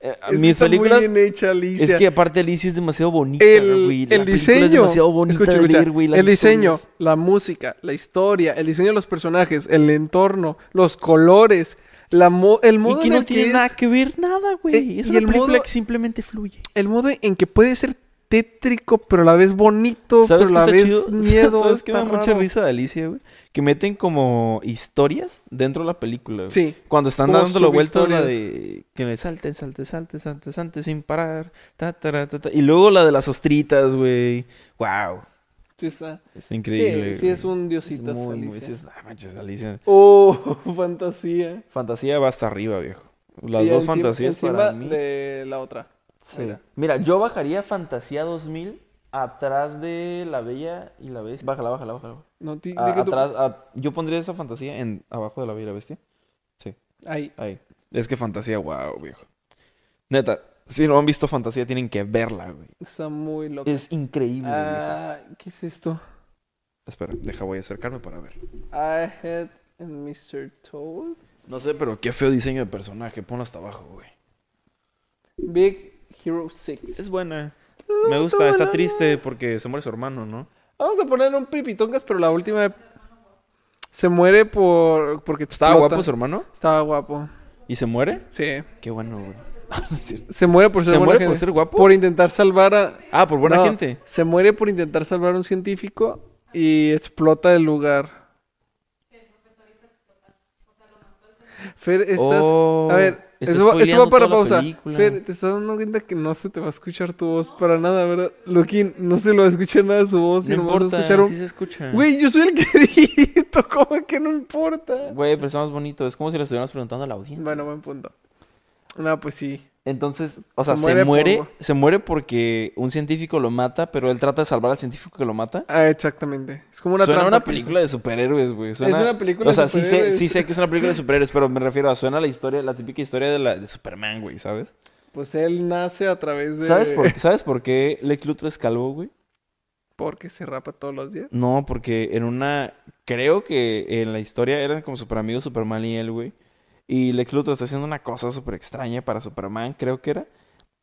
Speaker 1: eh,
Speaker 2: Es que
Speaker 1: mis
Speaker 2: está muy
Speaker 1: películas.
Speaker 2: bien hecha, Alicia.
Speaker 1: Es que aparte Alicia es demasiado bonita, güey.
Speaker 2: el,
Speaker 1: La
Speaker 2: el
Speaker 1: película
Speaker 2: diseño
Speaker 1: es demasiado bonita
Speaker 2: escucha,
Speaker 1: de
Speaker 2: escucha,
Speaker 1: leer, güey. las
Speaker 2: el diseño
Speaker 1: historias.
Speaker 2: la música la historia el diseño de los personajes el entorno los colores la mo- el modo
Speaker 1: Y que
Speaker 2: en
Speaker 1: no
Speaker 2: el
Speaker 1: tiene
Speaker 2: que
Speaker 1: nada
Speaker 2: es-
Speaker 1: que ver, nada, güey.
Speaker 2: Eh,
Speaker 1: es
Speaker 2: y
Speaker 1: una
Speaker 2: el
Speaker 1: película
Speaker 2: modo-
Speaker 1: que simplemente fluye.
Speaker 2: el modo en que puede ser tétrico pero a la vez bonito
Speaker 1: ¿Sabes
Speaker 2: pero
Speaker 1: qué
Speaker 2: a la
Speaker 1: está
Speaker 2: vez
Speaker 1: chido?
Speaker 2: miedo
Speaker 1: ¿Sabes qué me da
Speaker 2: está
Speaker 1: mucha
Speaker 2: raro.
Speaker 1: risa de Alicia, güey? Que meten como historias dentro de la película, güey.
Speaker 2: sí
Speaker 1: Cuando están
Speaker 2: Como
Speaker 1: dando la vuelta la
Speaker 2: subhistorias.
Speaker 1: de que le salte, salte, salte, salte, salte sin parar. ta, tara, ta, ta. Y luego la de las ostritas, güey. Wow.
Speaker 2: sí está
Speaker 1: Está increíble.
Speaker 2: sí, sí es
Speaker 1: güey.
Speaker 2: un
Speaker 1: Es
Speaker 2: diosito
Speaker 1: muy, muy-
Speaker 2: Alicia.
Speaker 1: sí es- ah, manches, Alicia.
Speaker 2: oh fantasía
Speaker 1: Fantasía va hasta arriba, viejo. Las
Speaker 2: Y
Speaker 1: dos
Speaker 2: encima-
Speaker 1: fantasías
Speaker 2: encima
Speaker 1: para mí.
Speaker 2: de la otra
Speaker 3: sí. Mira, yo bajaría Fantasía 2000 atrás de La Bella y la Bestia. Bájala, bájala, bájala.
Speaker 2: no di- di
Speaker 1: Ah,
Speaker 3: A-
Speaker 2: que tú-
Speaker 3: atrás, a- yo pondría esa fantasía en abajo de La Bella y la Bestia.
Speaker 2: ahí
Speaker 3: Ahí.
Speaker 1: Es que fantasía, wow, viejo. Neta, si no han visto fantasía, tienen que verla, güey.
Speaker 2: está muy loco
Speaker 3: Es increíble. vieja.
Speaker 2: ah qué es esto
Speaker 1: Espera, deja, voy a acercarme para ver.
Speaker 2: I had and Mr. Toad.
Speaker 1: No sé, pero qué feo diseño de personaje. Ponlo hasta abajo, güey.
Speaker 2: Big Hero 6.
Speaker 1: Es buena. Me gusta, está triste porque se muere su hermano, ¿no?
Speaker 2: Vamos a poner un pipitongas, pero la última se muere por porque
Speaker 1: Estaba
Speaker 2: explota.
Speaker 1: guapo su hermano
Speaker 2: Estaba guapo.
Speaker 1: y se muere.
Speaker 2: Sí.
Speaker 1: Qué bueno, güey. No es cierto.
Speaker 2: Se muere por ser
Speaker 1: ¿Se
Speaker 2: buena
Speaker 1: muere por
Speaker 2: gente.
Speaker 1: ser guapo?
Speaker 2: Por intentar salvar a
Speaker 1: ah, por buena
Speaker 2: No,
Speaker 1: gente.
Speaker 2: Se muere por intentar salvar a un científico y explota el lugar. Fer, estás
Speaker 1: Oh,
Speaker 2: A ver,
Speaker 1: está
Speaker 2: esto va, esto va
Speaker 1: spoileando
Speaker 2: para
Speaker 1: toda la
Speaker 2: pausa.
Speaker 1: película.
Speaker 2: Fer, te estás dando cuenta que no se te va a escuchar tu voz para nada, ¿verdad? Loquín, no se lo va a escuchar nada su voz.
Speaker 1: No
Speaker 2: sino vas a
Speaker 1: importa,
Speaker 2: escuchar un-
Speaker 1: sí se escucha.
Speaker 2: Güey, yo soy el querido, ¿cómo que no importa?
Speaker 3: Güey, pero está más bonito. Es como si le estuviéramos preguntando a la audiencia.
Speaker 2: Bueno, buen punto. No, pues sí.
Speaker 3: Entonces, o sea,
Speaker 2: Se
Speaker 3: se,
Speaker 2: muere
Speaker 3: muere,
Speaker 2: por-
Speaker 3: se muere porque un científico lo mata, pero él trata de salvar al científico que lo mata.
Speaker 2: Ah, exactamente. Es como una
Speaker 1: suena
Speaker 2: trampa
Speaker 1: una
Speaker 2: que hizo.
Speaker 1: película de superhéroes, güey.
Speaker 2: Es
Speaker 1: Suena-
Speaker 2: una película
Speaker 1: O sea,
Speaker 2: de
Speaker 1: sí sé,
Speaker 2: superhéroes.
Speaker 1: sí sé que es una película de superhéroes, pero me refiero a suena la historia, la típica historia de, la, de Superman, güey, ¿sabes?
Speaker 2: Pues él nace a través de...
Speaker 3: ¿Sabes, por, ¿Sabes por qué Lex Luthor es calvo, güey?
Speaker 2: Porque se rapa todos los días.
Speaker 1: No, porque en una. Creo que en la historia eran como super amigos Superman y él, güey. Y Lex Luthor está haciendo una cosa súper extraña para Superman, creo que era.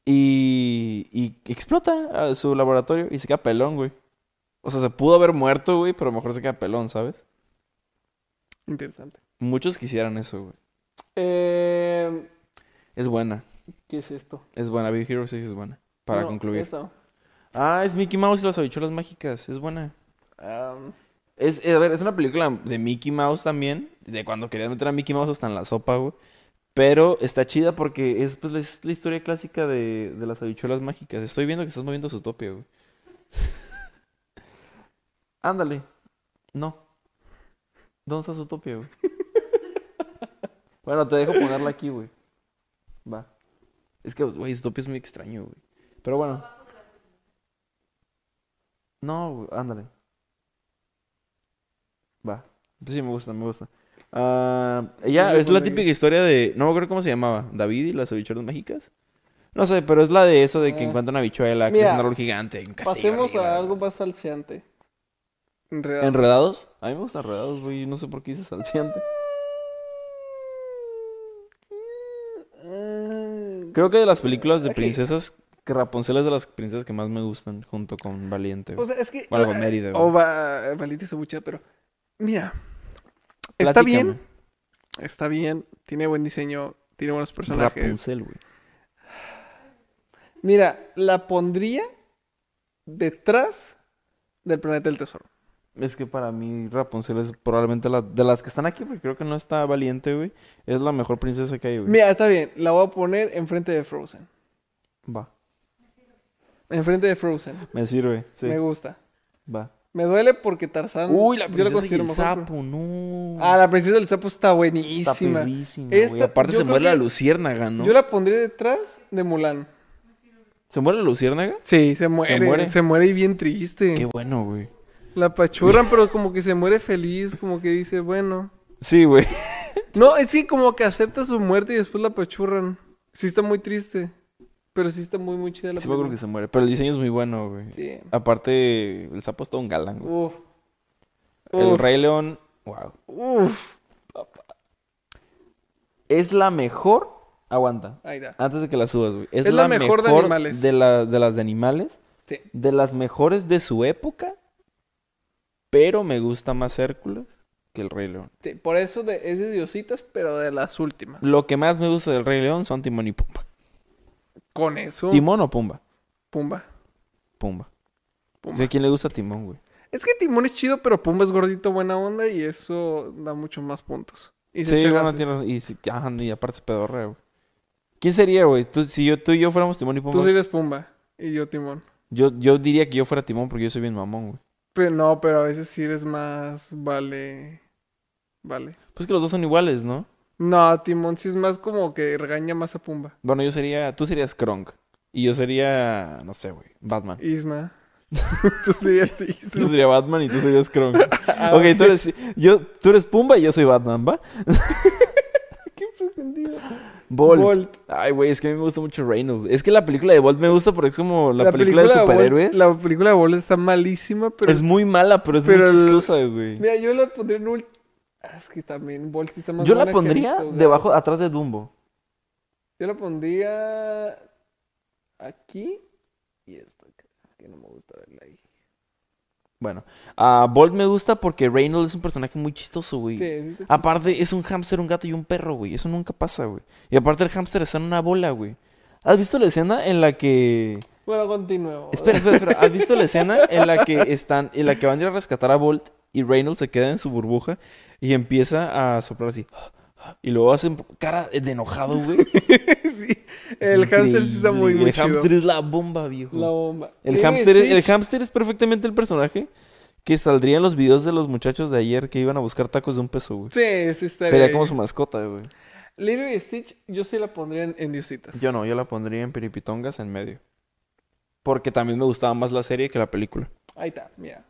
Speaker 1: Y, y explota a su laboratorio y se queda pelón, güey. O sea, se pudo haber muerto, güey, pero mejor se queda pelón, ¿sabes?
Speaker 2: Interesante.
Speaker 1: Muchos quisieran eso, güey.
Speaker 2: Eh,
Speaker 1: Es buena,
Speaker 2: ¿Qué es esto?
Speaker 1: es buena. Big Hero 6 es buena. Para
Speaker 2: No,
Speaker 1: concluir.
Speaker 2: esto.
Speaker 1: Ah, es Mickey Mouse y las habichuelas mágicas. Es buena.
Speaker 2: Am,
Speaker 1: Es, eh, a ver, es una película de Mickey Mouse también. De cuando querían meter a Mickey Mouse hasta en la sopa, güey. Pero está chida porque es pues, la, es la historia clásica de, de las habichuelas mágicas. Estoy viendo que estás moviendo su topia, güey. Ándale. No. ¿Dónde está su topia, güey? bueno, te dejo ponerla aquí, güey. Va. Es que, güey, su topia es muy extraño, güey. Pero bueno. No, güey, ándale. Va. Pues Sí, me gusta, me gusta. Ah, ya,
Speaker 2: Yo
Speaker 1: es la
Speaker 2: pondría-
Speaker 1: típica historia de. No me acuerdo cómo se llamaba. ¿David y las habichuelas mágicas? No sé, pero es la de eso de que
Speaker 2: Ah.
Speaker 1: encuentran una habichuela, que
Speaker 2: Mira,
Speaker 1: es un árbol gigante, hay un castillo.
Speaker 2: Pasemos
Speaker 1: arriba.
Speaker 2: a algo más salseante. Enredado.
Speaker 1: ¿Enredados? A mí me gustan enredados, güey. No sé por qué hice salciante.
Speaker 2: Ah,
Speaker 1: Creo que de las películas de
Speaker 2: Ok.
Speaker 1: princesas, que Rapunzel es de las princesas que más me gustan, junto con Valiente.
Speaker 2: O
Speaker 1: güey.
Speaker 2: sea, es que.
Speaker 1: Bueno, con Mérida, güey.
Speaker 2: O va, valiente su mucha, pero. Mira. Está bien.
Speaker 1: Platícame.
Speaker 2: Está bien. Tiene buen diseño. Tiene buenos personajes.
Speaker 1: Rapunzel, güey.
Speaker 2: Mira, la pondría detrás del planeta del tesoro.
Speaker 1: Es que para mí Rapunzel es probablemente la, de las que están aquí, porque creo que no está Valiente, güey. Es la mejor princesa que hay, güey.
Speaker 2: Mira, está bien. La voy a poner enfrente de Frozen.
Speaker 1: Va.
Speaker 2: Enfrente de Frozen.
Speaker 1: Me sirve, sí.
Speaker 2: Me gusta.
Speaker 1: Va.
Speaker 2: Me duele porque Tarzán.
Speaker 1: Uy, la
Speaker 2: yo lo
Speaker 1: princesa y
Speaker 2: considero
Speaker 1: el
Speaker 2: mejor, pero-
Speaker 1: sapo, no.
Speaker 2: Ah, la princesa del sapo está
Speaker 1: Está
Speaker 2: buenísima.
Speaker 1: perrísima, güey.
Speaker 2: Esta-
Speaker 1: Aparte
Speaker 2: yo
Speaker 1: se
Speaker 2: creo
Speaker 1: muere la
Speaker 2: que-
Speaker 1: luciérnaga, ¿no?
Speaker 2: Yo la pondría detrás de Mulan.
Speaker 1: ¿Se muere la luciérnaga?
Speaker 2: Sí, se muere. Se
Speaker 1: muere.
Speaker 2: muere, y bien triste.
Speaker 1: Qué bueno, güey.
Speaker 2: La pachurran, pero como que se muere feliz, como que dice, bueno.
Speaker 1: Sí, güey.
Speaker 2: No, es que como que acepta su muerte y después la pachurran. Sí está muy triste. Pero sí está muy, muy chida la
Speaker 1: Sí, me acuerdo que
Speaker 2: película.
Speaker 1: se muere. Pero el diseño es muy bueno, güey.
Speaker 2: Sí.
Speaker 1: Aparte, el sapo es todo un galán, güey.
Speaker 2: Uf.
Speaker 1: El
Speaker 2: Uf.
Speaker 1: Rey León, wow.
Speaker 2: Uf.
Speaker 1: Es la mejor. Aguanta.
Speaker 2: Ahí está.
Speaker 1: Antes de que la subas, güey.
Speaker 2: Es la mejor de animales.
Speaker 1: De, la- de las de animales.
Speaker 2: Sí.
Speaker 1: De las mejores de su época. Pero me gusta más Hércules que el Rey León.
Speaker 2: Sí, por eso de, es de Diositas, pero de las últimas.
Speaker 1: Lo que más me gusta del Rey León son Timón y Pumba.
Speaker 2: Con eso.
Speaker 1: ¿Timón o Pumba?
Speaker 2: Pumba.
Speaker 1: Pumba.
Speaker 2: Pumba.
Speaker 1: O sea, ¿a quién le gusta Timón, güey?
Speaker 2: Es que Timón es chido, pero Pumba es gordito, buena onda y eso da muchos más puntos. Y se
Speaker 1: Sí,
Speaker 2: echa
Speaker 1: bueno,
Speaker 2: gases.
Speaker 1: tiene razón. Y, si- ajá, y aparte se pedorrea, güey. ¿Quién sería, güey? Tú, si yo, tú y yo fuéramos Timón y Pumba.
Speaker 2: Tú sí eres Pumba y yo Timón.
Speaker 1: Yo, yo diría que yo fuera Timón porque yo soy bien mamón, güey.
Speaker 2: Pero no, pero a veces sí eres más. Vale. Vale.
Speaker 1: Pues que los dos son iguales, ¿no?
Speaker 2: No, Timón sí es más como que regaña más a Pumba.
Speaker 1: Bueno, yo sería. Tú serías Kronk. Y yo sería. No sé, güey. Batman.
Speaker 2: Isma. Tú sí eres
Speaker 1: Yo
Speaker 2: Isma.
Speaker 1: sería Batman y tú serías Kronk.
Speaker 2: Ah,
Speaker 1: ok, tú eres. Yo, tú eres Pumba y yo soy Batman, ¿va?
Speaker 2: qué pretendido.
Speaker 1: Bolt.
Speaker 2: Bolt.
Speaker 1: Ay, güey, es que a mí me gusta mucho Reynolds. Es que la película de Bolt me gusta porque es como la, película, de
Speaker 2: Bolt-
Speaker 1: superhéroes.
Speaker 2: La película de Bolt está malísima, pero.
Speaker 1: Es muy mala, pero es
Speaker 2: pero
Speaker 1: muy
Speaker 2: el-
Speaker 1: chistosa, güey.
Speaker 2: Mira, yo la pondría en ult- Ah, Es que también Bolt sí está más
Speaker 1: Yo la
Speaker 2: buena que
Speaker 1: pondría
Speaker 2: Aristo, güey.
Speaker 1: debajo, atrás de Dumbo.
Speaker 2: Yo la pondría aquí y esta acá, que no me gusta verla ahí.
Speaker 1: Bueno, a Bolt me gusta porque Reynolds es un personaje muy chistoso, güey.
Speaker 2: Sí, sí, sí.
Speaker 1: Aparte, es un hámster, un gato y un perro, güey. Eso nunca pasa, güey. Y aparte, el hámster está en una bola, güey. ¿Has visto la escena en la que.
Speaker 2: Bueno, continuemos.
Speaker 1: Espera, espera, espera. ¿Has visto la escena en la que están. en la que van a ir a rescatar a Bolt y Reynolds se queda en su burbuja y empieza a soplar así. Y luego hacen cara de enojado, güey.
Speaker 2: Sí, el hamster sí está muy,
Speaker 1: Increíble.
Speaker 2: muy
Speaker 1: El hámster
Speaker 2: chido.
Speaker 1: es la bomba, viejo.
Speaker 2: La bomba.
Speaker 1: El
Speaker 2: Lilo y
Speaker 1: hámster, es, el
Speaker 2: Stitch,
Speaker 1: hámster es perfectamente el personaje que saldría en los videos de los muchachos de ayer que iban a buscar tacos de un peso, güey.
Speaker 2: Sí, sí estaría
Speaker 1: Sería
Speaker 2: ahí.
Speaker 1: como su mascota, güey.
Speaker 2: Lilo y Stitch, yo sí la pondría en, en Diositas.
Speaker 1: Yo no, yo la pondría en Piripitongas en medio. Porque también me gustaba más la serie que la película.
Speaker 2: Ahí está, mira.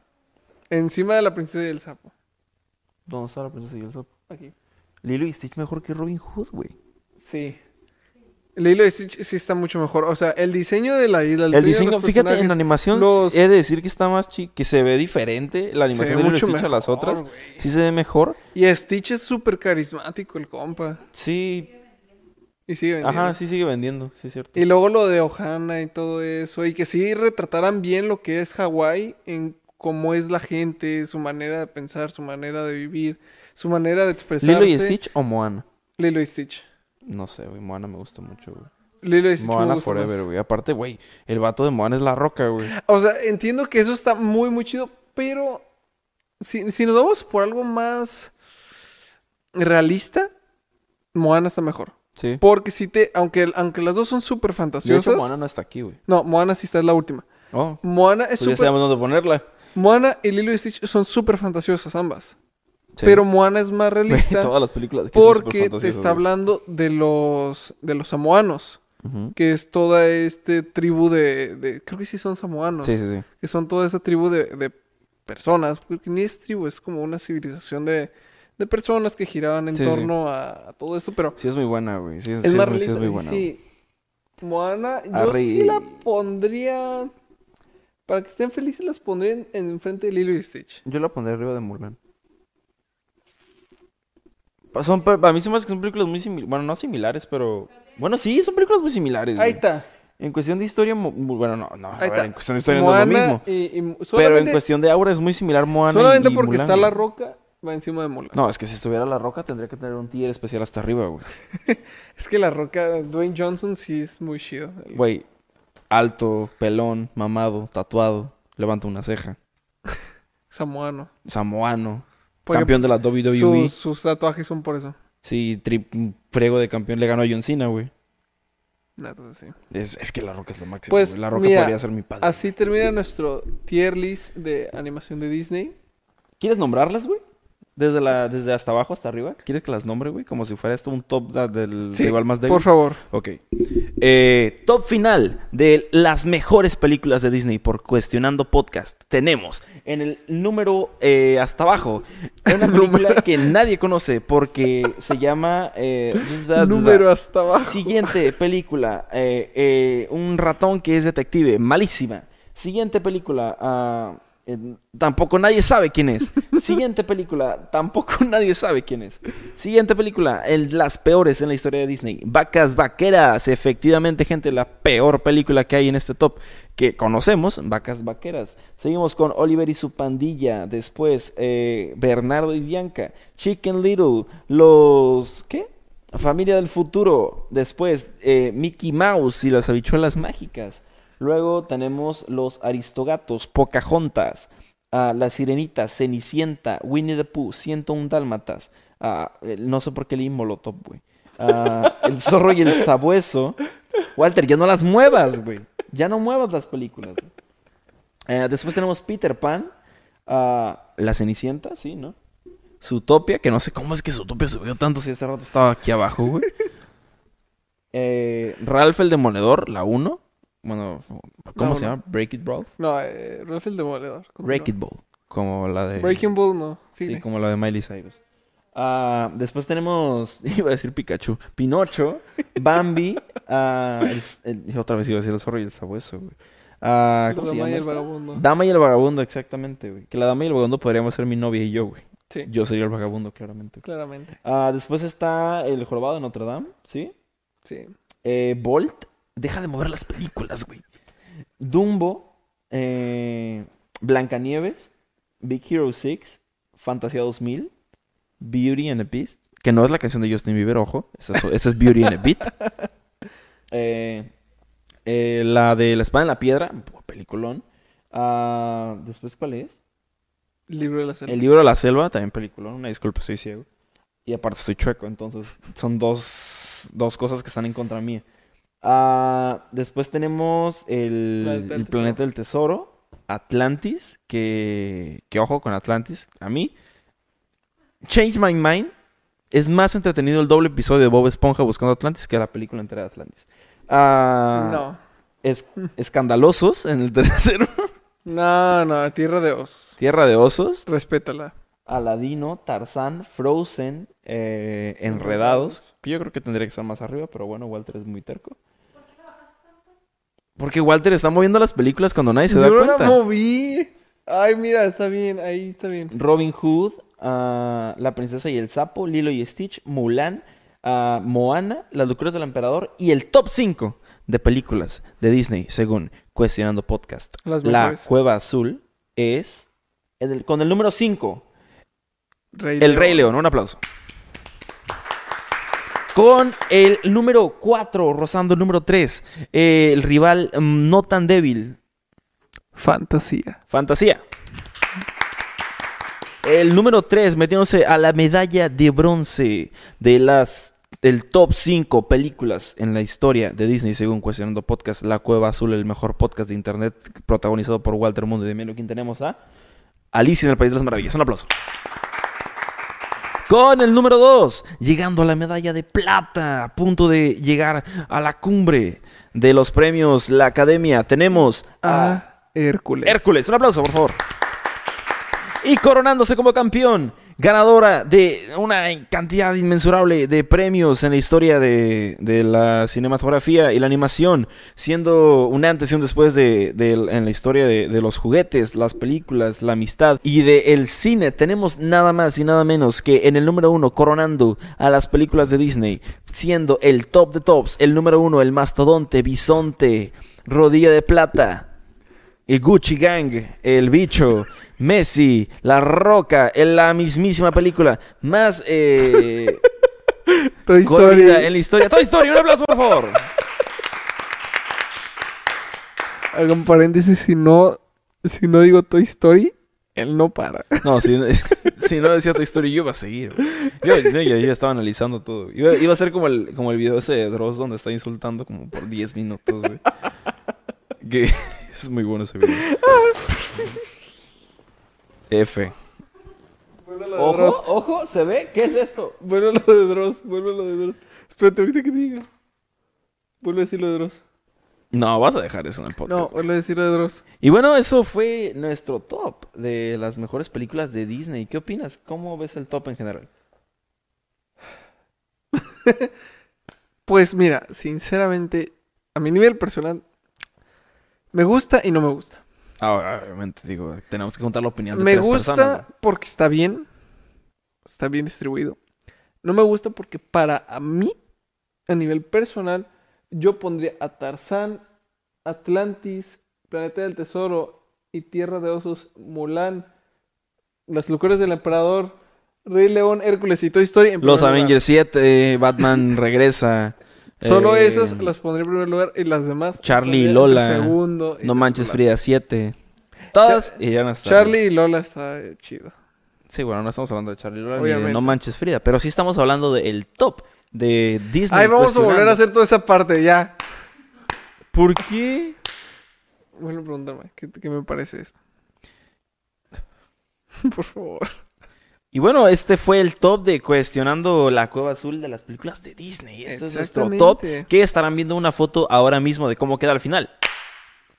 Speaker 2: Encima de la princesa y el sapo.
Speaker 1: ¿Dónde está la princesa y el sapo?
Speaker 2: Aquí.
Speaker 1: Lilo y Stitch mejor que Robin Hood, güey.
Speaker 2: Sí. Lilo y Stitch sí está mucho mejor. O sea, el diseño de la isla.
Speaker 1: El diseño, fíjate, en animación
Speaker 2: los-
Speaker 1: he de decir que está más chi- que se ve diferente la
Speaker 2: Se ve
Speaker 1: animación de Lilo y
Speaker 2: mucho
Speaker 1: Stitch a las
Speaker 2: mejor,
Speaker 1: otras.
Speaker 2: güey.
Speaker 1: Sí se ve mejor.
Speaker 2: Y Stitch es súper carismático, el compa.
Speaker 1: Sí,
Speaker 2: Y sigue vendiendo.
Speaker 1: ajá, sí sigue vendiendo, sí es cierto.
Speaker 2: Y luego lo de Ohana y todo eso. Y que sí retrataran bien lo que es Hawái en cómo es la gente, su manera de pensar, su manera de vivir, su manera de expresarse.
Speaker 1: Lilo y Stitch o Moana.
Speaker 2: Lilo y Stitch.
Speaker 1: No sé, güey. Moana me gusta mucho, güey.
Speaker 2: Lilo y Stitch me
Speaker 1: Moana
Speaker 2: gusta más.
Speaker 1: Forever, güey. Aparte, güey, el vato de Moana es la roca, güey.
Speaker 2: O sea, entiendo que eso está muy, muy chido, pero si, si nos vamos por algo más realista, Moana está mejor.
Speaker 1: Sí.
Speaker 2: Porque si te, aunque, aunque las dos son súper
Speaker 1: De hecho,
Speaker 2: fantasiosas.
Speaker 1: Moana no está aquí, güey.
Speaker 2: No, Moana sí está, es la última.
Speaker 1: Oh,
Speaker 2: Moana
Speaker 1: pues
Speaker 2: es
Speaker 1: ya
Speaker 2: súper
Speaker 1: sabemos dónde ponerla.
Speaker 2: Moana y Lilo y Stitch son súper fantasiosas ambas.
Speaker 1: Sí.
Speaker 2: Pero Moana es más
Speaker 1: Güey,
Speaker 2: realista
Speaker 1: todas las películas que son
Speaker 2: porque te
Speaker 1: superfantasiosas,
Speaker 2: está
Speaker 1: güey.
Speaker 2: hablando de los de los samoanos,
Speaker 1: Ujú.
Speaker 2: que es toda este tribu de, de- creo que sí son samoanos,
Speaker 1: Sí, sí, sí.
Speaker 2: que son toda esa tribu de, de personas, porque ni es tribu, es como una civilización de, de personas que giraban en
Speaker 1: Sí, sí.
Speaker 2: torno A, a todo esto, pero
Speaker 1: Sí, es muy buena, güey. Sí,
Speaker 2: es
Speaker 1: sí
Speaker 2: más
Speaker 1: muy- sí
Speaker 2: realista.
Speaker 1: es muy buena.
Speaker 2: Sí, Moana, yo
Speaker 1: Arre,
Speaker 2: sí la
Speaker 1: y-
Speaker 2: pondría, para que estén felices las pondría en, en frente de Lilo y Stitch.
Speaker 1: Yo la pondré arriba de Mulan. Pa- Son, pa- para mí se me hace que son películas muy similares. Bueno, no similares, pero. Bueno, sí, son películas muy similares. güey.
Speaker 2: Ahí está.
Speaker 1: En cuestión de historia. mu- mu- Bueno, no, no. a
Speaker 2: Ahí
Speaker 1: ver,
Speaker 2: está.
Speaker 1: en cuestión de historia no
Speaker 2: Moana
Speaker 1: es lo mismo.
Speaker 2: y- y Mu-
Speaker 1: Pero en
Speaker 2: solamente-
Speaker 1: cuestión de aura es muy similar Moana. y-
Speaker 2: Solamente
Speaker 1: y
Speaker 2: porque
Speaker 1: Mulan,
Speaker 2: está la
Speaker 1: güey.
Speaker 2: roca, va encima de Mulan.
Speaker 1: No, es que si estuviera la roca tendría que tener un tier especial hasta arriba, güey.
Speaker 2: Es que la roca, Dwayne Johnson sí es muy chido. El-
Speaker 1: Güey, alto, pelón, mamado, tatuado, levanta una ceja.
Speaker 2: Samoano.
Speaker 1: Samoano,
Speaker 2: Porque
Speaker 1: campeón de E. la WWE.
Speaker 2: sus, sus tatuajes son por eso.
Speaker 1: Sí, tri- un friego de campeón le ganó a John Cena, güey.
Speaker 2: Nah, entonces sí.
Speaker 1: Es, es que la roca es lo máximo.
Speaker 2: Pues,
Speaker 1: güey. la roca
Speaker 2: mira,
Speaker 1: podría ser mi padre.
Speaker 2: Así termina nuestro tier list de animación de Disney.
Speaker 1: ¿Quieres nombrarlas, güey? Desde, la, desde hasta abajo hasta arriba. ¿Quieres que las nombre, güey? Como si fuera esto un top da- del
Speaker 2: Sí,
Speaker 1: rival más débil.
Speaker 2: Por favor.
Speaker 1: Ok. Eh, top final de las mejores películas de Disney por Cuestionando Podcast. Tenemos en el número eh, hasta abajo una película que nadie conoce porque se llama... eh,
Speaker 2: Número hasta abajo.
Speaker 1: Siguiente película. eh, eh, un ratón que es detective. Malísima. Siguiente película. ah, eh, tampoco nadie sabe quién es. Siguiente película. Tampoco nadie sabe quién es. Siguiente película. el- las peores en la historia de Disney. Vacas Vaqueras. Efectivamente, gente, la peor película que hay en este top que conocemos. Vacas Vaqueras. Seguimos con Oliver y su pandilla. Después, eh, Bernardo y Bianca. Chicken Little. Los... ¿Qué? Familia del futuro. Después, eh, Mickey Mouse y las habichuelas mágicas. Luego tenemos los Aristogatos, Pocahontas, ah, La Sirenita, Cenicienta, Winnie the Pooh, 101 Dálmatas. Ah, eh, no sé por qué leí Molotov, güey. Ah, el zorro y el sabueso. Walter, ya no las muevas, güey. Ya no muevas las películas. güey. Eh, después tenemos Peter Pan, ah, La Cenicienta, sí, ¿no? Zootopia, que no sé cómo es que Zootopia subió tanto si hace rato estaba aquí abajo, güey. Eh, Ralph el Demoledor, la 1. Bueno, ¿cómo
Speaker 2: La
Speaker 1: se
Speaker 2: uno.
Speaker 1: llama? Break It Ralph.
Speaker 2: No, eh, Ralph el Demoledor. continúa.
Speaker 1: Break It Ball. Como la de.
Speaker 2: Breaking Ball, no.
Speaker 1: eh. Sí,
Speaker 2: Sigue.
Speaker 1: como la de Miley Cyrus. Ah, después tenemos, iba a decir Pikachu, Pinocho, Bambi, ah, el- el- otra vez iba a decir el zorro y el sabueso, güey. Ah,
Speaker 2: La
Speaker 1: ¿Cómo se
Speaker 2: Dama y
Speaker 1: llama?
Speaker 2: el
Speaker 1: esta?
Speaker 2: Vagabundo.
Speaker 1: Dama y el vagabundo, exactamente, güey. Que la dama y el vagabundo podríamos ser mi novia y yo, güey.
Speaker 2: Sí,
Speaker 1: Yo sería el vagabundo, claramente.
Speaker 2: claramente.
Speaker 1: Ah, después está El Jorobado de Notre Dame, ¿sí?
Speaker 2: Sí.
Speaker 1: Eh, Bolt, deja de mover las películas, güey. Dumbo, eh, Blancanieves, Big Hero 6, Fantasía 2000, Beauty and the Beast, que no es la canción de Justin Bieber, ojo, esa es, esa es Beauty and the Beat. Eh, eh, la de La Espada en la Piedra, buah, peliculón. Ah, después, ¿cuál es?
Speaker 2: Libro de la selva.
Speaker 1: El libro de la selva, también película, una disculpa, soy ciego. Y aparte estoy chueco, entonces son dos, dos cosas que están en contra mía. Ah, después tenemos el,
Speaker 2: Planeta del
Speaker 1: el planeta del tesoro, Atlantis, que, que ojo con Atlantis, a mí. Change My Mind, es más entretenido el doble episodio de Bob Esponja buscando Atlantis que la película entera de Atlantis. Ah,
Speaker 2: No.
Speaker 1: es- escandalosos en el tercero,
Speaker 2: No, no. Tierra de Osos.
Speaker 1: Tierra de Osos.
Speaker 2: Respétala.
Speaker 1: Aladino, Tarzán, Frozen, eh, Enredados. que Yo creo que tendría que estar más arriba, pero bueno, Walter es muy terco. Porque Walter está moviendo las películas cuando nadie se da
Speaker 2: Yo
Speaker 1: cuenta.
Speaker 2: la moví. Ay, mira, está bien. Ahí está bien.
Speaker 1: Robin Hood, ah, La Princesa y el Sapo, Lilo y Stitch, Mulan, ah, Moana, Las Locuras del Emperador y el top 5 de películas de Disney, según Cuestionando Podcast.
Speaker 2: Las
Speaker 1: La
Speaker 2: mejores.
Speaker 1: Cueva Azul es en el- con el número 5.
Speaker 2: Rey
Speaker 1: El Rey León, un aplauso. Con el número 4, rozando el número 3, el rival mm, no tan débil,
Speaker 2: Fantasía.
Speaker 1: Fantasía. El número 3, metiéndose a la medalla de bronce de las del top 5 películas en la historia de Disney, según Cuestionando Podcast, La Cueva Azul, el mejor podcast de internet, protagonizado por Walter Mundo y Demiano Quien tenemos a Alicia en el País de las Maravillas. Un aplauso. Con el número 2, llegando a la medalla de plata, a punto de llegar a la cumbre de los premios, la academia, tenemos a
Speaker 2: A Ah, Hércules.
Speaker 1: Hércules, un aplauso, por favor. Y coronándose como campeón, ganadora de una cantidad inmensurable de premios en la historia de, de la cinematografía y la animación, siendo un antes y un después de, de- en la historia de, de los juguetes, las películas, la amistad y del cine. Tenemos nada más y nada menos que en el número uno coronando a las películas de Disney, siendo el top de tops, el número uno, el mastodonte, bisonte, rodilla de plata. El Gucci Gang, El Bicho, Messi, La Roca, en la mismísima película más eh,
Speaker 2: Toy Story.
Speaker 1: corrida en la historia. Toy Story, un aplauso por favor.
Speaker 2: Hagan paréntesis, si no, si no digo Toy Story, él no para.
Speaker 1: No, si, si no decía Toy Story, yo iba a seguir. Yo, yo, yo- yo estaba analizando todo. Iba, iba a ser como el, como el video ese de Dross donde está insultando como por 10 minutos, güey. Que es muy bueno ese video. F.
Speaker 2: Dross.
Speaker 1: ojo, ¿se ve? ¿Qué es esto?
Speaker 2: Vuelve lo de Dross, vuelve lo de Dross. Espérate, ahorita que diga. Vuelve a decir lo de Dross.
Speaker 1: No, vas a dejar eso en el podcast.
Speaker 2: No, vuelve a decir lo de Dross.
Speaker 1: Y bueno, eso fue nuestro top de las mejores películas de Disney. ¿Qué opinas? ¿Cómo ves el top en general?
Speaker 2: Pues mira, sinceramente, a mi nivel personal, me gusta y no me gusta.
Speaker 1: Ah, obviamente, digo, tenemos que contar la opinión de
Speaker 2: Me
Speaker 1: tres
Speaker 2: gusta
Speaker 1: personas.
Speaker 2: porque está bien. Está bien distribuido. No me gusta porque para a mí, a nivel personal, yo pondría a Tarzán, Atlantis, Planeta del Tesoro y Tierra de Osos, Mulan, Las Locuras del Emperador, Rey León, Hércules y Toy Story en
Speaker 1: Los
Speaker 2: primer lugar.
Speaker 1: Avengers 7, Batman regresa.
Speaker 2: Solo
Speaker 1: eh,
Speaker 2: esas las pondría en primer lugar y las demás.
Speaker 1: Charlie y
Speaker 2: pondría en
Speaker 1: Lola,
Speaker 2: Segundo y
Speaker 1: No manches
Speaker 2: tercer
Speaker 1: Frida
Speaker 2: lugar.
Speaker 1: 7. Todas. y ya no está.
Speaker 2: Charlie y Lola está eh, chido.
Speaker 1: Sí, bueno, no estamos hablando de Charlie Lola ni de
Speaker 2: Obviamente.
Speaker 1: No manches Frida, pero sí estamos hablando del top de Disney.
Speaker 2: Ahí vamos a volver
Speaker 1: cuestionando.
Speaker 2: a hacer toda esa parte ya.
Speaker 1: ¿Por qué?
Speaker 2: Vuelvo a preguntarme, ¿qué, qué me parece esto? Por favor.
Speaker 1: Y bueno, este fue el top de cuestionando la cueva azul de las películas de Disney. Este es nuestro top.
Speaker 2: Exactamente.
Speaker 1: Que estarán viendo una foto ahora mismo de cómo queda al final.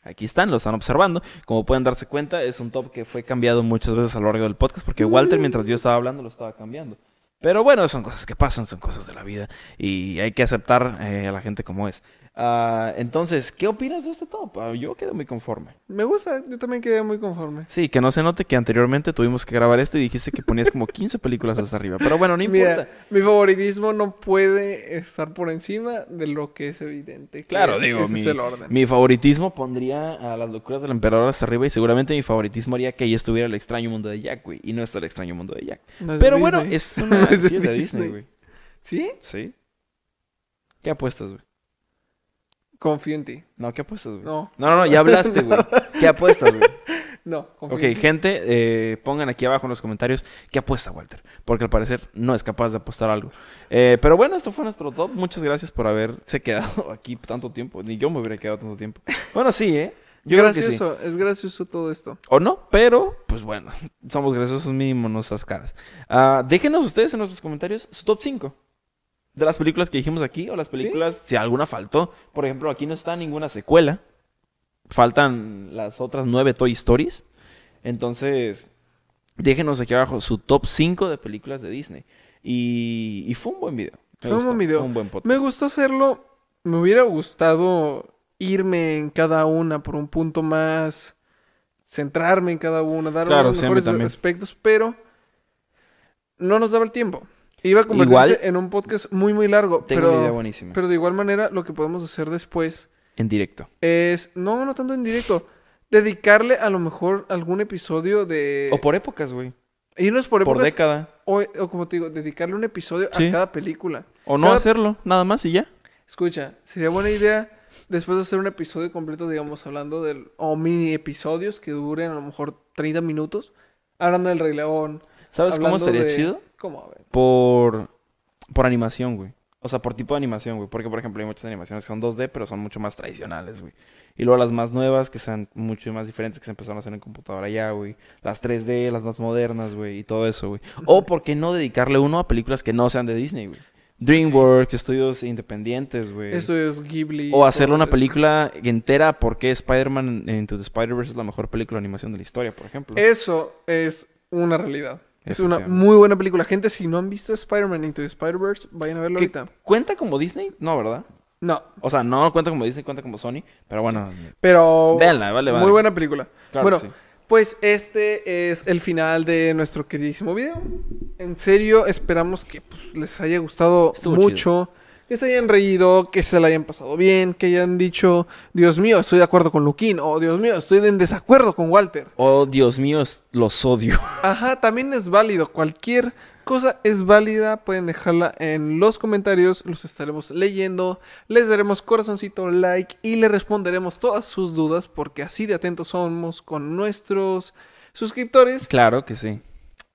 Speaker 1: Aquí están, lo están observando. Como pueden darse cuenta, es un top que fue cambiado muchas veces a lo largo del podcast. Porque Walter, mientras yo estaba hablando, lo estaba cambiando. Pero bueno, son cosas que pasan, son cosas de la vida. Y hay que aceptar eh, a la gente como es. Ah, entonces, ¿qué opinas de este top? Ah, yo quedo muy conforme.
Speaker 2: Me gusta, yo también quedé muy conforme.
Speaker 1: Sí, que no se note que anteriormente tuvimos que grabar esto y dijiste que ponías como 15 películas hasta arriba. Pero bueno, no importa.
Speaker 2: Mira, mi favoritismo no puede estar por encima de lo que es evidente. que
Speaker 1: Claro,
Speaker 2: es-
Speaker 1: digo,
Speaker 2: ese
Speaker 1: mi,
Speaker 2: es el orden.
Speaker 1: mi favoritismo pondría a las locuras del emperador hasta arriba y seguramente mi favoritismo haría que ahí estuviera el extraño mundo de Jack, güey. Y no está el extraño mundo de Jack.
Speaker 2: No es de
Speaker 1: Pero bueno,
Speaker 2: Pues Disney.
Speaker 1: es una
Speaker 2: No es de
Speaker 1: sí, es de Disney,
Speaker 2: Disney.
Speaker 1: güey.
Speaker 2: ¿Sí?
Speaker 1: ¿Sí? ¿Qué apuestas, güey?
Speaker 2: Confío en ti.
Speaker 1: No, ¿qué apuestas, güey?
Speaker 2: No.
Speaker 1: No, no, no, ya hablaste, güey. ¿Qué apuestas, güey?
Speaker 2: No, confío
Speaker 1: Ok,
Speaker 2: en ti.
Speaker 1: gente, eh, pongan aquí abajo en los comentarios qué apuesta Walter, porque al parecer no es capaz de apostar algo. Eh, pero bueno, esto fue nuestro top. Muchas gracias por haberse quedado aquí tanto tiempo. Ni yo me hubiera quedado tanto tiempo. Bueno, sí, ¿eh? Yo creo que sí.
Speaker 2: gracioso, es gracioso todo esto.
Speaker 1: O no, pero pues bueno, somos graciosos mínimo nuestras caras. Ah, déjenos ustedes en nuestros comentarios su top 5 de las películas que dijimos aquí o las películas, si alguna faltó. Por ejemplo, aquí no está ninguna secuela. Faltan las otras nueve Toy Stories. Entonces, déjenos aquí abajo su top 5 de películas de Disney. Y, y fue un buen video. Me
Speaker 2: Fue un
Speaker 1: gustó,
Speaker 2: buen video.
Speaker 1: Fue un buen podcast.
Speaker 2: Me gustó hacerlo. Me hubiera gustado irme en cada una por un punto más. Centrarme en cada una, dar
Speaker 1: Claro,
Speaker 2: los
Speaker 1: sí, a mí
Speaker 2: mejores
Speaker 1: también.
Speaker 2: aspectos, pero no nos daba el tiempo. Iba a convertirse
Speaker 1: Igual-
Speaker 2: en un podcast muy, muy largo.
Speaker 1: Tengo
Speaker 2: pero,
Speaker 1: una idea buenísima.
Speaker 2: pero de igual manera, lo que podemos hacer después
Speaker 1: En directo.
Speaker 2: es. No, no tanto en directo. Dedicarle a lo mejor algún episodio de.
Speaker 1: o por épocas, güey.
Speaker 2: irnos Eh, por
Speaker 1: Por
Speaker 2: épocas.
Speaker 1: década.
Speaker 2: o, o como te digo, dedicarle un episodio
Speaker 1: Sí.
Speaker 2: a cada película.
Speaker 1: O no
Speaker 2: Cada-
Speaker 1: hacerlo, nada más y ya.
Speaker 2: Escucha, sería buena idea después de hacer un episodio completo, digamos, hablando del. o mini episodios que duren a lo mejor 30 minutos, hablando del Rey León.
Speaker 1: ¿Sabes cómo
Speaker 2: hablando
Speaker 1: estaría
Speaker 2: de-
Speaker 1: chido?
Speaker 2: ¿Cómo? A ver.
Speaker 1: por por animación, güey. O sea, por tipo de animación, güey. Porque, por ejemplo, hay muchas animaciones que son 2D, pero son mucho más tradicionales, güey. Y luego las más nuevas, que son mucho más diferentes, que se empezaron a hacer en computadora ya, güey. Las 3D, las más modernas, güey. Y todo eso, güey. O, ¿por qué no dedicarle uno a películas que no sean de Disney, güey? DreamWorks, estudios independientes, güey.
Speaker 2: Esto es Ghibli.
Speaker 1: O hacerle
Speaker 2: todo
Speaker 1: una
Speaker 2: eso.
Speaker 1: película entera, ¿por qué Spider-Man Into the Spider-Verse es la mejor película de animación de la historia, por ejemplo?
Speaker 2: Eso es una realidad. Es una
Speaker 1: Efectivamente.
Speaker 2: muy buena película. Gente, si no han visto Spider-Man Into the Spider-Verse, vayan a verlo
Speaker 1: ¿Que
Speaker 2: ahorita.
Speaker 1: ¿Cuenta como Disney? No, ¿verdad?
Speaker 2: No,
Speaker 1: O sea, no cuenta como Disney, cuenta como Sony. Pero bueno,
Speaker 2: pero...
Speaker 1: véanla, vale, vale.
Speaker 2: Oh, Muy buena película.
Speaker 1: Claro
Speaker 2: bueno,
Speaker 1: que sí.
Speaker 2: pues este es el final de nuestro queridísimo video. En serio, esperamos que pues, les haya gustado
Speaker 1: Estuvo
Speaker 2: mucho. Que se hayan reído, que se la hayan pasado bien, que hayan dicho, Dios mío, estoy de acuerdo con Luquín, o Dios mío, estoy en desacuerdo con Walter.
Speaker 1: Oh, Dios mío, es- los odio.
Speaker 2: Ajá, también es válido. Cualquier cosa es válida. Pueden dejarla en los comentarios. Los estaremos leyendo. Les daremos corazoncito, like y le responderemos todas sus dudas porque así de atentos somos con nuestros suscriptores.
Speaker 1: Claro que sí.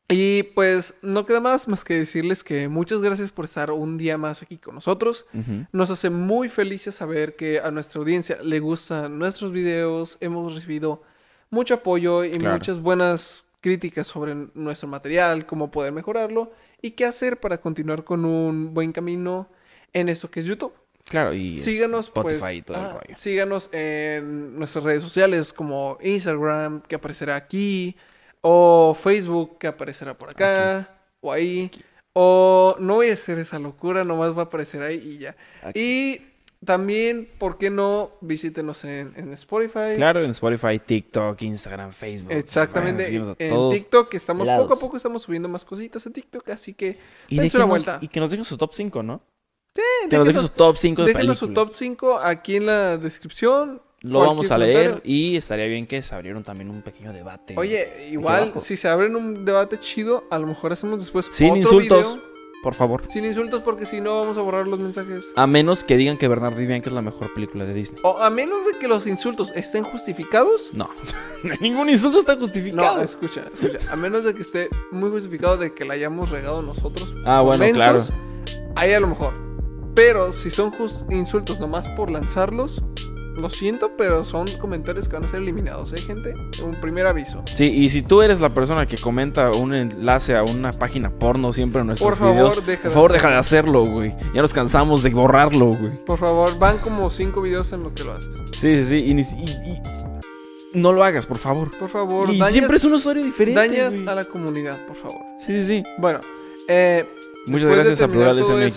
Speaker 2: Y pues no queda más más que decirles que muchas gracias por estar un día más aquí con nosotros.
Speaker 1: Ujú.
Speaker 2: Nos hace muy felices saber que a nuestra audiencia le gustan nuestros videos. Hemos recibido mucho apoyo y
Speaker 1: Claro.
Speaker 2: muchas buenas críticas sobre n- nuestro material, cómo poder mejorarlo y qué hacer para continuar con un buen camino en esto que es YouTube.
Speaker 1: Claro, y es
Speaker 2: síganos
Speaker 1: Spotify
Speaker 2: pues,
Speaker 1: y todo el
Speaker 2: ah,
Speaker 1: rollo.
Speaker 2: Síganos en nuestras redes sociales como Instagram, que aparecerá aquí, o Facebook, que aparecerá por acá, o ahí. O no voy a hacer esa locura, nomás va a aparecer ahí y ya. Y también, ¿por qué no visítenos en, en Spotify?
Speaker 1: Claro, en Spotify, TikTok, Instagram, Facebook.
Speaker 2: Exactamente.
Speaker 1: Vayan, síguenos a
Speaker 2: en
Speaker 1: todos.
Speaker 2: TikTok estamos
Speaker 1: lados.
Speaker 2: poco a poco estamos subiendo más cositas en TikTok, así que
Speaker 1: Y,
Speaker 2: dense una
Speaker 1: déjenos-
Speaker 2: vuelta.
Speaker 1: y que nos dejen su top 5, ¿no?
Speaker 2: Eh,
Speaker 1: Que nos dejen
Speaker 2: déjenos-
Speaker 1: su top 5 de películas.
Speaker 2: déjenos su top 5 aquí en la descripción.
Speaker 1: Lo vamos a
Speaker 2: Cualquier
Speaker 1: leer
Speaker 2: comentario.
Speaker 1: y estaría bien que se abrieron también un pequeño debate. ¿no?
Speaker 2: Oye, igual
Speaker 1: abajo.
Speaker 2: si se abren un debate chido, a lo mejor hacemos después
Speaker 1: Sin
Speaker 2: otro
Speaker 1: insultos.
Speaker 2: video.
Speaker 1: Por favor.
Speaker 2: Sin insultos porque si no vamos a borrar los mensajes.
Speaker 1: A menos que digan que Bernard Vivian que es la mejor película de Disney.
Speaker 2: O a menos de que los insultos estén justificados.
Speaker 1: No. Ningún insulto está
Speaker 2: No,
Speaker 1: justificado.
Speaker 2: escucha, escucha. A menos de que esté muy justificado de que la hayamos regado nosotros.
Speaker 1: Ah, bueno, claro.
Speaker 2: mensos, Ahí a lo mejor. Pero si son jus- insultos nomás por lanzarlos, lo siento, pero son comentarios que van a ser eliminados, ¿eh, gente? Un primer aviso.
Speaker 1: Sí, y si tú eres la persona que comenta un enlace a una página porno siempre en nuestros
Speaker 2: Por favor,
Speaker 1: videos, por
Speaker 2: deja de
Speaker 1: favor,
Speaker 2: hacerlo.
Speaker 1: deja de hacerlo, güey. Ya nos cansamos de borrarlo, güey.
Speaker 2: Por favor, van como cinco videos en los que lo haces.
Speaker 1: Sí, sí, sí. Y, ni si- y- y- no lo hagas, por favor.
Speaker 2: Por favor,
Speaker 1: y
Speaker 2: dañas-
Speaker 1: siempre es un usuario diferente.
Speaker 2: Dañas
Speaker 1: güey.
Speaker 2: a la comunidad, por favor.
Speaker 1: Sí, sí, sí.
Speaker 2: Bueno, eh,
Speaker 1: Muchas
Speaker 2: después de
Speaker 1: gracias a
Speaker 2: terminar
Speaker 1: Plural
Speaker 2: todo
Speaker 1: SMX.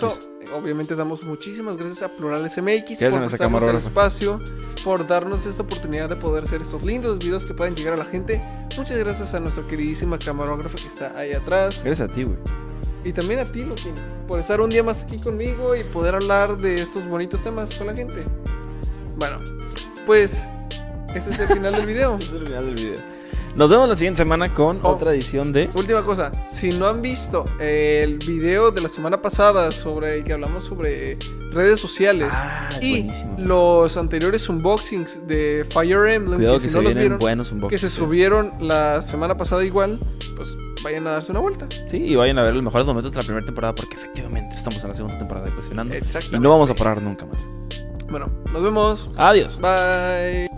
Speaker 2: eso, obviamente damos muchísimas gracias a Plurales MX
Speaker 1: Gracias a nuestra
Speaker 2: por prestarnos el
Speaker 1: camarógrafa.
Speaker 2: espacio, por darnos esta oportunidad de poder hacer estos lindos videos que puedan llegar a la gente. Muchas gracias a nuestra queridísima camarógrafa que está ahí atrás.
Speaker 1: Gracias a ti, güey.
Speaker 2: Y también a ti, Luquín, por estar un día más aquí conmigo y poder hablar de estos bonitos temas con la gente. Bueno, pues ese es el final del video.
Speaker 1: Es el final del video. Nos vemos la siguiente semana con
Speaker 2: Oh.
Speaker 1: otra edición de.
Speaker 2: Última cosa, si no han visto el video de la semana pasada sobre que hablamos sobre redes sociales
Speaker 1: Ah, es
Speaker 2: y
Speaker 1: buenísimo.
Speaker 2: los anteriores unboxings de Fire Emblem,
Speaker 1: Cuidado que,
Speaker 2: que, si
Speaker 1: se
Speaker 2: no los
Speaker 1: vienen
Speaker 2: vieron,
Speaker 1: buenos ¿eh? un
Speaker 2: que se subieron la semana pasada igual, pues vayan a darse una vuelta.
Speaker 1: Sí, y vayan a ver los mejores momentos de la primera temporada porque efectivamente estamos en la segunda temporada de Cuestionando
Speaker 2: Exacto.
Speaker 1: y no vamos a parar nunca más.
Speaker 2: Bueno, nos vemos.
Speaker 1: Adiós.
Speaker 2: Bye.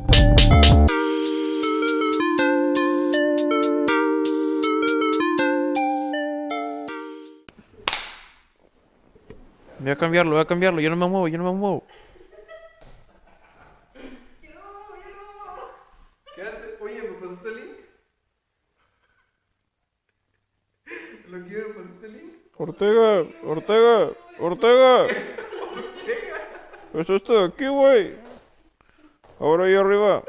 Speaker 1: Voy a cambiarlo, voy a cambiarlo. Yo no me muevo, yo no me muevo.
Speaker 2: Quédate. Oye, ¿me pasaste el link? ¿Lo quiero? ¿Me pasaste el link?
Speaker 3: Ortega, Ortega, Ortega. Eso está de aquí, güey. Ahora ahí arriba.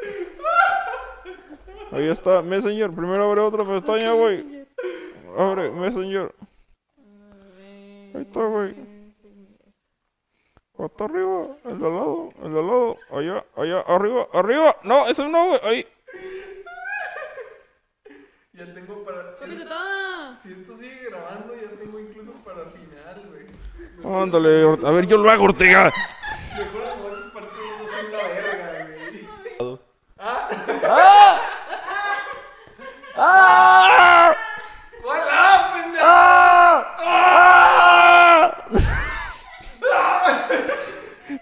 Speaker 3: Ahí está, Messenger. Primero abre otra pestaña, güey. Abre, Messenger. Ahí está, güey. Hasta arriba, el de al lado, el de al lado. Allá, allá, arriba, arriba. No, eso no, güey. Ahí.
Speaker 2: Ya tengo para. Si esto sigue grabando, ya tengo incluso para final, güey.
Speaker 3: Ándale, Or- a ver, yo lo hago, Ortega.
Speaker 2: Mejor las cuantas partidas no son la verga, güey.
Speaker 3: ¡Ah!
Speaker 2: ¿Cuál? ¡Ah, pendejo!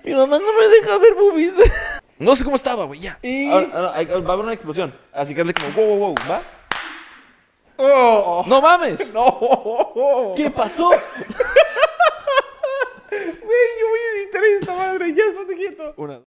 Speaker 1: Mi mamá no me deja ver movies. No sé cómo estaba, güey, ya.
Speaker 2: Y-
Speaker 1: Ahora- ahora hay- va a haber una explosión. Así que hazle como, wow, wow, wow, ¿va?
Speaker 2: ¡Oh!
Speaker 1: ¡No mames!
Speaker 2: ¡No!
Speaker 1: ¿Qué pasó?
Speaker 2: Güey, yo voy a editar esta madre, ya estate quieto.
Speaker 1: Una.